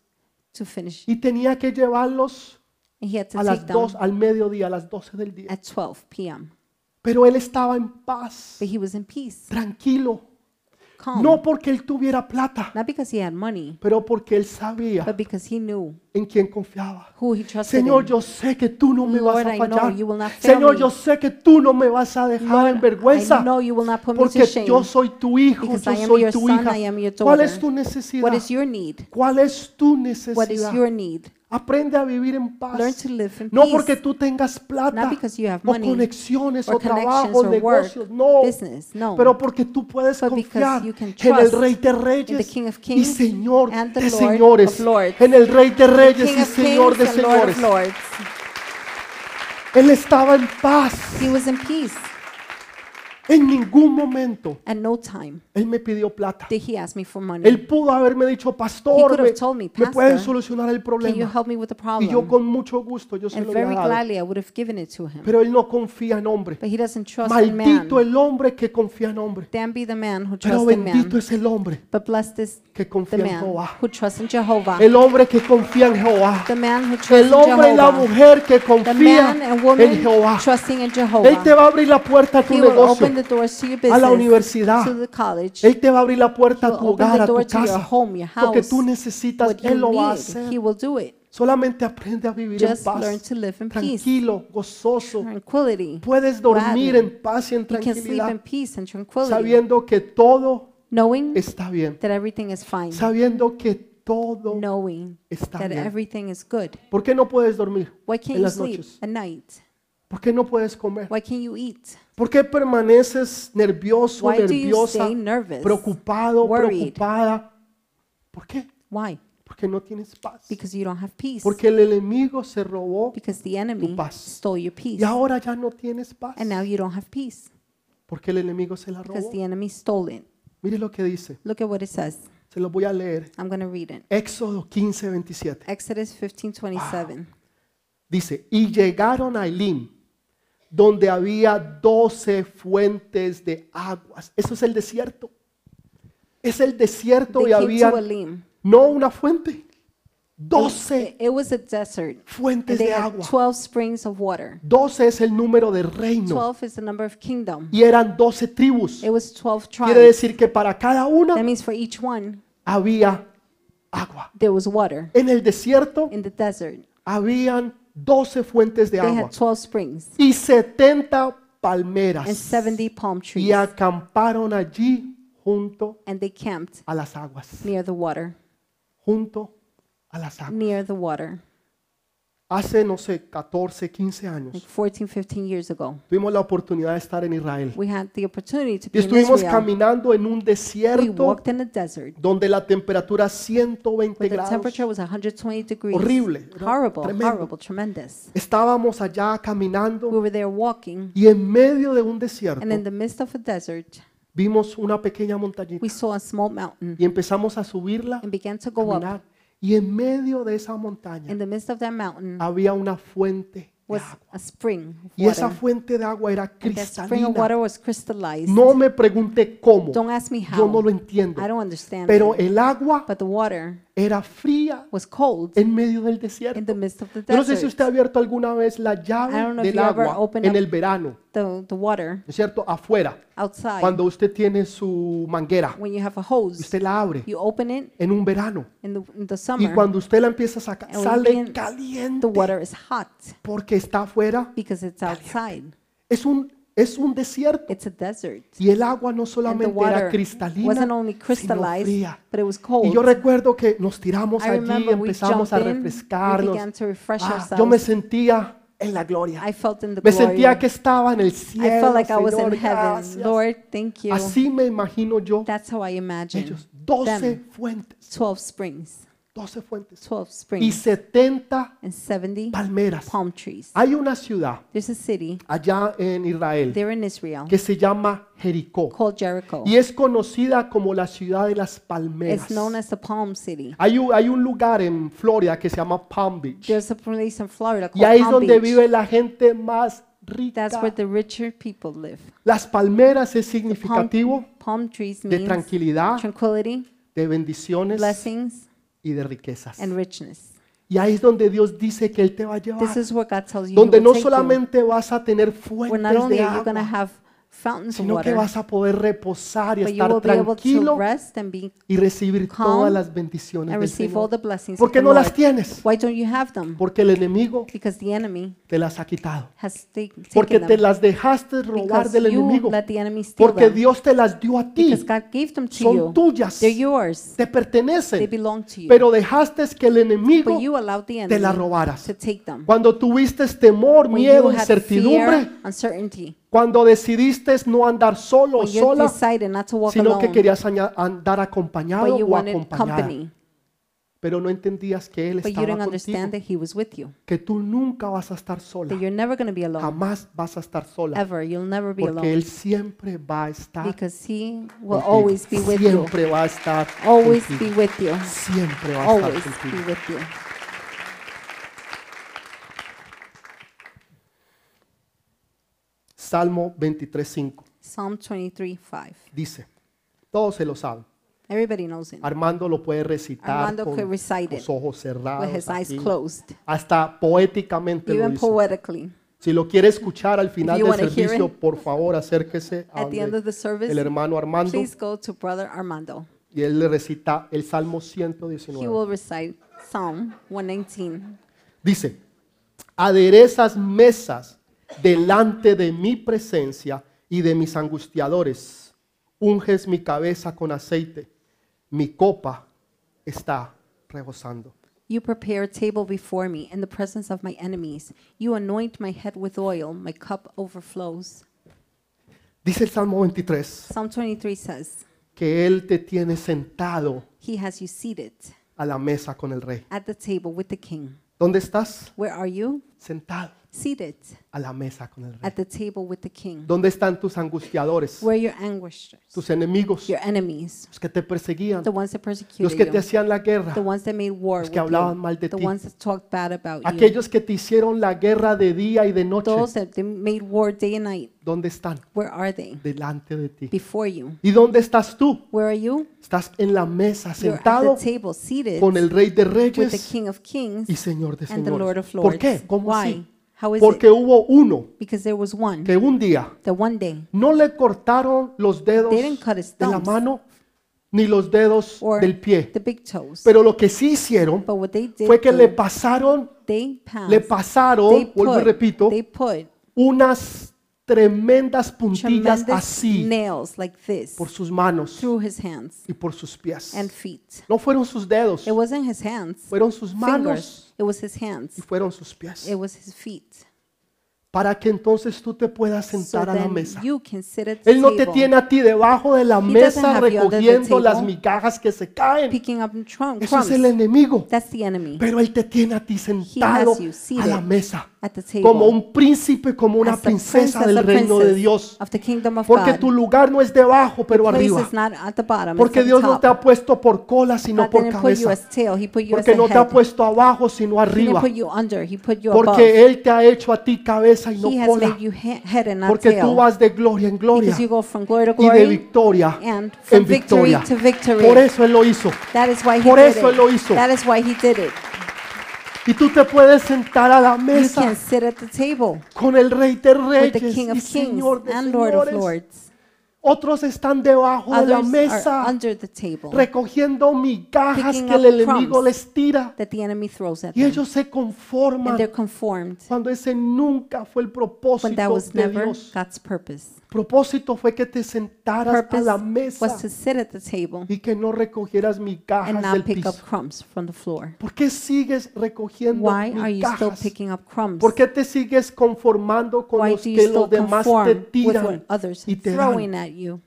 B: to finish.
A: Y tenía que llevarlos
B: And he had to
A: a
B: take
A: las 2,
B: them
A: al mediodía, a las 12 del día.
B: at 12 p.m.
A: Pero él estaba en paz,
B: But he was in peace,
A: tranquilo.
B: calm.
A: No porque él tuviera plata,
B: Not because he had money,
A: pero porque él sabía
B: but because he knew
A: en quien confiaba.
B: who he trusted
A: Señor,
B: in.
A: yo sé que tú no me vas
B: Lord,
A: a
B: I know
A: fallar.
B: you will not fail
A: Señor,
B: me.
A: yo sé que tú no me vas a dejar en
B: I
A: vergüenza.
B: know you will not put me
A: Porque
B: to shame.
A: yo soy tu hijo, yo
B: because I am
A: soy
B: your
A: tu
B: son,
A: hija.
B: I am your
A: ¿Cuál
B: daughter.
A: es tu necesidad?
B: What is your need?
A: ¿Cuál es tu
B: What is
A: necesidad?
B: your need?
A: Aprende a vivir en
B: Learn
A: paz.
B: to live in
A: No
B: peace.
A: porque tú tengas plata
B: Not because you have
A: o
B: money,
A: conexiones
B: or
A: o
B: connections
A: trabajos,
B: or work,
A: negocios, no.
B: business, no.
A: Pero porque tú puedes
B: But because
A: confiar
B: you can
A: en el
B: trust
A: Rey de
B: in the
A: Reyes
B: King of
A: y
B: Kings
A: Señor
B: and the
A: de
B: Lord
A: señores.
B: of Lords.
A: En el Rey de Reyes
B: King
A: y
B: of
A: Señor de
B: kings and Lord of
A: señores.
B: lords.
A: Él estaba en paz.
B: He was in peace.
A: En ningún momento
B: At no time
A: él me pidió plata.
B: did he ask me for money.
A: Él pudo haberme dicho,
B: He
A: pastor,
B: could
A: me,
B: have told me,
A: me pueden
B: "Pastor,
A: solucionar el
B: Can you
A: problema.
B: help me with the
A: Y
B: problem?
A: yo con mucho gusto, yo se
B: and
A: lo había
B: very
A: dado.
B: gladly I would have given it to him.
A: Pero él no confía en hombre.
B: but he doesn't trust in man.
A: Maldito el hombre que confía en hombre.
B: Damn be the man who
A: Pero
B: trusts in man.
A: bendito es el hombre
B: But blessed is
A: que
B: the
A: confía en
B: man
A: Jehová.
B: who trusts in Jehovah.
A: El hombre que confía en Jehová.
B: the man who trusts
A: El
B: in
A: hombre y la
B: Jehovah.
A: mujer que
B: The
A: confía
B: man and woman
A: en Jehová.
B: trusting in
A: Él te
B: Jehovah.
A: va a abrir la puerta a tu
B: He will open
A: negocio,
B: the doors to your
A: a la
B: business, to
A: universidad.
B: the college.
A: Él te va a abrir la puerta
B: He
A: a
B: will
A: tu
B: open
A: hogar,
B: the
A: a tu
B: door to your
A: casa.
B: home, your
A: Lo que tú
B: house.
A: necesitas,
B: What you
A: Él lo va a
B: need, he
A: hacer.
B: will do it.
A: Solamente aprende a vivir en
B: Just learn
A: paz,
B: to live in peace,
A: tranquilo, gozoso.
B: tranquility.
A: Puedes dormir
B: gladly.
A: en paz y en
B: You can sleep in
A: tranquilidad,
B: peace and tranquility,
A: sabiendo que todo
B: knowing
A: está bien,
B: that everything is fine,
A: sabiendo que todo
B: knowing
A: está
B: that
A: bien.
B: everything is good.
A: ¿Por qué no puedes dormir
B: Why can't
A: en
B: you
A: las
B: sleep
A: noches?
B: at night?
A: ¿Por qué no puedes comer?
B: Why can't you eat?
A: ¿Por qué permaneces nervioso,
B: Why do you
A: nerviosa,
B: stay nervous?
A: preocupado,
B: worried?
A: preocupada? ¿Por qué?
B: Why?
A: Porque no tienes paz.
B: Because you don't have peace.
A: Porque el enemigo se robó
B: Because the enemy
A: paz.
B: stole your peace.
A: y ahora ya no tienes paz.
B: And now you don't have peace.
A: Porque el enemigo se la
B: Because
A: robó.
B: the enemy stole it.
A: Mire lo que dice.
B: Look at what it says.
A: Se lo voy a leer.
B: I'm going to read it.
A: Éxodo 15, 27.
B: Exodus 15:27.
A: Ah, Dice, y llegaron a Elim, donde había doce fuentes de aguas. Eso es el desierto. Es el desierto y
B: They came
A: había
B: to Elim.
A: no una fuente, doce
B: It, it was a desert.
A: fuentes
B: And they
A: de
B: had
A: agua.
B: 12 springs of water.
A: Doce es el número de reino
B: 12 is the number of kingdom.
A: y eran doce tribus.
B: It was 12
A: Quiere
B: tribes.
A: decir que para cada
B: That
A: una
B: means for each one,
A: había agua.
B: there was water.
A: En el desierto
B: In the desert,
A: habían doce fuentes de
B: they
A: agua
B: had 12 springs
A: y 70
B: and
A: palmeras.
B: 70 palm
A: y
B: trees.
A: acamparon allí junto
B: And they camped
A: a las aguas,
B: near the water.
A: junto a las aguas.
B: Near the water.
A: Hace, no sé, 14, 15
B: Like
A: años
B: 14, 15 years ago.
A: tuvimos la oportunidad de estar en Israel
B: We had the opportunity to
A: y
B: be in
A: estuvimos
B: Israel.
A: caminando en un
B: We
A: desierto
B: walked in the desert.
A: donde la temperatura 120
B: where The
A: grados.
B: temperature was 120 degrees.
A: Horrible, era
B: Horrible,
A: tremendo.
B: horrible, tremendous.
A: Estábamos allá
B: We
A: caminando
B: were there walking,
A: y en medio de un desierto
B: and in the midst of a desert,
A: vimos una pequeña montañita
B: we saw a small mountain
A: y empezamos a subirla,
B: and began to go up.
A: caminar y en medio de esa montaña
B: In the midst of that mountain
A: había una fuente de
B: was
A: agua.
B: a spring of
A: Y esa
B: Pues, water.
A: fuente de agua era
B: And that spring of
A: cristalina.
B: water was crystallized.
A: No me pregunté cómo,
B: Don't ask me
A: yo no
B: how.
A: lo entiendo.
B: I don't understand.
A: Pero
B: it.
A: el agua
B: But the water
A: Era fría
B: was cold
A: en medio del desierto.
B: in the midst of the
A: Yo no sé si
B: desert.
A: usted ha abierto alguna vez la
B: I don't
A: llave
B: know
A: del
B: if you ever
A: agua
B: open
A: en
B: up-
A: el verano,
B: The, the water
A: ¿no es cierto? Afuera,
B: outside,
A: cuando usted tiene su manguera,
B: when you have a hose,
A: usted la abre
B: you open it
A: en un verano
B: in the, in the
A: y
B: summer.
A: cuando usted la empieza a sacar,
B: And when
A: sale
B: you-
A: caliente
B: The water is hot
A: porque está afuera.
B: because it's outside.
A: Es un, es un desierto
B: It's a desert.
A: y el agua no
B: And the
A: solamente era
B: water wasn't
A: cristalina,
B: only
A: sino
B: crystallized,
A: fría.
B: but it was
A: Y yo
B: cold.
A: recuerdo que nos tiramos
B: I
A: allí,
B: remember we
A: empezamos a
B: jumped in, we
A: refrescarnos.
B: began to refresh
A: Ah, yo me
B: ourselves.
A: sentía en la gloria.
B: I felt in the
A: Me
B: glory.
A: sentía que estaba en el cielo.
B: I felt like I was in
A: Señor,
B: heaven.
A: gracias.
B: Lord, thank you.
A: Así me imagino yo
B: That's how I imagine
A: ellos. 12
B: them.
A: fuentes,
B: 12 springs,
A: 12 fuentes.
B: 12
A: Y
B: springs,
A: 70
B: and 70
A: palmeras.
B: palm trees.
A: Hay una ciudad
B: There's a city
A: allá en Israel
B: there in Israel
A: que se llama Jericó.
B: called Jericho.
A: Y es conocida como la ciudad de las palmeras.
B: It's known as the Palm City.
A: Hay un, hay un lugar en Florida que se llama Palm Beach.
B: There's a place in Florida
A: Y
B: called
A: ahí es
B: Palm
A: donde
B: Beach.
A: vive la gente más rica.
B: That's where the richer people live.
A: Las palmeras es
B: Palm,
A: significativo
B: palm trees
A: de
B: means
A: tranquilidad,
B: tranquility,
A: de bendiciones
B: blessings,
A: y de riquezas.
B: and richness.
A: Y ahí es donde Dios dice que Él te va a
B: This
A: llevar.
B: is what God tells you. He
A: Donde
B: will
A: no
B: take you.
A: solamente vas a tener
B: where not
A: fuentes
B: only
A: de
B: are you going to
A: agua,
B: have fountains of
A: sino que
B: water,
A: vas a poder reposar y
B: but you will
A: estar
B: be able to
A: tranquilo
B: rest and be
A: y recibir
B: calm
A: todas las bendiciones
B: and
A: del
B: receive all
A: Señor.
B: the blessings.
A: ¿Por
B: of
A: qué
B: the
A: no las
B: Lord.
A: tienes?
B: Why don't you have them?
A: Porque el enemigo
B: Because the enemy
A: te las ha quitado.
B: has ta- taken
A: Porque
B: them.
A: te las dejaste robar
B: because
A: del
B: you
A: enemigo.
B: let the enemy steal
A: Porque
B: them.
A: Dios te las dio a ti.
B: because God gave them to
A: Son
B: you.
A: tuyas.
B: They're yours.
A: Te
B: They
A: pertenecen.
B: belong to you.
A: Pero dejaste que el enemigo
B: but you allowed the
A: te
B: enemy
A: las robaras.
B: to take them.
A: Cuando tuviste temor,
B: When
A: miedo,
B: you had fear,
A: incertidumbre,
B: uncertainty,
A: cuando decidiste no andar solo o
B: when you
A: sola,
B: decided not to walk
A: sino
B: alone,
A: que querías aña- andar acompañado
B: but you
A: o
B: wanted
A: acompañada,
B: company,
A: pero no entendías que él
B: but you
A: estaba
B: didn't understand
A: contigo,
B: that he was with you,
A: que tú nunca vas a estar sola,
B: that you're never going to be alone.
A: jamás vas a estar sola,
B: ever. You'll never be
A: porque
B: alone
A: él siempre va a estar
B: because He will
A: contigo,
B: always be with you.
A: siempre va a estar
B: Always
A: contigo,
B: be with you.
A: siempre va a
B: Always
A: estar
B: be
A: contigo.
B: with you.
A: Salmo 23:5
B: Psalm 23 5.
A: dice, todos se lo saben.
B: Everybody knows it.
A: Armando lo puede recitar
B: Armando
A: con
B: could recite
A: los
B: it
A: ojos cerrados,
B: With his eyes
A: así,
B: closed,
A: hasta poéticamente lo
B: even
A: dice.
B: poetically.
A: Si lo quiere escuchar al final
B: you
A: del
B: wanna hear
A: servicio,
B: it,
A: por favor acérquese a
B: At the end
A: donde
B: of the
A: el
B: service,
A: hermano Armando
B: please go to Brother Armando.
A: y él le recita el Salmo
B: He
A: 119.
B: will recite Psalm 119.
A: Dice, aderezas mesas delante de mi presencia y de mis angustiadores, unges mi cabeza con aceite, mi copa está rebosando.
B: You prepare a table before me in the presence of my enemies. You anoint my head with oil, my cup overflows.
A: Dice el Salmo 23.
B: Psalm 23 says,
A: que Él te tiene sentado
B: He has you seated
A: a la mesa con el rey.
B: at the table with the king.
A: ¿Dónde estás?
B: Where are you?
A: Sentado
B: Seated
A: a la mesa con el rey.
B: at the table with the king.
A: ¿Dónde están tus angustiadores,
B: Where your anguishes,
A: tus enemigos,
B: your enemies,
A: los que te perseguían,
B: the ones that
A: los que
B: persecuted
A: te
B: you,
A: hacían la guerra,
B: the ones that made war
A: los
B: with
A: que hablaban mal de
B: you, the
A: ti.
B: ones that talked bad about you,
A: aquellos que te hicieron la guerra de día y de
B: those
A: noche?
B: that they made war day and night?
A: ¿Dónde están?
B: Where are they?
A: Delante de ti.
B: Before you.
A: ¿Y dónde estás tú?
B: Where are you?
A: Estás en la mesa,
B: You're at the
A: sentado
B: table, seated
A: con el rey de
B: with the
A: reyes
B: King of Kings
A: y señor de
B: and the Lord
A: señores.
B: of Lords.
A: ¿Por qué? ¿Cómo
B: Why?
A: así?
B: How is it?
A: Porque hubo uno
B: Because there was one.
A: que un día
B: The one day
A: no le cortaron los dedos
B: They didn't cut his
A: de la
B: thumbs.
A: mano ni los dedos
B: or
A: del pie.
B: the big toes.
A: Pero lo que sí hicieron
B: but what they did
A: fue que
B: do,
A: le pasaron,
B: they passed.
A: le
B: they
A: pasaron, vuelvo y
B: put,
A: repito,
B: they put
A: unas tremendas puntillas
B: tremendous
A: así
B: nails like this
A: por sus manos
B: through his hands
A: y por sus pies.
B: and feet.
A: No fueron sus dedos,
B: It wasn't his hands,
A: fueron sus manos
B: fingers. It was his
A: y
B: hands.
A: fueron sus pies.
B: It was his feet.
A: Para que entonces tú te puedas
B: So
A: sentar a la
B: then
A: mesa.
B: you can sit at the
A: Él no te
B: table,
A: tiene a ti debajo de la
B: doesn't
A: mesa
B: have you under the
A: recogiendo las
B: table.
A: migajas que se caen.
B: picking up trunk
A: Eso
B: crumbs.
A: es el enemigo.
B: That's the enemy.
A: Pero Él te tiene a ti sentado
B: you
A: a
B: seated
A: la mesa.
B: at the table
A: como un príncipe, como una
B: as the prince,
A: princesa
B: as
A: del
B: the
A: reino de
B: princess
A: Dios.
B: of the kingdom of
A: Porque
B: God.
A: tu lugar no es debajo, pero
B: Place
A: arriba.
B: is not at the bottom, it's
A: Porque
B: on
A: Dios no
B: top.
A: te ha puesto por cola, sino
B: God
A: por
B: didn't put you
A: cabeza.
B: as tail, he put you
A: Porque
B: as a
A: no te ha
B: head.
A: puesto abajo, sino
B: he didn't
A: arriba.
B: put you under, he put you above.
A: Porque Él te ha hecho a ti cabeza y no
B: he has
A: cola.
B: made you he- head and not
A: Porque tú
B: tail.
A: vas de gloria en gloria
B: because you go from glory to
A: y de
B: glory.
A: victoria
B: and
A: en
B: from victory
A: victoria.
B: to victory.
A: Por eso Él lo hizo.
B: That is why he
A: Por
B: did
A: eso
B: it.
A: Él lo hizo.
B: That is why he did it.
A: Y tú te puedes sentar a la
B: You
A: mesa
B: can sit at the table
A: con el Rey de
B: with the
A: Reyes y
B: King of Kings
A: Señor de
B: and Lord of
A: Señores.
B: Lords.
A: Otros están debajo de la
B: Others are
A: mesa
B: under the table
A: recogiendo migajas
B: Picking
A: que el
B: up
A: enemigo
B: crumbs.
A: les tira.
B: that the enemy throws at
A: Y
B: them.
A: ellos se
B: And
A: conforman
B: they're conformed
A: cuando ese nunca fue el
B: when
A: propósito
B: that was
A: de
B: never
A: Dios.
B: God's purpose.
A: propósito fue que te sentaras a
B: Purpose
A: la
B: was to
A: mesa
B: sit at the table
A: y que no recogieras
B: and
A: migajas del
B: not pick
A: piso.
B: up crumbs from the floor.
A: ¿Por qué sigues recogiendo
B: Why are you still
A: migajas?
B: picking up crumbs?
A: ¿Por qué te sigues conformando con
B: Why
A: los
B: do
A: que
B: you still
A: los demás te
B: conform with
A: tiran
B: what others
A: y te
B: throwing
A: dan?
B: at you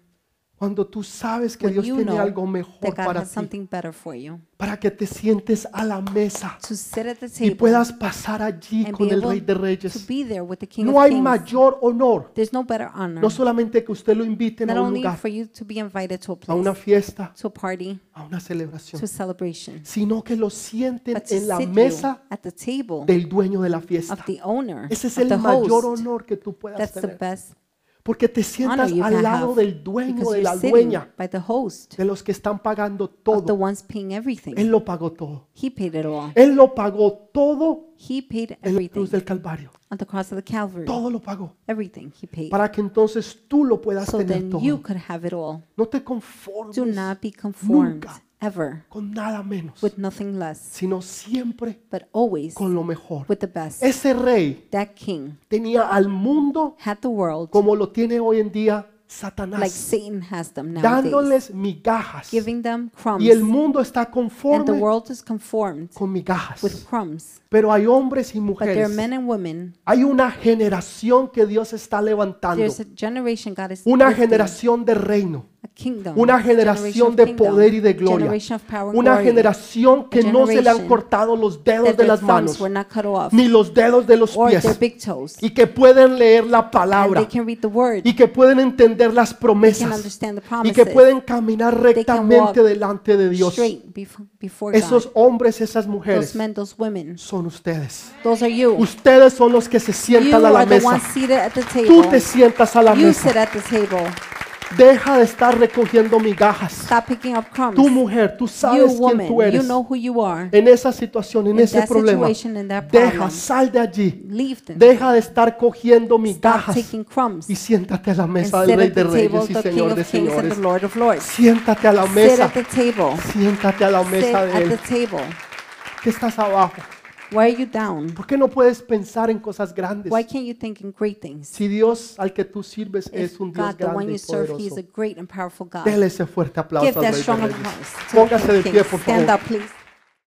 A: Cuando tú sabes que
B: when
A: Dios
B: you
A: tiene
B: know
A: algo mejor
B: that God
A: para
B: has
A: ti,
B: something better for you?
A: para que te sientes a la mesa
B: To sit at the
A: y
B: table
A: puedas pasar allí
B: and
A: con
B: be
A: el
B: able
A: Rey de
B: to
A: Reyes.
B: be there with the King
A: No
B: of
A: hay
B: Kings.
A: mayor honor,
B: There's no better honor.
A: no solamente que usted lo inviten
B: not
A: a un
B: only
A: lugar,
B: for you to be invited to a
A: a una
B: place,
A: fiesta,
B: to a party,
A: a una celebración,
B: to a celebration,
A: sino que lo sienten
B: but to
A: en la
B: sit you
A: mesa
B: at the table
A: del dueño de la fiesta.
B: of the owner,
A: Ese es
B: of the
A: el mayor
B: host.
A: honor que tú puedas
B: That's the
A: tener.
B: best
A: Porque te
B: honor
A: sientas
B: you
A: al
B: can
A: lado
B: have
A: del dueño,
B: because
A: de
B: you're
A: la
B: sitting
A: dueña,
B: by the host
A: de los que están pagando
B: of the
A: todo.
B: ones paying
A: Él
B: everything.
A: lo pagó todo.
B: He paid it all.
A: Él lo pagó todo
B: He paid
A: en la cruz
B: everything
A: del Calvario.
B: on the cross of the Calvary.
A: Todo lo pagó.
B: Everything he paid.
A: Para que entonces tú lo puedas
B: So
A: tener
B: then you
A: todo.
B: could have it all.
A: No te
B: Do
A: conformes
B: not be conformed
A: Nunca.
B: ever
A: con nada menos,
B: with nothing less,
A: sino siempre
B: but always
A: con lo mejor.
B: with the best.
A: Ese rey
B: That king
A: tenía al mundo
B: had the world
A: como lo tiene hoy en día
B: like
A: Satanás,
B: Satan has them nowadays,
A: dándoles migajas.
B: giving them
A: Y el
B: crumbs,
A: mundo está
B: and the
A: conforme
B: world is conformed
A: con
B: with
A: migajas.
B: crumbs.
A: Pero hay hombres y
B: But there are
A: mujeres.
B: men and women.
A: Hay una generación que Dios está levantando.
B: There's a generation God is
A: Una
B: lifting,
A: generación de reino.
B: a kingdom,
A: Una
B: generation
A: generación
B: of
A: de
B: kingdom,
A: poder y de gloria.
B: generation of power and
A: Una
B: glory,
A: generación que no se le han
B: generation
A: cortado los
B: that
A: dedos de
B: their
A: las
B: thumbs
A: manos,
B: were not cut off,
A: ni los dedos de los
B: or their
A: pies,
B: big toes,
A: y que pueden leer la
B: and they
A: palabra,
B: can read the word,
A: y que pueden entender las
B: can
A: promesas,
B: understand the
A: y que
B: promises,
A: pueden caminar rectamente
B: walk
A: delante de Dios.
B: straight before, before
A: Esos
B: God.
A: hombres, esas
B: Those
A: mujeres
B: men, those women,
A: son ustedes.
B: those are you.
A: Ustedes son los que se
B: You
A: sientan a la
B: are the
A: mesa.
B: ones seated at the
A: Tú
B: table.
A: te sientas a la
B: You
A: mesa.
B: sit at the table.
A: Deja de estar recogiendo migajas.
B: Stop picking up crumbs.
A: Tu mujer, tú
B: you
A: sabes quién
B: woman,
A: tú eres.
B: you know who you are.
A: En esa situación, en
B: In
A: ese
B: that
A: problema,
B: situation, in that
A: deja,
B: problem.
A: sal de allí.
B: Leave them.
A: Deja de estar cogiendo
B: Stop
A: migajas
B: taking crumbs.
A: y siéntate a la
B: and
A: mesa del
B: sit
A: Rey
B: at
A: de
B: the table
A: Reyes
B: of
A: y
B: the King
A: Señor de
B: of Kings and
A: Señores.
B: the Lord of Lords.
A: Siéntate a la
B: Sit
A: mesa.
B: at the table.
A: Siéntate a la
B: Sit
A: mesa de
B: at the
A: Él.
B: table.
A: Que estás abajo.
B: Why are you down?
A: ¿Por qué no puedes pensar en cosas grandes?
B: Why can't you think in great things?
A: Si Dios al que tú sirves es
B: If
A: un Dios
B: God, the one
A: grande
B: you
A: y
B: serve, He is
A: poderoso.
B: a great and powerful God.
A: Dele ese fuerte aplauso
B: Give
A: al
B: that
A: Rey de
B: strong
A: Reyes.
B: applause. to the
A: Póngase
B: King
A: de
B: of
A: pie,
B: Kings.
A: por
B: Stand
A: favor.
B: up, please.